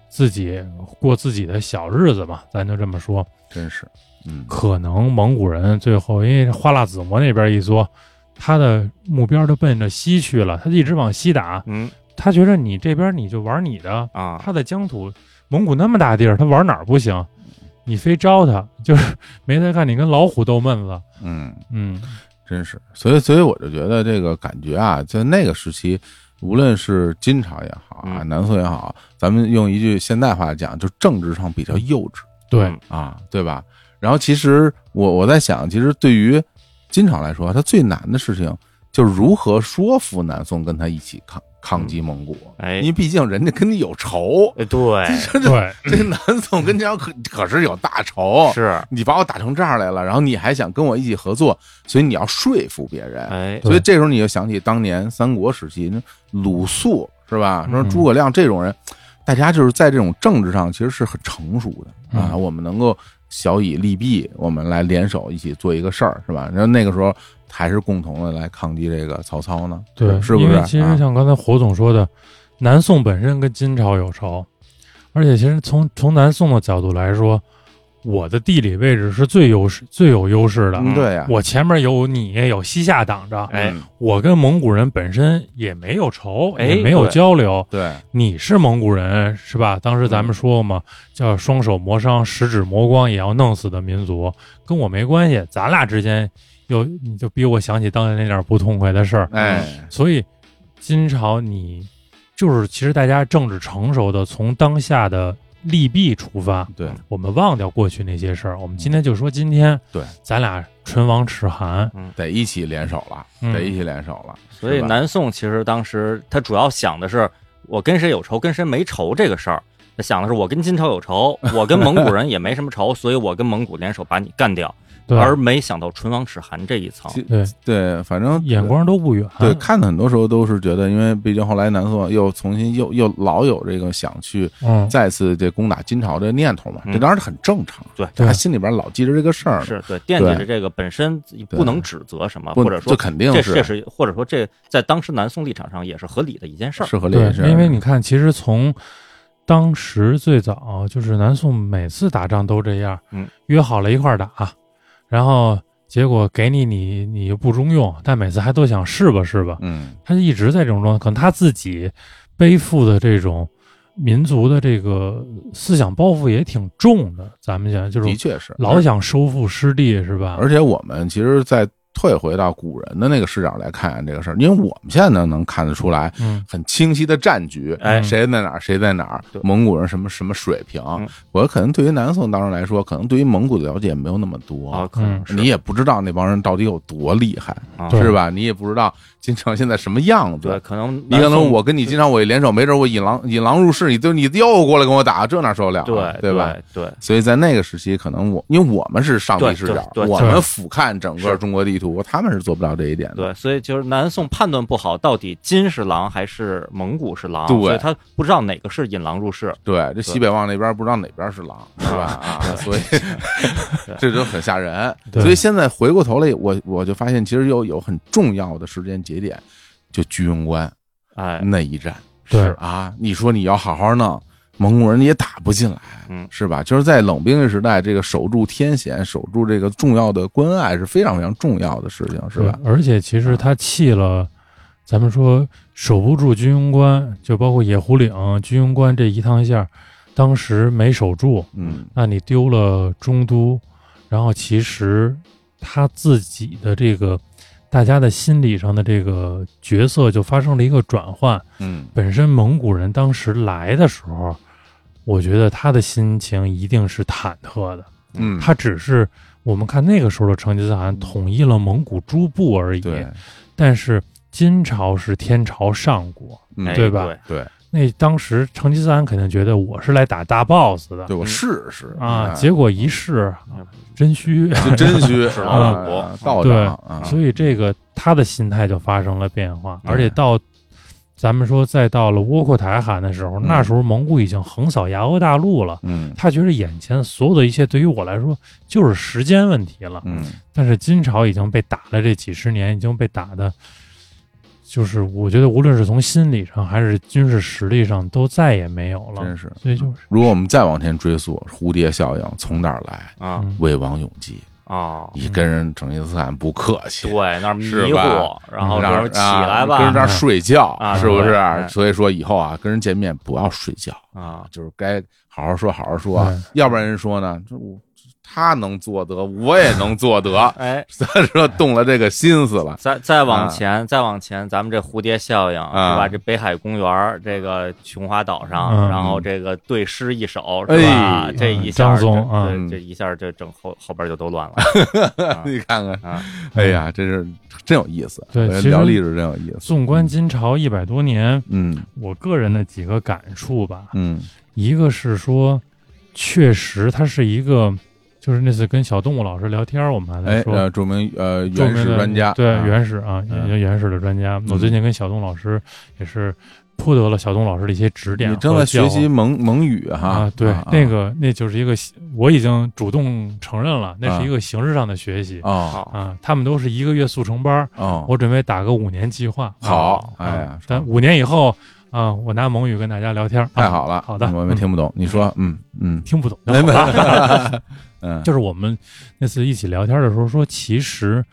自己过自己的小日子嘛，咱就这么说。真是，嗯可能蒙古人最后因为花剌子模那边一作，他的目标都奔着西去了，他就一直往西打，嗯他觉得你这边你就玩你的，啊，他的疆土，蒙古那么大地儿，他玩哪儿不行？你非招他，就是没得干，你跟老虎斗闷子。嗯。嗯，真是，所以所以我就觉得这个感觉啊，在那个时期，无论是金朝也好啊，嗯南宋也好，咱们用一句现代话讲，就政治上比较幼稚对嗯，啊，对吧？然后其实我我在想，其实对于金朝来说，它最难的事情就是如何说服南宋跟他一起抗抗击蒙古，哎因，为毕竟人家跟你有仇，哎对， 这这对，这南宋跟金朝可可是有大仇，是，你把我打成这样来了，然后你还想跟我一起合作，所以你要说服别人，哎，所以这时候你就想起当年三国时期，那鲁肃是吧？说嗯诸葛亮这种人，大家就是在这种政治上其实是很成熟的嗯啊。我们能够小以利弊，我们来联手一起做一个事儿，是吧？然后那个时候还是共同的来抗击这个曹操呢，对，是不因是为？其实啊像刚才火总说的，南宋本身跟金朝有仇，而且其实从从南宋的角度来说，我的地理位置是最优势、最有优势的。嗯对呀，我前面有你，有西夏挡着，哎嗯我跟蒙古人本身也没有仇，哎也没有对交流。对，你是蒙古人是吧？当时嗯咱们说过嘛，叫双手磨伤，十指磨光也要弄死的民族，跟我没关系。咱俩之间又你就逼我想起当年那点不痛快的事儿，哎，所以金朝你就是其实大家政治成熟的，从当下的利弊出发，对，我们忘掉过去那些事儿，我们今天就说今天，嗯对，咱俩唇亡齿寒，嗯得一起联手了，嗯得一起联手了。所以是吧南宋其实当时他主要想的是我跟谁有仇，跟谁没仇这个事儿。他想的是我跟金朝 有仇，我跟蒙古人也没什么仇，所以我跟蒙古联手把你干掉，对吧，而没想到唇亡齿寒这一层。啊其对对，反正眼光都不远，对，看的很多时候都是觉得，因为毕竟后来南宋又重新又又老有这个想去嗯，再次这攻打金朝的念头嘛，嗯这当然很正常。对他心里边老记着这个事儿呢，是对，惦记着这个本身不能指责什么，不或者这说肯定这这是是或者说这在当时南宋立场上也是合理的一件事儿。是合理对的事儿，，因为你看，其实从当时最早就是南宋每次打仗都这样，嗯，约好了一块儿打，然后结果给你你你又不中用，但每次还都想试吧试吧，嗯他就一直在这种状态，可能他自己背负的这种民族的这个思想包袱也挺重的，咱们讲就的是确是老想收复失地是吧？而且我们其实，在退回到古人的那个视角来看这个事儿，因为我们现在呢能看得出来嗯很清晰的战局，哎谁在哪儿，谁在哪儿对，蒙古人什么什么水平嗯。我可能对于南宋当时来说，可能对于蒙古的了解没有那么多啊，可能嗯是你也不知道那帮人到底有多厉害，啊对是吧？你也不知道金朝现在什么样对，子。可能你南可能宋我跟你金朝我一联手，没准我引狼引狼入室，你就你又过来跟我打，这哪受得了啊？对对吧？？对所以在那个时期，可能我因为我们是上帝视角，对对对我们俯瞰整个是中国地图，他们是做不到这一点的。对，所以就是南宋判断不好，到底金是狼还是蒙古是狼，对所以他不知道哪个是引狼 入室。对，这西北望那边不知道哪边是狼，是 吧？啊，所以这就很吓人。对所以现在回过头来，我我就发现，其实有有很重要的时间节点，就居庸关哎，那一战对，啊，你说你要好好弄，蒙古人也打不进来，嗯是吧？就是在冷兵器时代，这个守住天险、守住这个重要的关隘是非常非常重要的事情，是吧？对而且其实他弃了，咱们说守不住军庸关，就包括野狐岭、军庸关这一趟线儿，当时没守住，嗯，那你丢了中都，然后其实他自己的这个大家的心理上的这个角色就发生了一个转换。嗯，本身蒙古人当时来的时候，我觉得他的心情一定是忐忑的。嗯，他只是我们看那个时候的成吉思汗统一了蒙古诸部而已，对，但是金朝是天朝上国，嗯哎对对吧对那当时成吉思汗肯定觉得我是来打大 boss 的对，我试试啊，哎结果一试嗯真虚，就真虚，是啊老虎啊道对长啊，所以这个他的心态就发生了变化，哎对而且到。咱们说，再到了窝阔台汗的时候，嗯那时候蒙古已经横扫亚欧大陆了。嗯他觉得眼前所有的一切，对于我来说就是时间问题了。嗯，但是金朝已经被打了这几十年，已经被打的，就是我觉得无论是从心理上还是军事实力上，都再也没有了真。是。所以就是，如果我们再往前追溯，蝴蝶效应从哪儿来？啊嗯魏王永基，啊，你跟人成吉思汗不客气，对，那儿迷是糊吧，然后让就是人起来啊跟人这吧儿睡觉啊，是不对是？哎对所以说以后啊，跟人见面不要睡觉，啊，，就是该好好说，好好说对，要不然人说呢，这我他能做得，我也能做得 哎，所以说动了这个心思了。再再啊往前，再往前，咱们这蝴蝶效应是啊吧？这北海公园儿，这个琼花岛嗯上，然后这个对诗一首是吧哎？这一下张儿，总这嗯这这一下儿这整后后边就都乱 了啊你看看，啊！哎呀，真是真有意思，对我觉得其实聊历史真有意思。纵观金朝一百多年，嗯我个人的几个感触吧，嗯一个是说，确实它是一个，就是那次跟小动物老师聊天儿，我们还哎在，说，呃，著名呃著原名始的专家，对啊原始啊，嗯原原始的专家。我最近跟小东老师也是获得了小东老师的一些指点你和正教在化。学习蒙蒙语哈？啊，对，那个那就是一个我已经主动承认啊了，那是一个形式上的学习哦好，啊。他们都是一个月速成班儿，哦，我准备打个五年计划。好啊，哎呀，但五年以后啊，我拿蒙语跟大家聊天儿，太啊好了，好的，我们嗯听不懂，你说，嗯嗯，听不懂，没没， 嗯，就是我们那次一起聊天的时候说，其实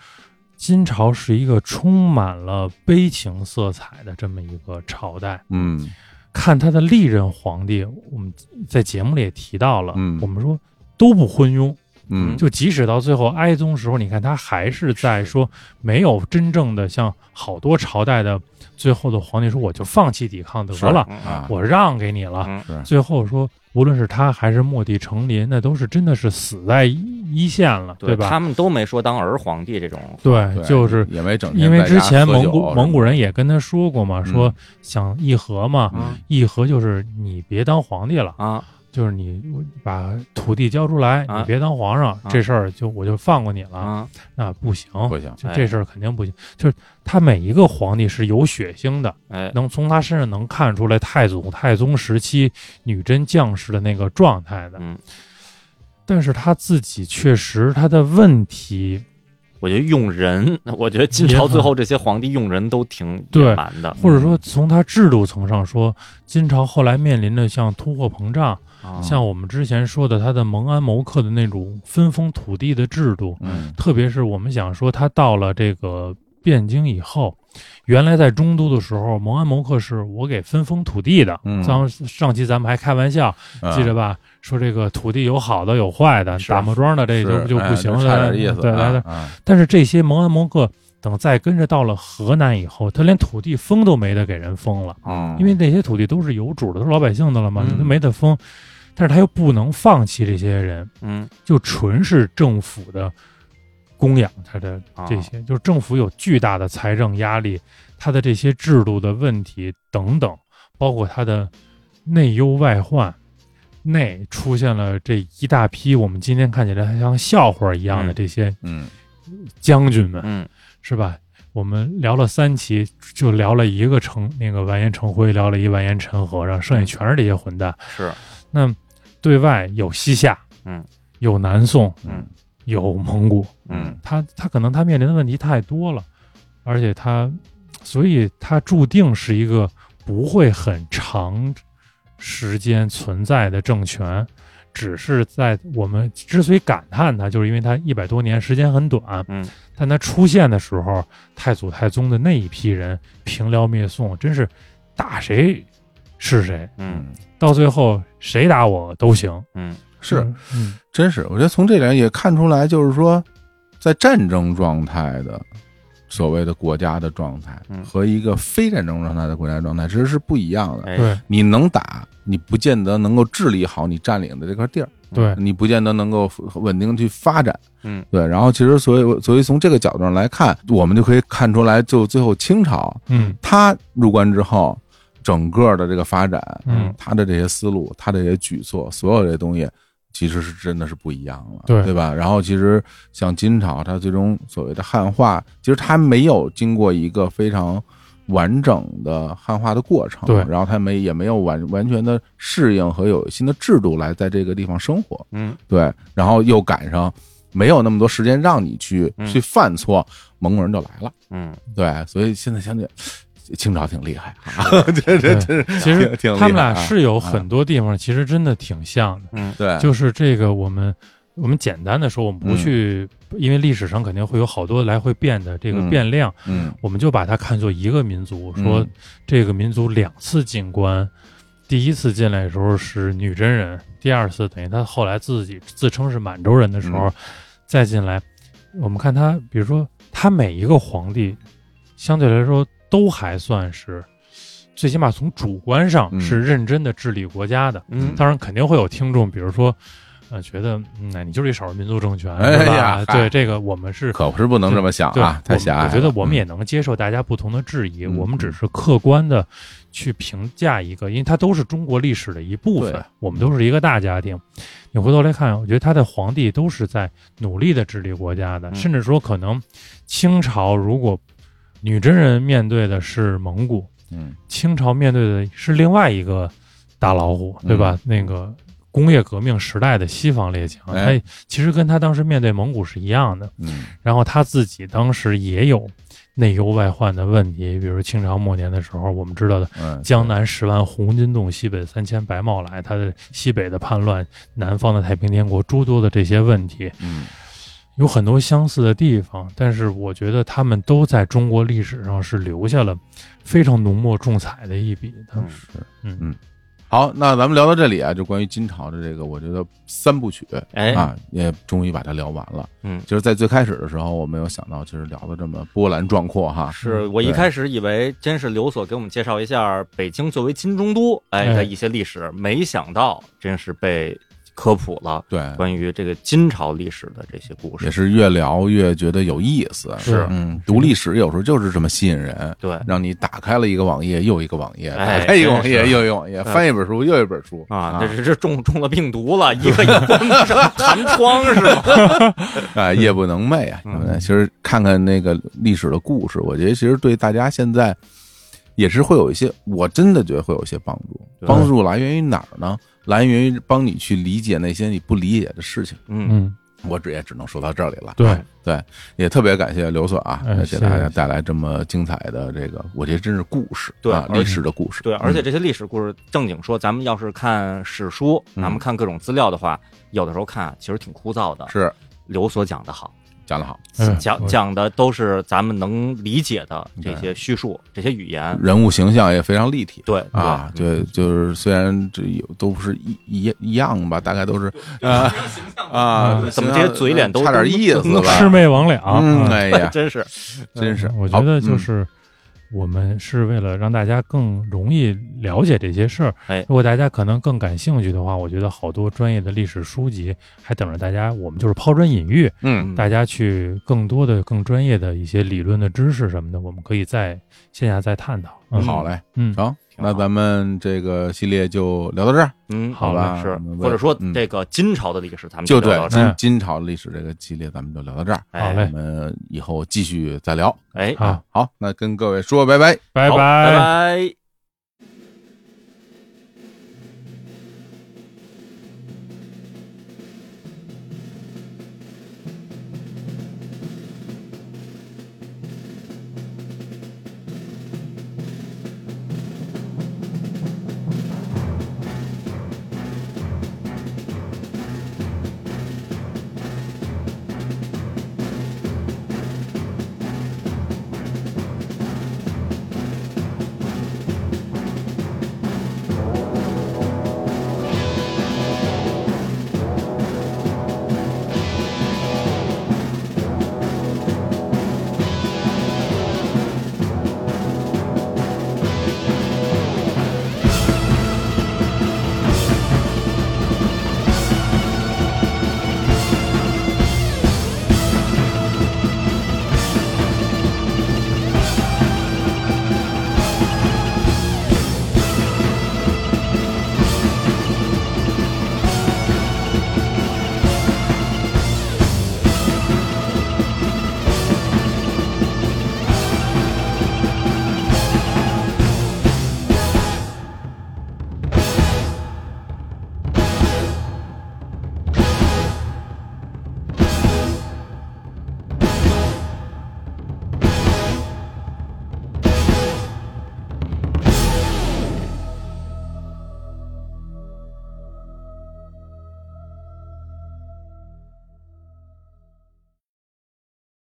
金朝是一个充满了悲情色彩的这么一个朝代。嗯看他的历任皇帝，我们在节目里也提到了，嗯我们说都不昏庸，嗯，就即使到最后哀宗时候，你看他还是在说没有真正的像好多朝代的最后的皇帝说我就放弃抵抗得是了，嗯啊，我让给你了，嗯最后说，无论是他还是莫蒂成林，那都是真的是死在一一线了，对吧？他们都没说当儿皇帝这种，对，对就是也没整天因为在之家前喝蒙酒古蒙古人也跟他说过嘛，嗯说啊想议和嘛，嗯议和就是你别当皇帝了，啊，就是你把土地交出来，啊你别当皇上，这事儿就我就放过你了。啊，那不行，嗯不行，哎就这事儿肯定不行。就是他每一个皇帝是有血腥的，哎，能从他身上能看出来太祖、太宗时期女真将士的那个状态的。嗯，但是他自己确实他的问题，我觉得用人， 我觉得金朝最后这些皇帝用人都挺对野蛮的，或者说从他制度层上说，金朝后来面临的像通货膨胀，啊像我们之前说的他的蒙安谋克的那种分封土地的制度，嗯特别是我们想说他到了这个汴京以后，原来在中都的时候，蒙安谋克是我给分封土地的。嗯上上期咱们还开玩笑，啊嗯记着吧，说这个土地有好的有坏的，是打磨庄的这就是就哎不行差了，点意思。对，来啊的。啊但是这些蒙安蒙克等再跟着到了河南以后，他连土地封都没得给人封了，嗯，因为那些土地都是有主的，都是老百姓的了嘛，嗯你都没得封。但是他又不能放弃这些人，嗯，就纯是政府的供养他的啊这些，就是政府有巨大的财政压力，他的这些制度的问题等等，包括他的内忧外患。内出现了这一大批我们今天看起来还像笑话一样的嗯这些嗯将军们，嗯是吧？我们聊了三期，就聊了一个成那个完颜成辉，聊了一完颜陈和尚，剩下全是这些混蛋。是，那对外有西夏，嗯，有南宋，嗯，有蒙古，嗯他他可能他面临的问题太多了，而且他，所以他注定是一个不会很长时间存在的政权，只是在我们之所以感叹它，就是因为它一百多年时间很短，嗯，但它出现的时候，太祖太宗的那一批人平辽灭宋，真是打谁是谁，嗯到最后谁打我都行，嗯，是，嗯，真是，我觉得从这点也看出来，就是说，在战争状态的所谓的国家的状态嗯和一个非战争状态的国家状态其实是不一样的。哎，对你能打，你不见得能够治理好你占领的这块地儿，对，你不见得能够稳定去发展。嗯，对。然后，其实所以所以从这个角度上来看，我们就可以看出来，就最后清朝嗯他入关之后，整个的这个发展，嗯，他的这些思路，他的这些举措，所有这些东西，其实是真的是不一样了，对吧？然后其实像金朝，它最终所谓的汉化，其实它没有经过一个非常完整的汉化的过程，对然后它没也没有完完全的适应和有新的制度来在这个地方生活，嗯对，然后又赶上没有那么多时间让你去、嗯去犯错，蒙古人就来了。嗯，对，所以现在想想，清朝挺厉害啊， 这 这这是其实挺挺厉害啊他们俩是有很多地方，其实真的挺像的。对，就是这个，我们我们简单的说，我们嗯不去，因为历史上肯定会有好多来回变的这个嗯变量，嗯我们就把它看作一个民族，说嗯这个民族两次进关，第一次进来的时候是女真人，第二次等于他后来自己自称是满洲人的时候、嗯再进来，我们看他，比如说他每一个皇帝，相对来说都还算是。最起码从主观上嗯是认真的治理国家的，嗯当然肯定会有听众，比如说，呃，觉得嗯，哎你就是一少数民族政权，哎是呀吧？嗨对，这个我们是可不是不能这么想对啊，太我们狭隘了。我觉得我们也嗯能接受大家不同的质疑，嗯我们只是客观的去评价一个，因为它都是中国历史的一部对嗯分，我们都是一个大家庭。你回头来看，我觉得他的皇帝都是在努力的治理国家的，嗯甚至说可能清朝如果女真人面对的是蒙古，嗯清朝面对的是另外一个大老虎，对吧？嗯那个工业革命时代的西方列强，哎他其实跟他当时面对蒙古是一样的。嗯然后他自己当时也有内忧外患的问题，比如清朝末年的时候，我们知道的嗯，江南十万红巾洞，西北三千白帽来，他的西北的叛乱，南方的太平天国，诸多的这些问题，嗯有很多相似的地方，但是我觉得他们都在中国历史上是留下了非常浓墨重彩的一笔的。是嗯嗯。好，那咱们聊到这里啊，就关于金朝的这个，我觉得三部曲哎，啊，也终于把它聊完了。嗯就是在最开始的时候，我没有想到，就是聊的这么波澜壮阔哈。是我一啊对开始以为真是刘所给我们介绍一下北京作为金中都哎哎的一些历史，没想到真是被科普了对，关于这个金朝历史的这些故也事。是越聊越觉得有意思。是嗯，读历史有时候就是这么吸引人。对让你打开了一个网页又一个网页，哎打开一个网真页是又一个网页，嗯翻一本书又一本书啊，这是这中中了病 毒了，一个也关不上弹窗是吧？啊，夜不能寐嗯啊！对不对？其实看看那个历史的故事，我觉得其实对大家现在也是会有一些，我真的觉得会有一些帮助。对帮助来源于哪儿呢？来源于帮你去理解那些你不理解的事情。嗯，嗯，我只也只能说到这里了。对，也特别感谢刘所啊，哎给大谢家谢带来这么精彩的这个，我觉得真是故事，对啊，而且历史的故事。对，而且嗯这些历史故事，正经说，咱们要是看史书，嗯咱们看各种资料的话，有的时候看啊其实挺枯燥的。是刘所讲的好，讲得好，嗯讲我讲的都是咱们能理解的这些叙述、这些语言。人物形象也非常立体。对嗯嗯啊， 对，对，就是虽然这有都不是一一一样吧，大概都是啊啊，嗯怎么这些嘴脸都差点意思都吧？魑魅魍魉，嗯，嗯哎呀，真是真是，我好觉得就嗯是我们是为了让大家更容易了解这些事儿。哎如果大家可能更感兴趣的话，我觉得好多专业的历史书籍还等着大家。我们就是抛砖引玉，嗯，大家去更多的、更专业的一些理论的知识什么的，我们可以在线下再探讨。嗯、好，嘞，嗯，成，挺好那咱们这个系列就聊到这儿，嗯，好吧是我们，或者说嗯这个金朝的历史，咱们就聊对到这儿金嗯金朝历史这个系列，咱们就聊到这儿，好哎嘞我们以后继续再聊。哎，好，啊好，那跟各位说拜拜。拜好拜拜。